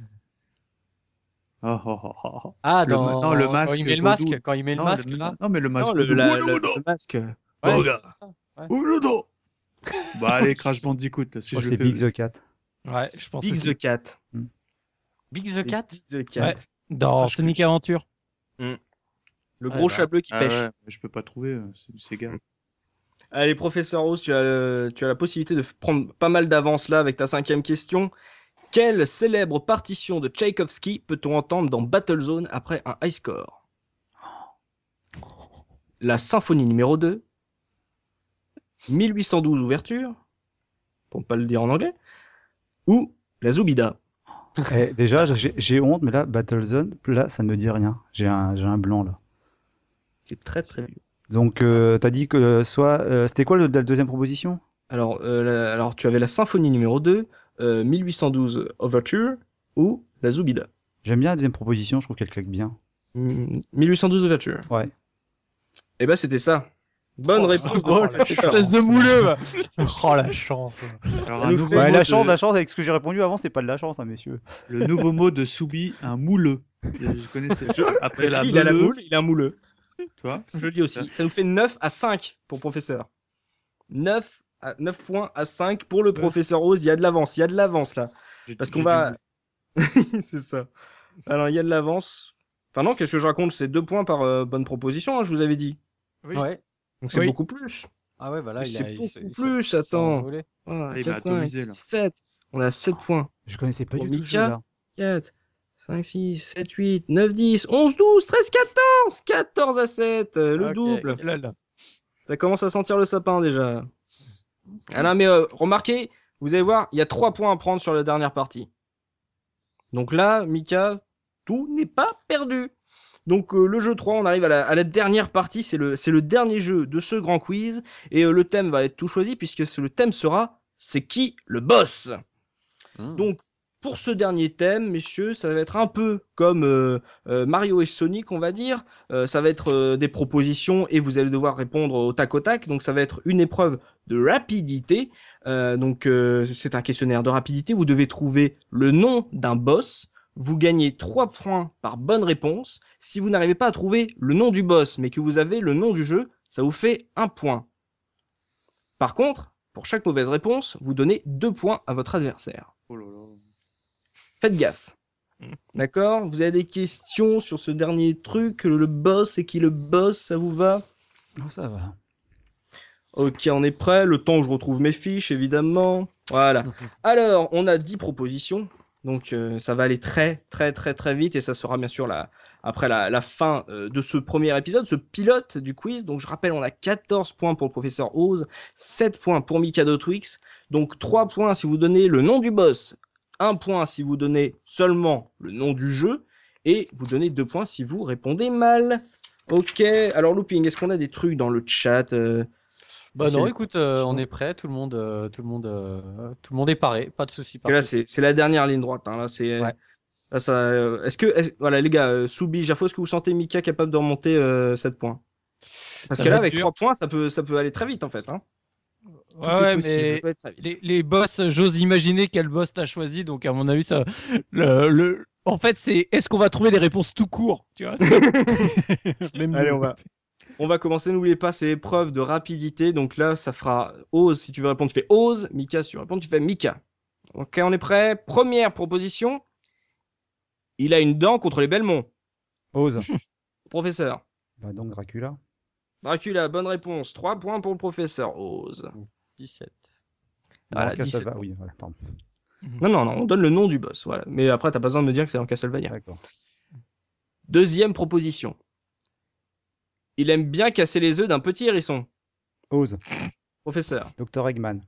Speaker 2: Ah, ah, ah, ah, ah.
Speaker 3: Ah,
Speaker 2: Le ma-
Speaker 3: dans...
Speaker 2: non, le
Speaker 3: Quand
Speaker 2: masque
Speaker 3: il met le
Speaker 2: vaudou.
Speaker 3: masque, quand il met le
Speaker 2: Non,
Speaker 3: masque,
Speaker 2: le-
Speaker 3: là.
Speaker 2: non, mais le masque.
Speaker 1: Non, le,
Speaker 2: vaudou.
Speaker 1: la-
Speaker 2: Vaudou,
Speaker 1: le-
Speaker 2: vaudou.
Speaker 1: le masque.
Speaker 3: Ouais,
Speaker 2: Bon, gars.
Speaker 3: c'est ça.
Speaker 2: Ouh, non, non. Bah allez, Crash Bandicoot, là,
Speaker 5: Je
Speaker 2: si
Speaker 5: crois
Speaker 2: je
Speaker 5: que
Speaker 2: le
Speaker 5: c'est
Speaker 2: fais.
Speaker 5: Big the Cat.
Speaker 7: Ouais, je pense
Speaker 1: Big
Speaker 7: aussi.
Speaker 1: the Cat.
Speaker 3: Big the
Speaker 1: C'est
Speaker 3: Cat
Speaker 1: Big the Cat.
Speaker 7: Dans
Speaker 2: Ah, je-
Speaker 7: Sonic
Speaker 2: je-
Speaker 7: Aventure.
Speaker 1: Le
Speaker 3: Ah,
Speaker 1: gros
Speaker 3: bah.
Speaker 1: chat bleu qui
Speaker 2: Ah
Speaker 1: pêche.
Speaker 2: ouais, mais je peux pas trouver, euh, c'est du Sega.
Speaker 1: Allez, professeur Rose, tu as, euh, tu as la possibilité de f- prendre pas mal d'avance là avec ta cinquième question. Quelle célèbre partition de Tchaïkovski peut-on entendre dans Battle Zone après un high score La symphonie numéro 2, 1812 ouverture, pour ne pas le dire en anglais, ou la Zubida
Speaker 5: Eh, déjà, j'ai j'ai honte, mais là, Battlezone, là, ça ne me dit rien. J'ai un, j'ai un blanc, là.
Speaker 1: C'est très très vieux.
Speaker 5: Donc, euh, t'as dit que euh, soit. euh, C'était quoi le- la deuxième proposition
Speaker 1: Alors, euh, la- alors, tu avais la symphonie numéro 2, euh, 1812 ouverture, ou la Zubida
Speaker 5: J'aime bien la deuxième proposition, je trouve qu'elle claque bien.
Speaker 1: Mm, 1812 ouverture.
Speaker 5: Ouais.
Speaker 1: Eh ben c'était ça. Bonne
Speaker 6: Oh,
Speaker 1: réponse.
Speaker 6: oh,
Speaker 1: de-
Speaker 6: la chance.
Speaker 7: de mouleux va.
Speaker 6: Oh la chance.
Speaker 2: Alors,
Speaker 1: Ça
Speaker 2: un
Speaker 1: nous
Speaker 2: nouveau
Speaker 1: fait-
Speaker 2: mot
Speaker 5: Ouais, la
Speaker 2: de-
Speaker 5: chance, la chance, avec ce que j'ai répondu avant, c'est pas de la chance, hein, messieurs.
Speaker 2: le nouveau mot de Soubi, un mouleux. Je je connaissais. Après
Speaker 1: Parce
Speaker 2: la,
Speaker 1: qu'il a la
Speaker 2: meuleuse,
Speaker 1: moule, il a un mouleux.
Speaker 2: tu vois.
Speaker 1: Je le dis aussi. Ça nous fait 9 à 5 pour professeur. 9 à 9 points à 5 pour le professeur Rose. Il y a de l'avance, il y a de l'avance là.
Speaker 2: J'ai-
Speaker 1: Parce
Speaker 2: j'ai
Speaker 1: qu'on
Speaker 2: du
Speaker 1: va. c'est ça. Alors il y a de l'avance. Enfin non, qu'est-ce que je raconte C'est 2 points par euh, bonne proposition, hein, je vous avais dit.
Speaker 3: Ouais.
Speaker 1: Donc c'est
Speaker 7: Oui.
Speaker 1: beaucoup plus.
Speaker 3: Ah ouais, bah là,
Speaker 1: Mais
Speaker 3: il
Speaker 1: c'est
Speaker 3: a. il
Speaker 1: beaucoup
Speaker 3: s'est- il s'est-
Speaker 1: plus,
Speaker 3: il s'est
Speaker 1: attends.
Speaker 3: envolé.
Speaker 1: Voilà,
Speaker 2: Ah, il m'a
Speaker 1: 4, 5,
Speaker 2: atomisé, là.
Speaker 1: 6, 7. On a 7 points.
Speaker 5: Je connaissais pas
Speaker 1: Pour
Speaker 5: du tout ce
Speaker 1: Mika
Speaker 5: jeu-là.
Speaker 1: 4, 5, 6, 7, 8, 9, 10, 11, 12, 13, 14 14 à 7, euh, le
Speaker 3: Ok.
Speaker 1: double.
Speaker 7: Là, là.
Speaker 1: Ça commence à sentir le sapin déjà. Ah non, mais euh, remarquez, vous allez voir, il y a 3 points à prendre sur la dernière partie. Donc là, Mika, tout n'est pas perdu. Donc euh, le jeu 3, on arrive à la, à la dernière partie, c'est le, c'est le dernier jeu de ce grand quiz, et euh, le thème va être tout choisi, puisque c'est- le thème sera « C'est qui le boss ?»
Speaker 3: Hmm.
Speaker 1: Donc, pour ce dernier thème, messieurs, ça va être un peu comme euh, euh, Mario et Sonic, on va dire. Euh, ça va être euh, des propositions et vous allez devoir répondre au tac au tac. Donc, ça va être une épreuve de rapidité. Euh, donc, euh, c'est un questionnaire de rapidité. Vous devez trouver le nom d'un boss. Vous gagnez 3 points par bonne réponse. Si vous n'arrivez pas à trouver le nom du boss, mais que vous avez le nom du jeu, ça vous fait un point. Par contre, pour chaque mauvaise réponse, vous donnez 2 points à votre adversaire
Speaker 2: Oh là là.
Speaker 1: faites gaffe. D'accord Vous avez des questions sur ce dernier truc Le boss, c'est qui le boss Ça vous va
Speaker 5: Non, ça va.
Speaker 1: Ok, on est prêt. Le temps que je retrouve mes fiches, évidemment. Voilà. Alors, on a 10 propositions. Donc, euh, ça va aller très, très, très, très vite. Et ça sera bien sûr la, après la, la fin euh, de ce premier épisode, ce pilote du quiz. Donc, je rappelle, on a 14 points pour le professeur Oz, 7 points pour Mikado Twix. Donc, 3 points si vous donnez le nom du boss, 1 point si vous donnez seulement le nom du jeu. Et vous donnez 2 points si vous répondez mal. Ok, alors Looping, est-ce qu'on a des trucs dans le chat euh,
Speaker 3: Bah
Speaker 1: C'est
Speaker 3: non,
Speaker 1: les
Speaker 3: écoute, euh, on
Speaker 1: propositions.
Speaker 3: est prêt, tout le monde, euh, tout le monde, euh, tout le monde est paré, pas de souci.
Speaker 1: Parce que là, c'est c'est la dernière ligne droite. hein. Là, c'est.
Speaker 3: Ouais.
Speaker 1: là, ça. euh, Est-ce que. est-ce- Voilà, les gars, euh, Soubi, Jaffo, est-ce que vous sentez Mika capable de remonter euh, 7 points Parce
Speaker 7: Ça
Speaker 1: que
Speaker 7: va
Speaker 1: là,
Speaker 7: être
Speaker 1: avec 3
Speaker 7: dur.
Speaker 1: points, ça peut, ça peut aller très vite, en fait. Hein.
Speaker 7: Ouais, ouais,
Speaker 1: Tout est possible, ça
Speaker 7: Ah, mais
Speaker 1: peut être très vite.
Speaker 7: les, les boss, j'ose imaginer quel boss t'as choisi. Donc, à mon avis, ça. Le, le- En fait, c'est est-ce qu'on va trouver les réponses tout court Tu vois Même
Speaker 1: Allez,
Speaker 7: nous.
Speaker 1: on va. On va commencer, n'oubliez pas, c'est épreuve de rapidité. Donc là, ça fera Ose. Si tu veux répondre, tu fais Ose. Mika, si tu veux répondre, tu fais Mika. Ok, on est prêt. Première proposition. Il a une dent contre les Belmont.
Speaker 5: Ose.
Speaker 1: Professeur.
Speaker 5: bah donc, Dracula.
Speaker 1: Dracula, bonne réponse. 3 points pour le professeur Ose.
Speaker 3: 17.
Speaker 1: Voilà,
Speaker 5: Non, Castleva-
Speaker 1: 17 ans.
Speaker 5: Oui, voilà, pardon.
Speaker 1: Non, non, non, on donne le nom du boss, voilà. Mais après, t'as pas besoin de me dire que c'est dans Castlevania.
Speaker 5: D'accord.
Speaker 1: Deuxième proposition. Il aime bien casser les œufs d'un petit hérisson.
Speaker 5: Ose.
Speaker 1: Professeur.
Speaker 5: Docteur Eggman.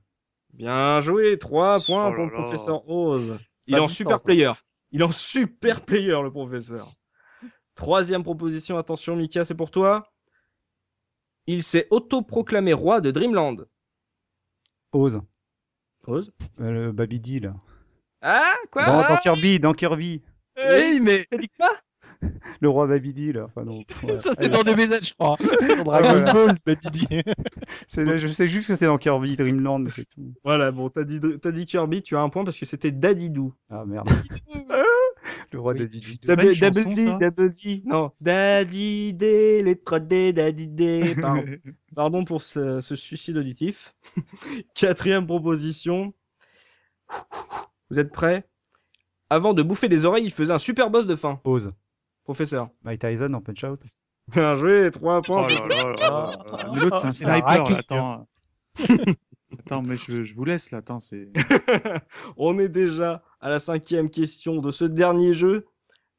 Speaker 1: Bien joué, 3 points
Speaker 2: Oh là
Speaker 1: pour le
Speaker 2: là.
Speaker 1: professeur Oz.
Speaker 3: à
Speaker 1: Il est en
Speaker 3: distance,
Speaker 1: super
Speaker 3: hein.
Speaker 1: player. Il est en super player, le professeur. Troisième proposition, attention Mika, c'est pour toi. Il s'est autoproclamé roi de Dreamland.
Speaker 5: Ose.
Speaker 1: Rose
Speaker 5: Euh, le Babidi, là.
Speaker 1: Ah Quoi
Speaker 5: Dans- dans Kirby, dans Kirby.
Speaker 7: Oui, mais
Speaker 5: Le roi Babidi, là. Enfin, non, pff, voilà.
Speaker 7: ça c'est dans des messages, je crois.
Speaker 5: Ah,
Speaker 6: Dragon
Speaker 5: voilà.
Speaker 6: Ball, bah, Didier.
Speaker 5: C'est- Je sais juste que c'est dans Kirby, Dreamland, c'est tout.
Speaker 1: Voilà, bon, t'as dit, t'as dit Kirby, tu as un point parce que c'était Dadidou.
Speaker 5: Ah merde. le roi de Didi.
Speaker 2: C'est pas
Speaker 1: Double-
Speaker 2: une chanson,
Speaker 1: double D,
Speaker 2: ça
Speaker 1: double D, non. Dadidé, les 3D, Dadidé. Pardon, Pardon pour ce, ce suicide auditif. Quatrième proposition. Vous êtes prêts Avant de bouffer des oreilles, il faisait un super boss de fin,
Speaker 5: Pause.
Speaker 1: professeur.
Speaker 5: Mike Tyson en punch out.
Speaker 1: Bien joué, 3
Speaker 2: Oh
Speaker 1: points.
Speaker 2: là là là là là. Mais l'autre, c'est un
Speaker 6: C'est la
Speaker 2: sniper, là.
Speaker 6: raclure.
Speaker 2: Attends. Attends, mais je, je vous laisse, là. Attends, c'est.
Speaker 1: On est déjà à la cinquième question de ce dernier jeu.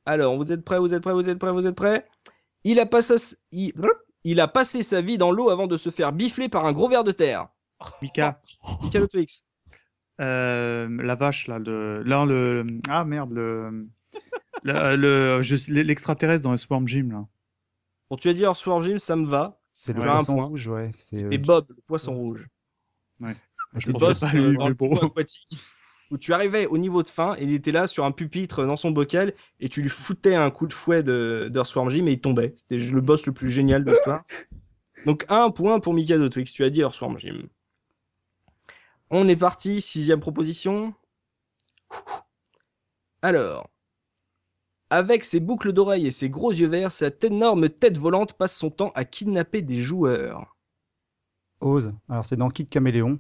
Speaker 1: Alors, vous êtes prêts, vous êtes prêts, vous êtes prêts, vous êtes prêts il a, passé, il- il a passé sa vie dans l'eau avant de se faire bifler par un gros ver de terre.
Speaker 2: Mika.
Speaker 1: Mika de Twix.
Speaker 2: Euh, la vache, là. Le... Là, le. Ah merde, le. le- le- je- L'extraterrestre dans le Swarm Gym, là.
Speaker 1: Bon, tu as dit Earthworm Jim, ça me va.
Speaker 5: C'est le
Speaker 1: Ouais, un
Speaker 5: poisson
Speaker 1: point.
Speaker 5: rouge, ouais. C'est
Speaker 1: C'était
Speaker 5: euh,
Speaker 1: Bob, le poisson rouge.
Speaker 2: Je
Speaker 1: Des
Speaker 2: pensais
Speaker 1: boss,
Speaker 2: pas à
Speaker 1: euh,
Speaker 2: lui,
Speaker 1: dans
Speaker 2: mais
Speaker 1: le
Speaker 2: bon.
Speaker 1: pool aquatique, Où tu arrivais au niveau de fin, et il était là sur un pupitre dans son bocal, et tu lui foutais un coup de fouet de d'Earthworm Jim, et il tombait. C'était le boss le plus génial de l'histoire. Donc un point pour Mika de Twix, tu as dit Earthworm Jim. On est parti, sixième proposition. Alors, avec ses boucles d'oreilles et ses gros yeux verts, cette énorme tête volante passe son temps à kidnapper des joueurs.
Speaker 5: Ose. Alors c'est dans Kid Caméléon.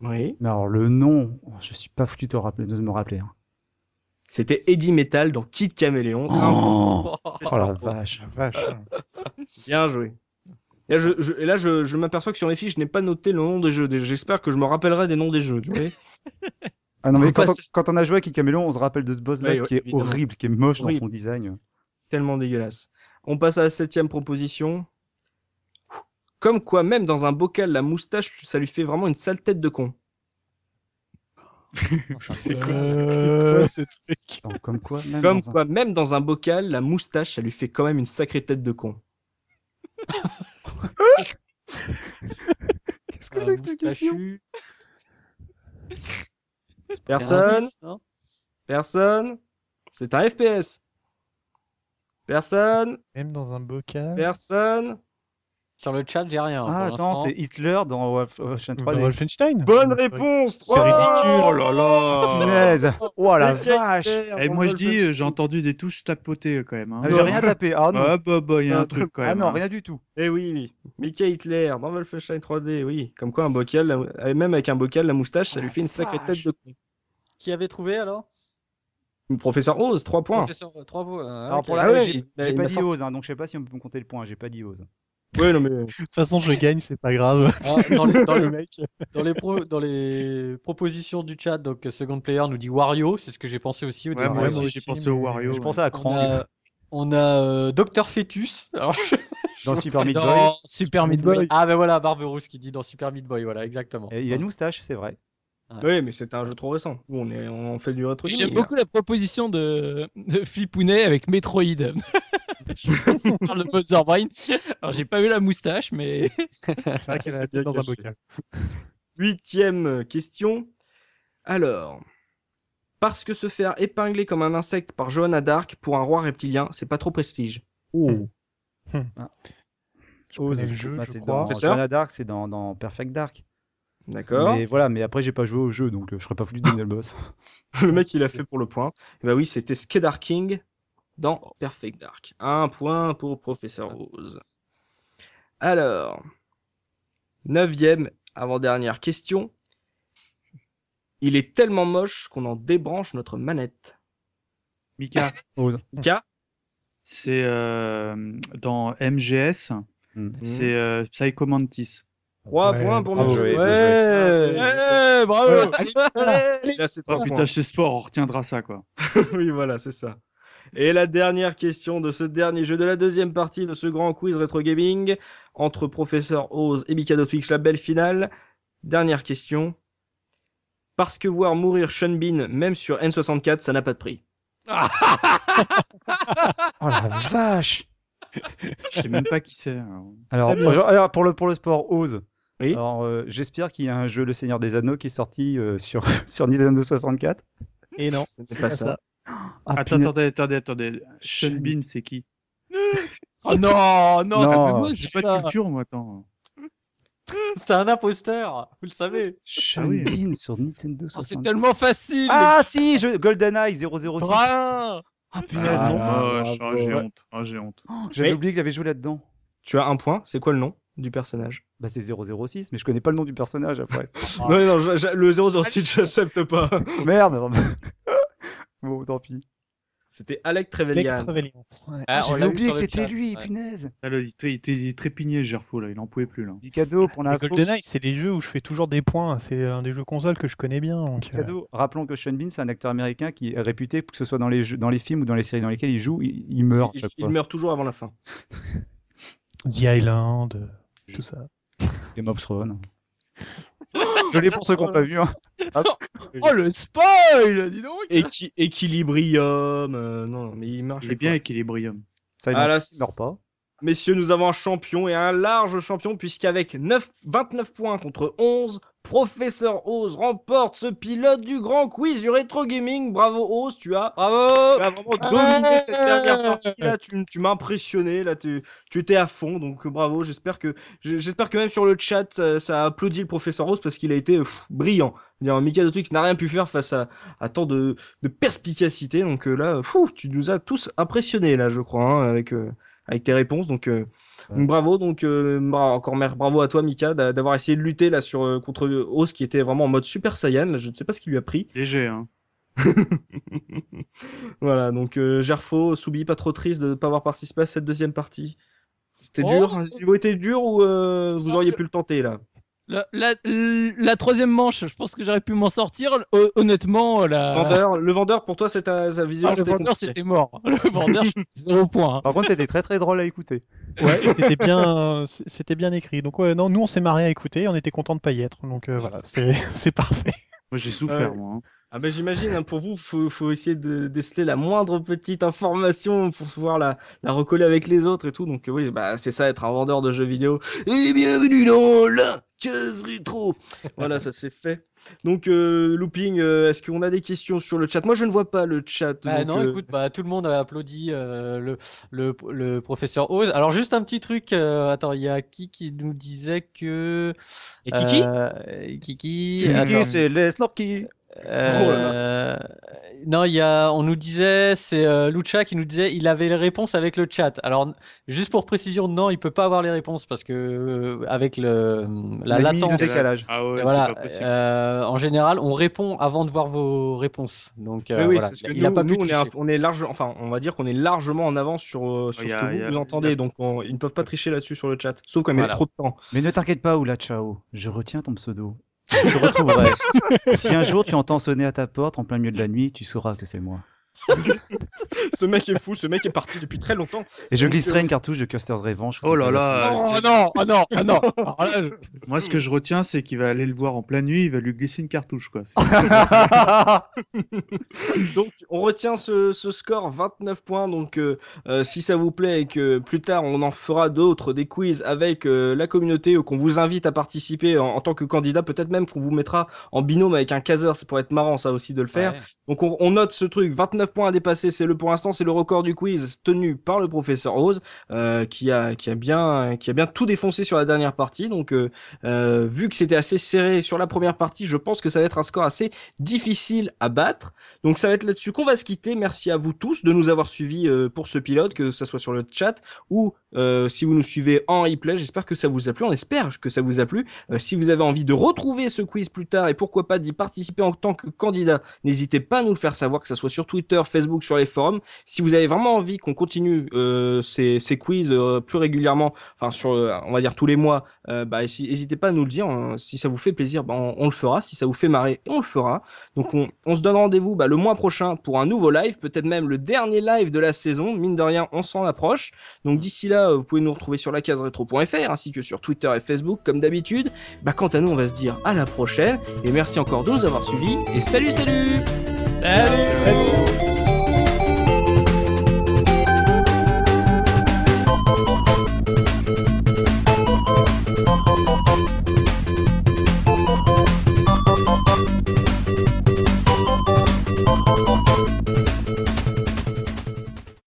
Speaker 1: Oui.
Speaker 5: Mais alors le nom, oh, je suis pas foutu de, te rappeler- de me rappeler. hein.
Speaker 1: C'était Eddie Metal dans Kid Caméléon. Un
Speaker 5: Oh,
Speaker 1: C'est
Speaker 5: Oh,
Speaker 1: ça.
Speaker 5: la vache.
Speaker 1: Bien joué. Et là, je, je- et là, je- je m'aperçois que sur mes fiches, je n'ai pas noté le nom des jeux. Des- J'espère que je me rappellerai des noms des jeux. Tu vois
Speaker 5: Ah non,
Speaker 1: Faut
Speaker 5: mais quand,
Speaker 1: passer-
Speaker 5: on- quand on a joué à Kid Caméléon, on se rappelle de ce boss-là
Speaker 1: Ouais, ouais,
Speaker 5: qui est
Speaker 1: évidemment.
Speaker 5: horrible, qui est moche dans
Speaker 1: Horrible.
Speaker 5: son design.
Speaker 1: Tellement dégueulasse. On passe à la septième proposition. Comme quoi, même dans un bocal, la moustache, ça lui fait vraiment une sale tête de con.
Speaker 2: C'est quoi ça
Speaker 6: Euh, ce truc
Speaker 5: Attends, comme quoi même
Speaker 1: Comme
Speaker 5: dans un-
Speaker 1: quoi, même dans un bocal, la moustache, ça lui fait quand même une sacrée tête de con.
Speaker 5: Qu'est-ce que c'est que cette question
Speaker 1: Personne Personne C'est un FPS Personne
Speaker 6: Même dans un bocal.
Speaker 1: Personne
Speaker 3: Sur le chat, j'ai rien.
Speaker 5: Ah
Speaker 3: pour
Speaker 5: attends,
Speaker 3: l'instant.
Speaker 5: c'est Hitler dans Wolf- Wolfenstein 3D.
Speaker 6: Bah, Wolfenstein euh,
Speaker 1: Bonne réponse
Speaker 6: C'est ridicule.
Speaker 2: Oh là là
Speaker 5: Punaise Oh la vache
Speaker 1: Ah,
Speaker 2: Et moi je dis, euh, j'ai entendu des touches tapoter quand même. Hein.
Speaker 5: Ah, J'ai rien tapé. Ah non.
Speaker 2: Ah bah bah, il y a un truc quand même.
Speaker 5: Ah non,
Speaker 2: hein.
Speaker 5: rien du tout.
Speaker 1: Eh oui, oui. Mika Hitler dans Wolfenstein 3D, oui. Comme quoi, un bocal, la- et même avec un bocal, la moustache, ça lui fait une sacrée tête de con.
Speaker 3: Qui avait trouvé alors
Speaker 1: Professeur Oz, 3 points.
Speaker 3: Professeur euh, Trois points. Ah,
Speaker 5: Alors
Speaker 3: ok.
Speaker 5: pour la
Speaker 1: Ah ouais,
Speaker 5: j'ai-
Speaker 1: il- il
Speaker 5: j'ai
Speaker 1: m'a
Speaker 5: pas dit
Speaker 1: sorti.
Speaker 5: Oz, hein, donc je sais pas si on peut me compter le point, j'ai pas dit Oz.
Speaker 1: Ouais, non, mais...
Speaker 6: De toute façon, je gagne, c'est pas grave.
Speaker 3: Ah, dans, les, dans, les,
Speaker 6: Le mec.
Speaker 3: dans les pro- dans les propositions du chat, donc euh, Second Player nous dit Wario, c'est ce que j'ai pensé aussi au
Speaker 2: Ouais,
Speaker 3: début.
Speaker 2: moi
Speaker 6: Ouais,
Speaker 2: aussi
Speaker 6: moi
Speaker 2: j'ai
Speaker 6: aussi,
Speaker 2: pensé au
Speaker 6: mais-
Speaker 2: Wario.
Speaker 5: Je
Speaker 2: ouais.
Speaker 5: pensais à
Speaker 3: On
Speaker 5: Krang
Speaker 3: a, on a, euh, Dr Fetus. Alors, je-
Speaker 5: dans Super Meat Boy.
Speaker 7: Dans Super Meat Boy.
Speaker 3: Ah ben voilà, Barberousse qui dit dans Super Meat Boy, voilà, exactement.
Speaker 5: Et il a une moustache, c'est vrai.
Speaker 1: Ouais, mais c'était un jeu trop récent. Nous, on, est... on fait du rétro.
Speaker 7: J'aime beaucoup la proposition de, de Flipounet avec Metroid. je pense qu'on parle de Buzzer Brain. Alors, j'ai pas vu la moustache, mais
Speaker 6: C'est vrai qu'elle a la tête dans un bocal.
Speaker 1: Huitième question. Alors, parce que se faire épingler comme un insecte par Johanna d'Arc pour un roi reptilien, c'est pas trop prestige. Oh.
Speaker 6: Je
Speaker 5: Oz,
Speaker 6: connais le
Speaker 5: je-
Speaker 6: jeu,
Speaker 5: bah,
Speaker 6: je
Speaker 5: c'est
Speaker 6: crois.
Speaker 5: dans
Speaker 1: Professeur
Speaker 5: Joanna Dark, c'est dans, dans Perfect Dark.
Speaker 1: D'accord.
Speaker 5: Mais voilà, mais après j'ai pas joué au jeu, donc euh, je serais pas foutu de donner le boss.
Speaker 1: Le mec, il a fait pour le point. Et bah oui, c'était Skedar King dans Perfect Dark. Un point pour Professeur Rose. Alors, neuvième, avant-dernière question. Il est tellement moche qu'on en débranche notre manette.
Speaker 2: Mika,
Speaker 1: Mika
Speaker 2: c'est euh, dans MGS,
Speaker 5: Mmh.
Speaker 2: c'est euh, Psycho Mantis.
Speaker 1: Trois
Speaker 6: Ouais,
Speaker 1: points pour
Speaker 5: bravo,
Speaker 1: Mika.
Speaker 5: Joey,
Speaker 1: Ouais.
Speaker 7: ouais, Eh, bravo.
Speaker 3: Ah,
Speaker 1: Là, c'est
Speaker 2: Oh
Speaker 1: trois
Speaker 2: putain,
Speaker 1: points.
Speaker 2: chez Sport, on retiendra ça quoi.
Speaker 1: oui, voilà, c'est ça. Et la dernière question de ce dernier jeu de la deuxième partie de ce grand quiz rétro gaming entre Professeur Oz et Mikado Twix, la belle finale. Dernière question. Parce que voir mourir Sean Bean, même sur N64, ça n'a pas de prix.
Speaker 6: Oh la vache
Speaker 2: Je sais même pas qui c'est. hein. alors.
Speaker 5: Alors,
Speaker 6: bien.
Speaker 5: genre, alors, pour, le, pour le sport, Ose.
Speaker 1: Oui.
Speaker 5: Alors, euh, j'espère qu'il y a un jeu Le Seigneur des Anneaux qui est sorti euh, sur, sur Nintendo 64.
Speaker 6: Et non.
Speaker 1: C'est pas ça.
Speaker 5: Ah,
Speaker 2: Attends,
Speaker 5: punaise.
Speaker 2: attendez, attendez, attendez. Sean Bean, c'est qui
Speaker 7: Oh non, non,
Speaker 5: Non,
Speaker 7: calme-toi,
Speaker 2: J'ai
Speaker 7: c'est
Speaker 2: pas
Speaker 7: ça.
Speaker 2: de culture, moi, attends.
Speaker 3: C'est un imposteur, vous le savez.
Speaker 5: Sean
Speaker 2: Ah oui.
Speaker 5: Bean sur Nintendo
Speaker 7: Oh, c'est
Speaker 5: 64.
Speaker 7: tellement facile.
Speaker 5: Ah si, je... GoldenEye 006.
Speaker 7: Brun.
Speaker 5: Ah
Speaker 2: Punaise,
Speaker 5: punaise,
Speaker 2: ils sont
Speaker 5: non.
Speaker 2: moches. Ah, j'ai
Speaker 5: Ouais.
Speaker 2: honte. Ah, j'ai honte.
Speaker 5: J'avais
Speaker 1: Mais-
Speaker 5: oublié qu'il avait joué là-dedans.
Speaker 1: Tu as un point. C'est quoi le nom du personnage
Speaker 5: Bah c'est 006, mais je connais pas le nom du personnage après.
Speaker 1: Non, non, je- je- le 006, j'accepte pas.
Speaker 5: Merde. bon, tant pis.
Speaker 1: C'était Alec
Speaker 6: Lake
Speaker 1: Trevelyan.
Speaker 6: Trevelyan. Ouais.
Speaker 3: Ah, on
Speaker 5: J'avais
Speaker 3: l'a eu
Speaker 5: oublié
Speaker 3: sur
Speaker 5: que
Speaker 3: le
Speaker 5: c'était
Speaker 3: chat.
Speaker 5: lui,
Speaker 3: Ouais.
Speaker 5: punaise.
Speaker 2: Ah, le- il était- il était trépignait, Gerfo, là. Il en pouvait plus, là.
Speaker 5: Du cadeau pour
Speaker 6: Bah, Le
Speaker 5: la
Speaker 6: GoldenEye, c'est des jeux où je fais toujours des points. C'est un des jeux console que je connais bien. donc, euh,
Speaker 5: Cadeau. Rappelons que Sean Bean, c'est un acteur américain qui est réputé, que ce soit dans les, jeux, dans les films ou dans les séries dans lesquelles il joue, il, il meurt. à
Speaker 1: Il,
Speaker 5: chaque
Speaker 1: il
Speaker 5: fois.
Speaker 1: meurt toujours avant la fin.
Speaker 6: The Island, euh, tout ça.
Speaker 5: Game of Thrones.
Speaker 3: Ah,
Speaker 5: Désolé pour ceux qui n'ont pas vu. hein.
Speaker 7: Oh le spoil, dis donc.
Speaker 1: Équi- équilibrium. euh, non, mais il marche.
Speaker 2: Il est bien hein. Equilibrium.
Speaker 5: Silent
Speaker 1: Ah, là,
Speaker 5: Hill, il meurt pas.
Speaker 1: Messieurs, nous avons un champion et un large champion puisqu'avec 9, 29 points contre 11, Professeur Oz remporte ce pilote du grand quiz du rétro gaming. Bravo Oz, tu as,
Speaker 3: Bravo
Speaker 1: tu as vraiment dominé cette dernière partie là. Tu, m- tu m'as impressionné là, tu, tu étais à fond donc euh, bravo. J'espère que j- j'espère que même sur le chat euh, ça a applaudi le Professeur Oz parce qu'il a été pff, brillant. Je veux Dire, Michael Twix n'a rien pu faire face à, à tant de, de perspicacité donc euh, là, fou, tu nous as tous impressionnés là, je crois, hein, avec. euh, avec tes réponses. Donc, euh,
Speaker 5: Ouais.
Speaker 1: donc bravo. Donc euh, bra- encore mer- bravo à toi, Mika, d'a- d'avoir essayé de lutter là sur euh, contre Oz qui était vraiment en mode Super Saiyan. Là, je ne sais pas ce qui lui a pris.
Speaker 2: Léger, hein.
Speaker 1: Voilà. Donc euh, Gerfo, Soubi, pas trop triste de ne pas avoir participé à cette deuxième partie. C'était
Speaker 7: Oh.
Speaker 1: dur. hein Ce niveau était dur ou euh, vous auriez pu le tenter là
Speaker 7: La, la- la troisième manche, je pense que j'aurais pu m'en sortir. Hon- honnêtement, la...
Speaker 1: Vendeur, le vendeur pour toi, c'est ta sa vision.
Speaker 7: Ah, le vendeur, c'était mort. Le vendeur, je suis zéro point. hein.
Speaker 5: Par contre, c'était très très drôle à écouter.
Speaker 6: Ouais, et c'était bien, c- c'était bien écrit. Donc ouais, non, nous on s'est marré à écouter, on était content de pas y être. Donc euh, voilà, c'est c'est parfait.
Speaker 2: Moi, j'ai souffert,
Speaker 1: Ouais.
Speaker 2: moi. hein.
Speaker 1: Ah ben j'imagine, hein, pour vous, faut, faut essayer de déceler la moindre petite information pour pouvoir la, la recoller avec les autres et tout. Donc euh, oui, bah c'est ça être un vendeur de jeux vidéo. Et bienvenue dans la case rétro. voilà, ça c'est fait. Donc euh, looping, euh, est-ce qu'on a des questions sur le chat Moi je ne vois pas le chat.
Speaker 3: Bah
Speaker 1: donc,
Speaker 3: non,
Speaker 1: euh,
Speaker 3: écoute, bah, tout le monde a applaudi euh, le, le, le professeur Oz. Alors, juste un petit truc. euh, attends, il y a qui qui nous disait que.
Speaker 1: Et Kiki
Speaker 3: Euh, Kiki.
Speaker 2: Kiki,
Speaker 3: alors,
Speaker 5: Qui c'est les Slorky
Speaker 1: Oh
Speaker 3: euh, non, il y a. On nous disait, c'est euh, Lucha qui nous disait, il avait les réponses avec le chat. Alors, n- juste pour précision, non, il peut pas avoir les réponses parce que euh, avec le la
Speaker 5: On a mis le
Speaker 3: latence.
Speaker 5: décalage.
Speaker 2: Ah ouais, c'est
Speaker 3: Voilà,
Speaker 2: pas possible.
Speaker 3: euh, en général, on répond avant de voir vos réponses. Donc, euh,
Speaker 1: oui, oui,
Speaker 3: voilà.
Speaker 1: c'est ce que
Speaker 3: il
Speaker 1: nous,
Speaker 3: a pas
Speaker 1: nous,
Speaker 3: pu
Speaker 1: on, est, un-
Speaker 3: tricher.
Speaker 1: on est large, enfin on va dire qu'on est largement en avance sur, euh, sur
Speaker 2: Il y
Speaker 1: ce
Speaker 2: a-
Speaker 1: que
Speaker 2: il y
Speaker 1: vous,
Speaker 2: a-
Speaker 1: vous entendez.
Speaker 2: il y a-
Speaker 1: Donc on- ils ne peuvent pas tricher là-dessus sur le chat, sauf quand il y a
Speaker 3: Voilà.
Speaker 1: trop de temps.
Speaker 5: Mais ne t'inquiète pas, Oula Ciao, je retiens ton pseudo. Je te retrouverai. si un jour tu entends sonner à ta porte en plein milieu de la nuit, tu sauras que c'est moi.
Speaker 1: ce mec est fou, ce mec est parti depuis très longtemps.
Speaker 5: Et je
Speaker 1: Donc,
Speaker 5: glisserai une cartouche de Custer's Revenge.
Speaker 2: Oh là là.
Speaker 7: Oh non, oh non, oh non. Alors là, je-
Speaker 2: Moi, ce que je retiens, c'est qu'il va aller le voir en pleine nuit, il va lui glisser une cartouche, quoi. C'est-
Speaker 1: Donc on retient ce, ce score 29 points. Donc euh, euh, si ça vous plaît et que plus tard on en fera d'autres, des quiz avec euh, la communauté euh, qu'on vous invite à participer en, en tant que candidat, peut-être même qu'on vous mettra en binôme avec un caseur, ça pourrait être marrant ça aussi de le faire.
Speaker 3: Ouais.
Speaker 1: Donc on, on note ce truc, 29 points à dépasser, c'est le pour l'instant, c'est le record du quiz tenu par le professeur Oz euh, qui a qui a bien qui a bien tout défoncé sur la dernière partie. Donc euh, euh, vu que c'était assez serré sur la première partie, je pense que ça va être un score assez difficile à battre. Donc ça va être là-dessus qu'on va se quitter. Merci à vous tous de nous avoir suivis euh, pour ce pilote, que ça soit sur le chat ou euh, si vous nous suivez en replay. J'espère que ça vous a plu. On espère que ça vous a plu. Euh, si vous avez envie de retrouver ce quiz plus tard et pourquoi pas d'y participer en tant que candidat, n'hésitez pas à nous le faire savoir, que ça soit sur Twitter, Facebook, sur les forums. Si vous avez vraiment envie qu'on continue euh, ces, ces quiz euh, plus régulièrement, enfin sur, euh, on va dire tous les mois, euh, bah, si- n'hésitez pas à nous le dire. hein. si ça vous fait plaisir, bah, on, on le fera. Si ça vous fait marrer, on le fera. Donc on, on se donne rendez-vous bah, le mois prochain pour un nouveau live, peut-être même le dernier live de la saison. Mine de rien, on s'en approche. Donc d'ici là, euh, vous pouvez nous retrouver sur la case rétro.fr ainsi que sur Twitter et Facebook comme d'habitude. Bah, quant à nous, on va se dire à la prochaine et merci encore de nous avoir suivis et salut salut
Speaker 7: Salut.